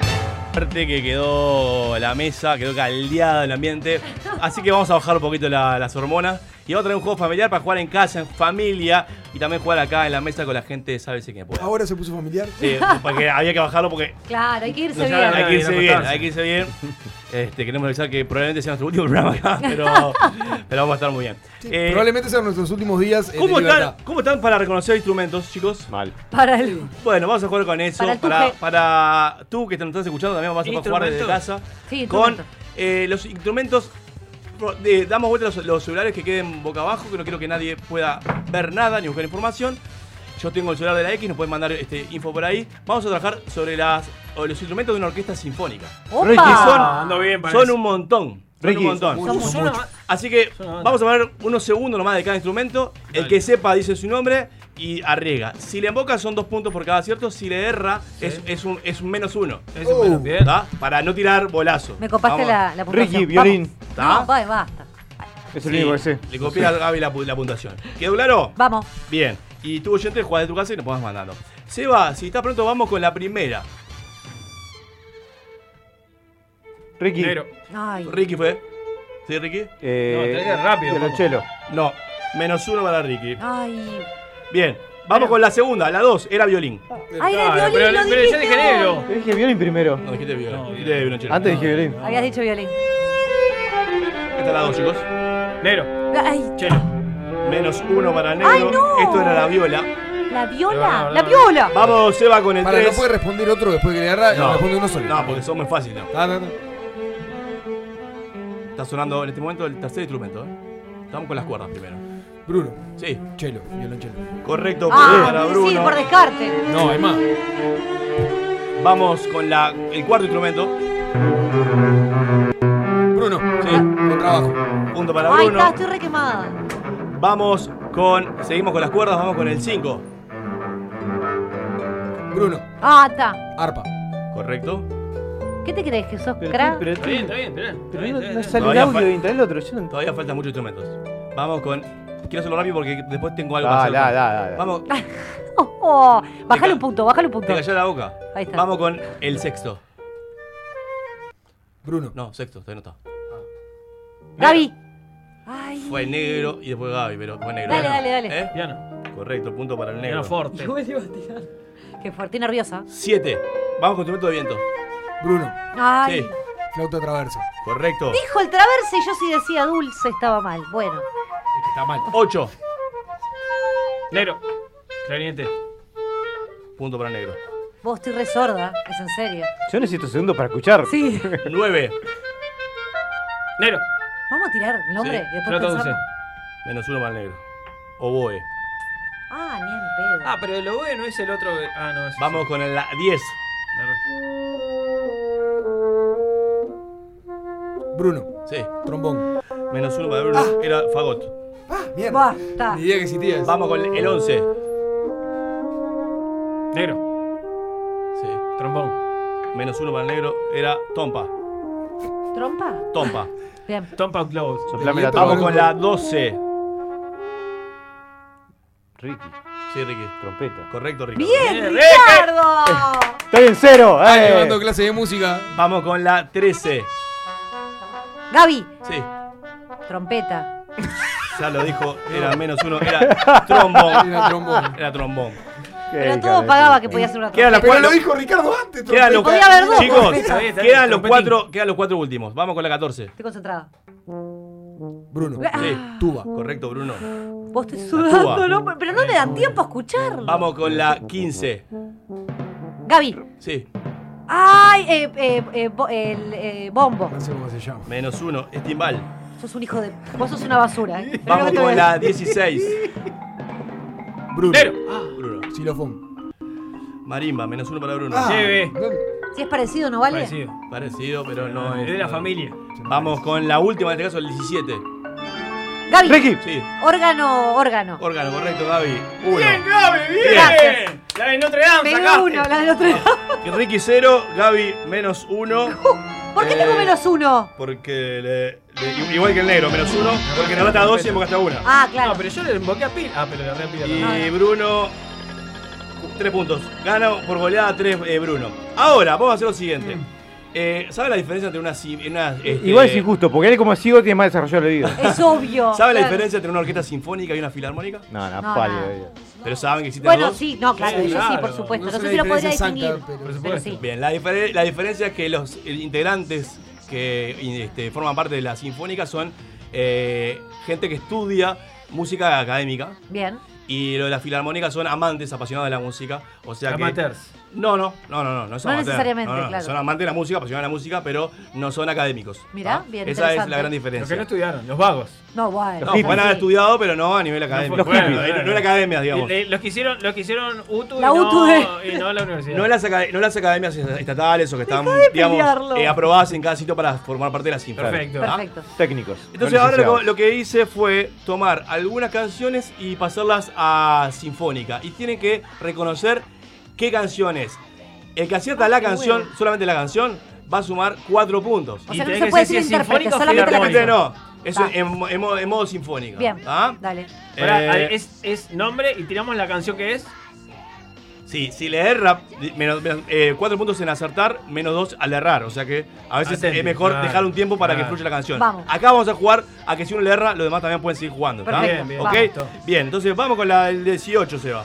Speaker 4: Aparte que quedó la mesa, quedó caldeada el ambiente. Así que vamos a bajar un poquito la- las hormonas. Y vamos a tener un juego familiar para jugar en casa, en familia. Y también jugar acá en la mesa con la gente, sabes quién puede.
Speaker 16: Ahora se puso familiar.
Speaker 4: Sí, porque había que bajarlo porque
Speaker 2: Claro, hay que irse
Speaker 4: no, ya,
Speaker 2: bien.
Speaker 4: Hay que irse
Speaker 2: Bien,
Speaker 4: bien,
Speaker 2: acostarse.
Speaker 4: hay que irse bien. Este, queremos avisar que probablemente sea nuestro último programa
Speaker 2: [LAUGHS]
Speaker 4: acá, pero, pero vamos a estar muy bien. Eh,
Speaker 16: Probablemente sean nuestros últimos días. en
Speaker 4: ¿cómo, están,
Speaker 16: libertad.
Speaker 4: ¿Cómo están para reconocer instrumentos, chicos? Mal.
Speaker 2: Para el.
Speaker 4: Bueno, vamos a jugar con eso.
Speaker 2: Para el
Speaker 4: Para,
Speaker 2: tuje.
Speaker 4: para tú que te nos estás escuchando, también vas a poder jugar desde
Speaker 2: Instrumentos.
Speaker 4: casa.
Speaker 2: Sí,
Speaker 4: con
Speaker 2: instrumentos.
Speaker 4: eh, los instrumentos. pro- de- damos vuelta los, los celulares que queden boca abajo, que no quiero que nadie pueda ver nada ni buscar información. Yo tengo el celular de la X, nos pueden mandar este, info por ahí. Vamos a trabajar sobre las o los instrumentos de una orquesta sinfónica.
Speaker 1: ¡Opa!
Speaker 4: Que
Speaker 1: Ando bien
Speaker 4: son,
Speaker 1: para
Speaker 4: son
Speaker 1: eso.
Speaker 4: un montón. Son un
Speaker 1: Ricky,
Speaker 4: montón.
Speaker 1: son muchos, son muchos.
Speaker 4: Así que vamos a ver unos segundos nomás de cada instrumento. El que sepa dice su nombre y arriesga. Si le emboca son dos puntos por cada acierto. Si le erra es, es un, es un menos uno.
Speaker 1: Es un
Speaker 3: Oh.
Speaker 1: menos, bien.
Speaker 4: ¿Tá? Para no tirar bolazo.
Speaker 2: Me copaste
Speaker 4: Vamos.
Speaker 2: la, la puntuación. Vamos.
Speaker 4: ¿Tá?
Speaker 2: No, va, basta.
Speaker 4: Es
Speaker 3: el único que sé.
Speaker 4: Le copié a Gaby la, pu- la puntuación. ¿Quedó claro?
Speaker 2: Vamos.
Speaker 4: Bien. Y tú, oyente, jugás de tu casa y nos podés mandando. Seba, si estás pronto, vamos con la primera.
Speaker 3: Ricky.
Speaker 2: Ay.
Speaker 4: Ricky fue. ¿Sí, Ricky?
Speaker 3: Eh, No, tenés que ir rápido, Violonchelo.
Speaker 4: No, menos uno para Ricky.
Speaker 2: Ah. Ay.
Speaker 4: Bien, vamos con la segunda, la dos, era violín.
Speaker 2: Ay, era Claro, Ah, violín, pero- lo pero yo dijiste. dije negro.
Speaker 3: Yo dije violín primero.
Speaker 4: No, dijiste violín. dijiste violonchelo.
Speaker 3: Antes dije violín.
Speaker 2: Habías dicho violín.
Speaker 4: Esta es la dos, chicos. Negro.
Speaker 2: Ay,
Speaker 4: Chelo. Menos uno para negro.
Speaker 2: Ay, no.
Speaker 4: Esto era la viola.
Speaker 2: la viola. La viola.
Speaker 4: Vamos, Seba, con el
Speaker 16: Para,
Speaker 4: tres.
Speaker 16: no puede responder otro después que le agarra,
Speaker 4: No.
Speaker 16: responde uno solo. Ah,
Speaker 4: No, porque son muy fáciles. No. Está sonando en este momento el tercer instrumento. ¿eh? Estamos con las cuerdas primero. Bruno. Sí. Chelo, violonchelo. Correcto,
Speaker 2: Ah,
Speaker 4: punto para
Speaker 2: sí,
Speaker 4: Bruno.
Speaker 2: por descarte.
Speaker 4: No, hay más. Vamos con la, el cuarto instrumento. Bruno. Sí. Buen trabajo. Punto para
Speaker 2: Ay,
Speaker 4: Bruno.
Speaker 2: está, estoy re quemada.
Speaker 4: Vamos con. Seguimos con las cuerdas, vamos con el 5. Bruno.
Speaker 2: Ah, está.
Speaker 4: Arpa. Correcto.
Speaker 2: ¿Qué te crees que sos crack?
Speaker 1: Está bien, está bien, está bien.
Speaker 3: Pero no, no
Speaker 4: bien.
Speaker 3: sale el
Speaker 4: Todavía
Speaker 3: audio
Speaker 4: fal-
Speaker 3: de el otro. Yo no
Speaker 4: Todavía faltan muchos instrumentos. Vamos con. Quiero hacerlo rápido porque después tengo algo
Speaker 3: Da,
Speaker 4: para hacer.
Speaker 3: da, da, da, da.
Speaker 4: Vamos,
Speaker 2: Oh, oh, Bájale un punto, bájale un punto.
Speaker 4: te cayó la boca.
Speaker 2: Ahí está.
Speaker 4: Vamos con el sexto. Bruno. No, sexto, todavía no está.
Speaker 2: Gaby. Ay.
Speaker 4: Fue negro y después Gaby, pero fue negro.
Speaker 2: Dale,
Speaker 4: Piano.
Speaker 2: dale, dale.
Speaker 4: ¿Eh? Correcto, punto para el negro.
Speaker 2: Igual iba a tirar. Qué fuerte, estoy nerviosa.
Speaker 4: Siete. Vamos con instrumento de viento. Bruno.
Speaker 2: Ay.
Speaker 4: Sí. Flauta traversa. Correcto.
Speaker 2: Dijo el traverse y yo sí decía dulce, estaba mal. Bueno.
Speaker 4: Está mal. Ocho.
Speaker 1: Negro. Clarinete.
Speaker 4: Punto para negro.
Speaker 2: Vos estoy re sorda, es en serio.
Speaker 3: Yo necesito segundos para escuchar.
Speaker 2: Sí.
Speaker 4: Nueve.
Speaker 1: Negro.
Speaker 2: Vamos a tirar el nombre y después pensamos.
Speaker 4: Menos uno para el negro. Oboe.
Speaker 2: Ah, ni en pedo.
Speaker 1: Ah, pero lo bueno es el otro. que- Ah, no. Es
Speaker 4: Vamos con el 10. Bruno. Sí. Trombón. Ah. Menos uno para Bruno. Era Fagot.
Speaker 2: Basta.
Speaker 4: idea que existía. Vamos con el 11. Negro. Sí. Trombón. Menos uno para el negro. Era Tompa.
Speaker 2: ¿Trompa?
Speaker 4: [LAUGHS] Tompa.
Speaker 2: Bien.
Speaker 4: Tompa Close.
Speaker 3: Soplame la
Speaker 4: Vamos
Speaker 3: trompa.
Speaker 4: con la 12.
Speaker 3: Ricky.
Speaker 4: Sí, Ricky.
Speaker 3: Trompeta.
Speaker 4: Correcto, Ricky.
Speaker 2: ¡Bien, Ricardo!
Speaker 3: Estoy en cero.
Speaker 4: Ah,
Speaker 3: eh.
Speaker 4: llevando clase de música. Vamos con la 13.
Speaker 2: Gaby.
Speaker 4: Sí.
Speaker 2: Trompeta.
Speaker 4: Ya lo dijo, era menos uno, era trombón.
Speaker 2: Era trombón.
Speaker 4: Era trombón.
Speaker 2: Pero todo pagaba que podía ser una
Speaker 4: Queda
Speaker 2: trompeta.
Speaker 4: la cuatro-
Speaker 16: Ricardo antes.
Speaker 4: Quedan los,
Speaker 2: Podía haber dos
Speaker 4: chicos,
Speaker 2: trompetas.
Speaker 4: quedan los, cuatro, quedan los cuatro últimos. Vamos con la 14.
Speaker 2: Estoy concentrada.
Speaker 4: Bruno.
Speaker 2: Ah.
Speaker 4: Sí. Tuba. Correcto, Bruno.
Speaker 2: Vos te sudando,
Speaker 4: tuba.
Speaker 2: ¿no? Pero no le dan tiempo a escucharlo.
Speaker 4: Vamos con la 15.
Speaker 2: Gaby.
Speaker 4: Sí.
Speaker 2: Ay, eh, eh, eh, bo- el eh, bombo.
Speaker 4: No sé cómo se llama. Menos uno, es timbal.
Speaker 2: Sos un hijo de. Vos sos una basura. ¿eh? Pero no
Speaker 4: Vamos
Speaker 2: te
Speaker 4: con
Speaker 2: voy a
Speaker 4: la
Speaker 2: decir.
Speaker 4: 16. Bruno. Ah, Bruno. Silofón. Marimba, menos uno para Bruno.
Speaker 2: Ah. Si es parecido, ¿no vale?
Speaker 4: Parecido, pero no
Speaker 1: Es de la familia.
Speaker 4: Vamos con la última, en este caso el 17.
Speaker 2: Gaby.
Speaker 4: Sí.
Speaker 2: Órgano, órgano.
Speaker 4: Órgano, correcto, Gaby. Uno.
Speaker 1: Bien, Gaby, bien.
Speaker 2: Gracias.
Speaker 1: La de Notre Dame,
Speaker 2: Menos
Speaker 1: sacaste.
Speaker 2: uno, la del otro lado.
Speaker 4: Ricky cero, Gaby menos uno.
Speaker 2: [LAUGHS] ¿Por qué
Speaker 4: Eh,
Speaker 2: tengo menos uno?
Speaker 4: Porque le- le- igual que el negro, menos uno. Porque nos mata dos y embocaste a una.
Speaker 2: Ah, claro.
Speaker 1: No, pero yo le invoqué a Pil. Ah, pero le agarré a Pil.
Speaker 4: Y Bruno. Tres puntos. Gana por goleada tres eh, Bruno. Ahora, vamos a hacer lo siguiente.
Speaker 2: Mm.
Speaker 4: Eh, ¿Sabe la diferencia entre una. si- una, este,
Speaker 3: Igual es injusto, porque él como ciego tiene más desarrollo el oído.
Speaker 2: Es obvio.
Speaker 4: ¿Sabe la
Speaker 2: Claro.
Speaker 4: diferencia entre una orquesta sinfónica y una filarmónica?
Speaker 3: No, no,
Speaker 2: No,
Speaker 3: pálido.
Speaker 2: no.
Speaker 3: oído.
Speaker 4: Pero saben que existen
Speaker 2: Bueno,
Speaker 4: dos.
Speaker 2: sí, no, claro, yo sí, por supuesto. No, sé si lo podría distinguir. pero sí.
Speaker 4: Bien, la, difere- la diferencia es que los eh, integrantes que y, este, forman parte de la sinfónica son eh, gente que estudia música académica
Speaker 2: Bien.
Speaker 4: y lo de la filarmónica son amantes, apasionados de la música. O sea que-
Speaker 1: Amateurs.
Speaker 4: No, no, no, no, no, no, son
Speaker 2: No
Speaker 4: amantes de-
Speaker 2: necesariamente,
Speaker 4: no, no, no,
Speaker 2: claro.
Speaker 4: Son amantes de la música, apasionados de la música, pero no son académicos.
Speaker 2: Mirá,
Speaker 4: ¿ah?
Speaker 2: bien,
Speaker 4: Esa es
Speaker 2: interesante.
Speaker 4: la gran diferencia.
Speaker 1: Los que no estudiaron, los vagos.
Speaker 2: No, bueno.
Speaker 4: No, van a haber estudiado, pero no a nivel académico.
Speaker 1: Los
Speaker 4: Bueno,
Speaker 1: hippies.
Speaker 4: no, era- no era academia, digamos.
Speaker 1: Eh, eh, Los que hicieron, los que hicieron UTU
Speaker 2: La
Speaker 1: y, no,
Speaker 2: UTU de-
Speaker 1: y no la universidad.
Speaker 4: No las, acad- no las academias estatales o que están,
Speaker 1: Dejá de
Speaker 4: digamos,
Speaker 1: pelearlo.
Speaker 4: eh, aprobadas en cada sitio para formar parte de las infras.
Speaker 1: Perfecto.
Speaker 4: ¿Ah?
Speaker 2: Perfecto.
Speaker 3: Técnicos.
Speaker 4: Entonces ahora lo que, lo que hice fue tomar algunas canciones y pasarlas a Sinfónica. Y tienen que reconocer qué canción es. El que
Speaker 2: Ah,
Speaker 4: acierta la canción, solamente la canción, va a sumar cuatro puntos.
Speaker 2: O sea, Y no tenés se que puede decir decir si es intérprete, sinfónica o solamente la
Speaker 4: Intérprete
Speaker 2: canción.
Speaker 4: no. Es
Speaker 2: Va.
Speaker 4: en, mo- en modo, en modo sinfónica.
Speaker 2: Bien,
Speaker 4: ¿Ah?
Speaker 2: dale.
Speaker 1: Pará,
Speaker 4: Eh,
Speaker 1: es, es nombre y tiramos la canción que es.
Speaker 4: Sí, si le erra, di- menos, menos- eh, cuatro puntos en acertar, menos dos al errar. O sea que a veces
Speaker 1: Atenti,
Speaker 4: es mejor
Speaker 1: claro,
Speaker 4: dejar un tiempo para que
Speaker 1: claro.
Speaker 4: fluya la canción.
Speaker 1: Vamos.
Speaker 4: Acá vamos a jugar a que si uno le erra, los demás también pueden seguir jugando. ¿está?
Speaker 1: Perfecto, Bien, bien,
Speaker 4: ¿Ok?
Speaker 1: vamos.
Speaker 4: Bien, entonces vamos con la del 18, Seba.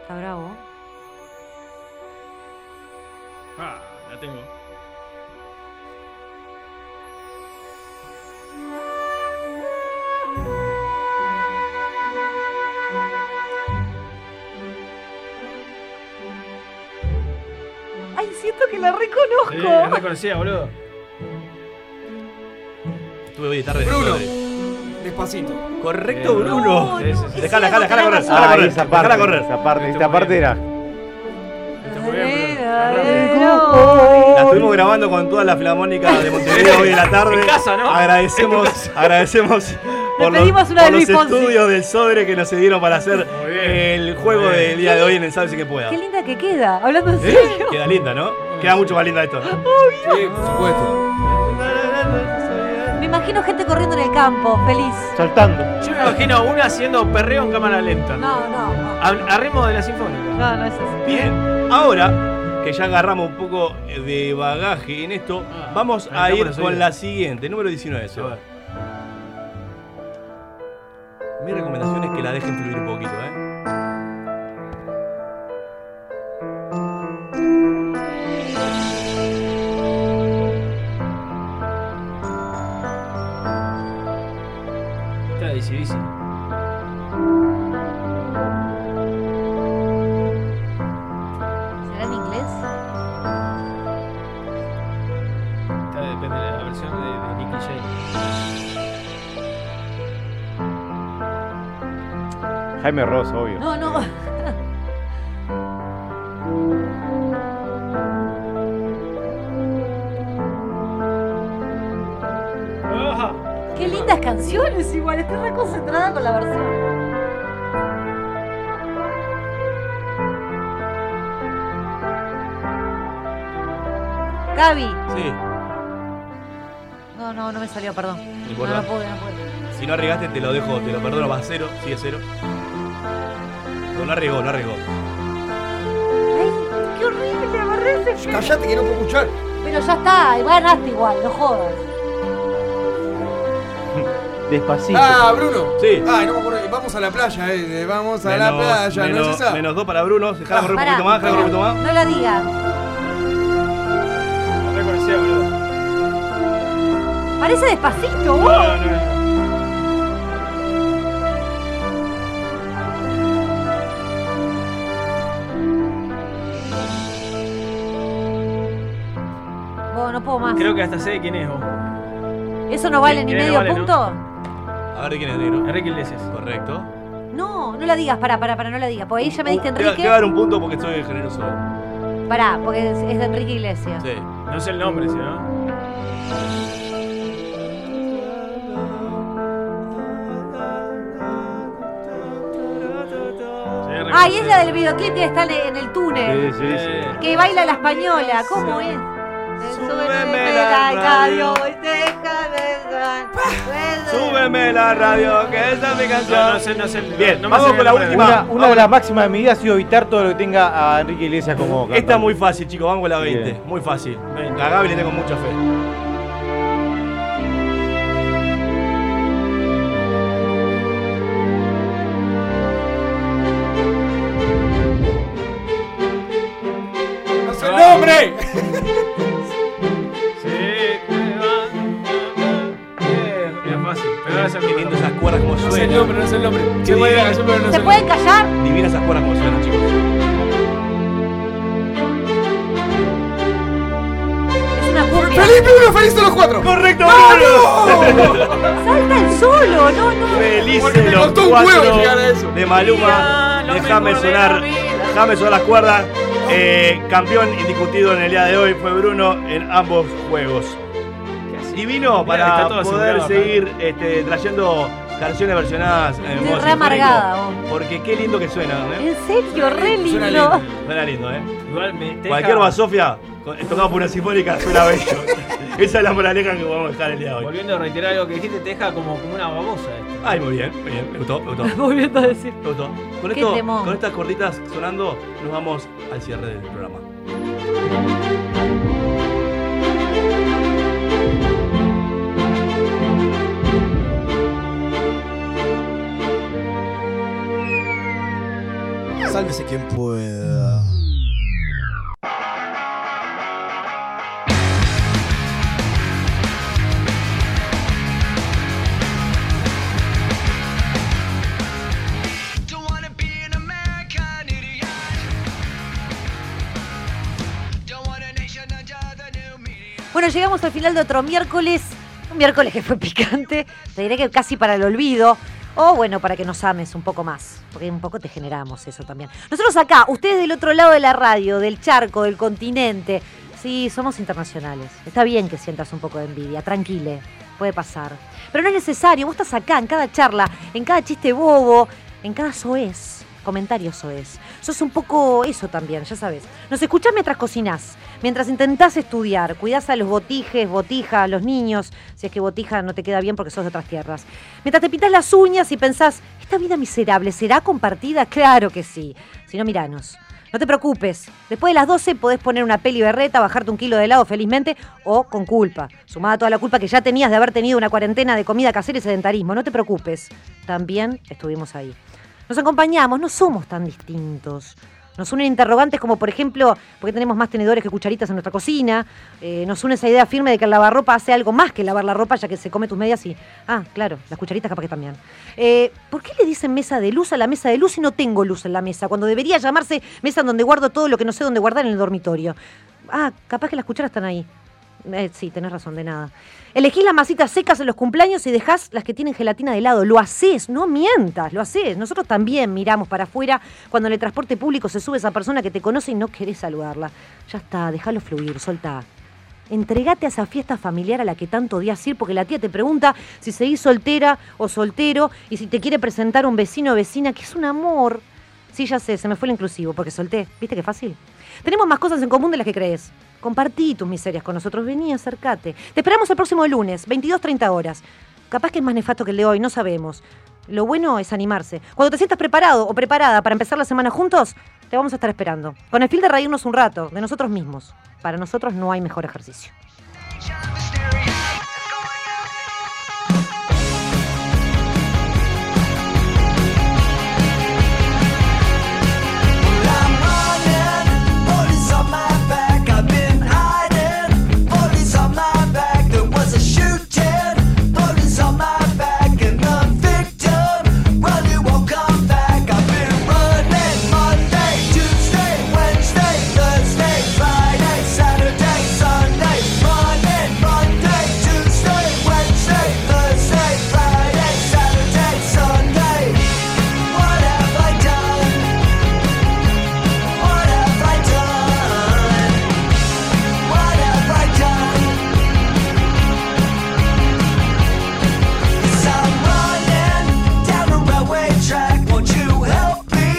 Speaker 2: Está bravo.
Speaker 1: Ah, la tengo.
Speaker 2: Ay, siento que la reconozco.
Speaker 1: Sí, la reconocía, boludo.
Speaker 4: Estuve hoy de tarde.
Speaker 1: Bruno.
Speaker 4: Despacito. Correcto, Bruno.
Speaker 1: Sí, sí, sí.
Speaker 4: Dejala, dejala, dejala correr.
Speaker 3: Ah,
Speaker 4: Dejala correr.
Speaker 3: esa parte,
Speaker 4: dejala correr.
Speaker 3: esa parte, esta parte era.
Speaker 4: La estuvimos grabando con toda la filarmónica de Montevideo hoy en la tarde.
Speaker 1: En casa, ¿no?
Speaker 4: Agradecemos, agradecemos por,
Speaker 2: pedimos una de
Speaker 4: por los
Speaker 2: Luis Fonsi.
Speaker 4: estudios del Sodre que nos dieron para hacer el juego
Speaker 1: bien.
Speaker 4: del día de hoy en el Sabes que pueda.
Speaker 2: Qué linda que queda, hablando en
Speaker 4: ¿Eh?
Speaker 2: serio.
Speaker 4: Queda linda, ¿no? Queda mucho más linda esto.
Speaker 2: Sí, por supuesto. Me imagino gente corriendo en el campo, feliz.
Speaker 3: Saltando.
Speaker 1: Yo me imagino a uno haciendo perreo en cámara lenta.
Speaker 2: No, no, no.
Speaker 1: A, a ritmo de la sinfónica.
Speaker 2: No, no es así.
Speaker 4: Bien, ahora que ya agarramos un poco de bagaje en esto, vamos a
Speaker 1: arrancamos
Speaker 4: ir
Speaker 1: la
Speaker 4: con
Speaker 1: subida.
Speaker 4: la siguiente, número 19. Seba. Mi recomendación es que la dejen fluir un poquito, ¿eh?
Speaker 1: Está decidísimo.
Speaker 2: ¿Será en inglés?
Speaker 1: Está, depende de la versión de, de Nicky Jam.
Speaker 3: Jaime Ross, obvio.
Speaker 2: No, no. Qué lindas canciones, igual. Estoy reconcentrada con la versión. Gaby.
Speaker 4: Sí.
Speaker 2: No, no, no me salió, perdón.
Speaker 4: No
Speaker 2: No,
Speaker 4: importa.
Speaker 2: no pude, no pude.
Speaker 4: Si no arriesgaste, te lo dejo, te lo perdono, vas a cero, sigue cero. No, no arriesgó, no arriesgó.
Speaker 2: ¡Qué horrible! Agarré ese pelo.
Speaker 5: Callate que no puedo escuchar.
Speaker 2: Pero ya está, igual ganaste igual, no jodas.
Speaker 3: Despacito.
Speaker 5: Ah, Bruno.
Speaker 4: Sí.
Speaker 5: Ay, no me acuerdo. Vamos a la playa, eh. Vamos a la
Speaker 4: Menos-
Speaker 5: playa,
Speaker 4: menos,
Speaker 5: ¿no es esa?
Speaker 4: menos dos para Bruno, dejala correr un
Speaker 2: Pará,
Speaker 4: poquito más, dejala
Speaker 2: pará,
Speaker 4: correr un poquito más.
Speaker 2: No la digan.
Speaker 1: No reconocía, boludo.
Speaker 2: Parece despacito, vos.
Speaker 1: No, no,
Speaker 2: Vos, no puedo más.
Speaker 1: no. Creo que hasta sé de quién es vos.
Speaker 2: ¿Eso no vale ni
Speaker 1: Creo que
Speaker 2: medio
Speaker 1: no vale,
Speaker 2: punto?
Speaker 4: A ver quién es negro.
Speaker 1: Enrique Iglesias.
Speaker 4: Correcto.
Speaker 2: No, no la digas, pará, pará, pará, no la digas. Porque ahí ya me
Speaker 4: Te
Speaker 2: diste
Speaker 4: va-
Speaker 2: Enrique.
Speaker 4: Te va a dar un punto porque soy generoso.
Speaker 2: Pará, porque es, es de Enrique Iglesias.
Speaker 4: Sí.
Speaker 1: No sé el nombre, si no.
Speaker 2: Ah, y es la del videoclip que está en en el túnel.
Speaker 3: Sí, sí, sí.
Speaker 2: Que baila la española, ¿cómo es? Súbeme la radio y déjame
Speaker 4: Súbeme la radio, que esta es mi canción.
Speaker 1: No, no sé, no sé.
Speaker 4: Bien,
Speaker 1: no me
Speaker 4: vamos
Speaker 1: sale
Speaker 4: con la
Speaker 1: el nombre.
Speaker 4: última.
Speaker 3: Una, una de las máximas de mi vida ha sido evitar todo lo que tenga a Enrique Iglesias como
Speaker 4: Esta
Speaker 3: cantante.
Speaker 4: es muy fácil, chicos. Vamos con la 20.
Speaker 3: Bien.
Speaker 4: Muy fácil. A Gaby le tengo mucha fe.
Speaker 5: ¡No sé el nombre!
Speaker 1: Sí, que va. Bien, Era fácil. Pero ahora se me
Speaker 4: Qué lindo esas cuerdas como suenan.
Speaker 1: el nombre, no sé el nombre.
Speaker 19: Sí,
Speaker 1: Se puede
Speaker 19: divina.
Speaker 1: la canción, pero no sé
Speaker 2: ¿Se
Speaker 1: el
Speaker 2: pueden
Speaker 1: nombre.
Speaker 2: callar?
Speaker 19: Divina esas cuerdas como suenan, chicos.
Speaker 2: Es una cumbia.
Speaker 16: ¡Felipe uno, feliz de los cuatro!
Speaker 19: ¡Correcto,
Speaker 4: [LAUGHS]
Speaker 2: ¡Salta el solo! ¡No, no!
Speaker 19: Feliz
Speaker 16: Porque me
Speaker 19: de los
Speaker 16: costó un huevo
Speaker 19: cuatro
Speaker 16: llegar a eso.
Speaker 19: de Maluma. Déjame sonar, déjame sonar las cuerdas. Eh, campeón indiscutido en el día de hoy fue Bruno en ambos juegos. Divino
Speaker 1: está
Speaker 19: para
Speaker 1: todo
Speaker 19: poder
Speaker 1: asegurado,
Speaker 19: seguir este, trayendo canciones versionadas. en modo
Speaker 2: Estoy re
Speaker 19: sinfónico,
Speaker 2: amargada, vos.
Speaker 19: Porque qué lindo que suena, ¿eh?
Speaker 2: En serio, re
Speaker 19: Suena
Speaker 2: lindo.
Speaker 19: Suena lindo, ¿eh?
Speaker 1: Igual me deja-
Speaker 19: Cualquier basofia con- tocado por una sinfónica suena bello. Esa es la moraleja que podemos dejar el día de hoy.
Speaker 1: Volviendo a reiterar algo que dijiste, te deja como, como una babosa esto.
Speaker 19: Ay, muy bien, [LAUGHS] muy bien, me gustó, me gustó.
Speaker 2: Volviendo a decir.
Speaker 19: Me gustó. Con,
Speaker 1: Qué
Speaker 19: esto,
Speaker 1: temón.
Speaker 19: con estas cortitas sonando, nos vamos al cierre del programa.
Speaker 8: Sálvese quien pueda.
Speaker 2: Bueno, llegamos al final de otro miércoles. Un miércoles que fue [LAUGHS] picante. Te diré que casi para el olvido. O bueno, para que nos ames un poco más. Porque un poco te generamos eso también. Nosotros acá, ustedes del otro lado de la radio, del charco, del continente. Sí, somos internacionales. Está bien que sientas un poco de envidia. Tranquile. Puede pasar. Pero no es necesario. Vos estás acá en cada charla, en cada chiste bobo, en cada soez. Comentario soez. Sos un poco eso también, ya sabes. Nos escuchás mientras cocinás, mientras intentás estudiar, cuidás a los botijes, botija, a los niños, si es que botija no te queda bien porque sos de otras tierras. Mientras te pintas las uñas y pensás, ¿esta vida miserable será compartida? Claro que sí. Si no, miranos. No te preocupes. Después de las 12 podés poner una peli berreta, bajarte un kilo de helado felizmente o con culpa. Sumada a toda la culpa que ya tenías de haber tenido una cuarentena de comida casera y sedentarismo. No te preocupes. También estuvimos ahí. Nos acompañamos, no somos tan distintos. Nos unen interrogantes como, por ejemplo, ¿por qué tenemos más tenedores que cucharitas en nuestra cocina? Eh, nos une esa idea firme de que el lavarropa hace algo más que lavar la ropa, ya que se come tus medias y. Ah, claro, las cucharitas capaz que también. Eh, ¿Por qué le dicen mesa de luz a la mesa de luz si no tengo luz en la mesa? Cuando debería llamarse mesa en donde guardo todo lo que no sé dónde guardar en el dormitorio. Ah, capaz que las cucharas están ahí. Eh, sí, tenés razón, de nada. Elegís las masitas secas en los cumpleaños y dejás las que tienen gelatina de helado. Lo haces, no mientas, lo haces. Nosotros también miramos para afuera cuando en el transporte público se sube esa persona que te conoce y no querés saludarla. Ya está, déjalo fluir, soltá. Entregate a esa fiesta familiar a la que tanto odias ir porque la tía te pregunta si seguís soltera o soltero y si te quiere presentar un vecino o vecina que es un amor. Sí, ya sé, se me fue el inclusivo porque solté. ¿Viste qué fácil? Tenemos más cosas en común de las que crees. Compartí tus miserias con nosotros, vení, acércate. Te esperamos el próximo lunes, 22.30 horas. Capaz que es más nefasto que el de hoy, no sabemos. Lo bueno es animarse. Cuando te sientas preparado o preparada para empezar la semana juntos, te vamos a estar esperando. Con el fin de reírnos un rato, de nosotros mismos. Para nosotros no hay mejor ejercicio.
Speaker 17: Police on my back, I've been hiding. Police on my back, there was a shooting. Police on my back, and the victim. Run, it won't come back. I've been running Monday, Tuesday, Wednesday, Thursday, Friday, Saturday, Sunday. Running Monday, Tuesday, Wednesday, Thursday, Friday, Saturday, Sunday. What have I done? What have I done? What have I done? 'Cause I'm running down a railway track. Won't you help me?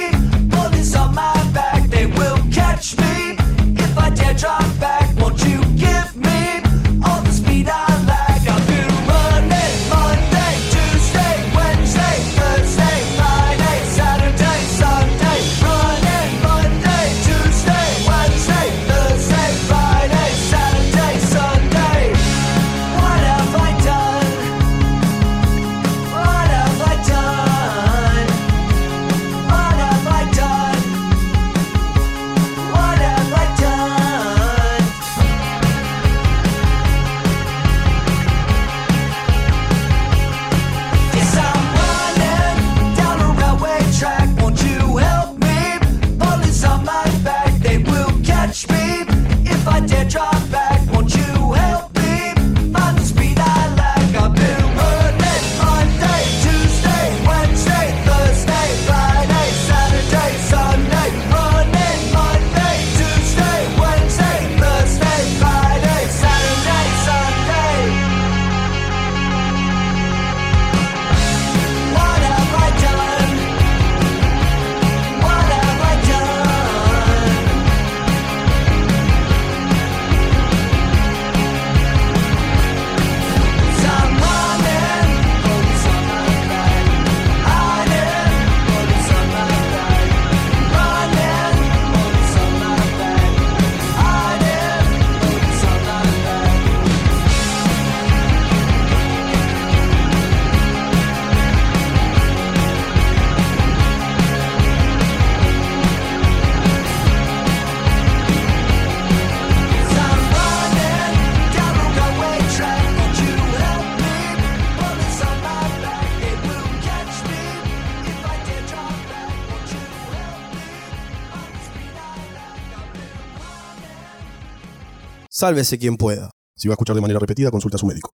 Speaker 17: Police on my back, they will catch me. If I dare drop back, won't you give me all the speed I lack? I've been running Monday, Tuesday, Wednesday, Thursday, Friday, Saturday, Sunday. Running Monday, Tuesday, Wednesday, Thursday, Friday, Saturday, Sunday. What have I done? What have I done? What have I done? What have I done? catch me. If I dare drop back, won't you help me? Find the speed I lack. I've been running Monday, Tuesday, Wednesday, Thursday, Friday, Saturday, Sunday. Running Monday, Tuesday, Wednesday, Thursday, Friday, Saturday, Sunday. What have I done? What have I done? I'm running, focus on my back. Hiding, focus on my back. Running, focus on my back. Hiding, focus on my back.
Speaker 8: Sálvese quien pueda. Si va a escuchar de manera repetida, consulta a su médico.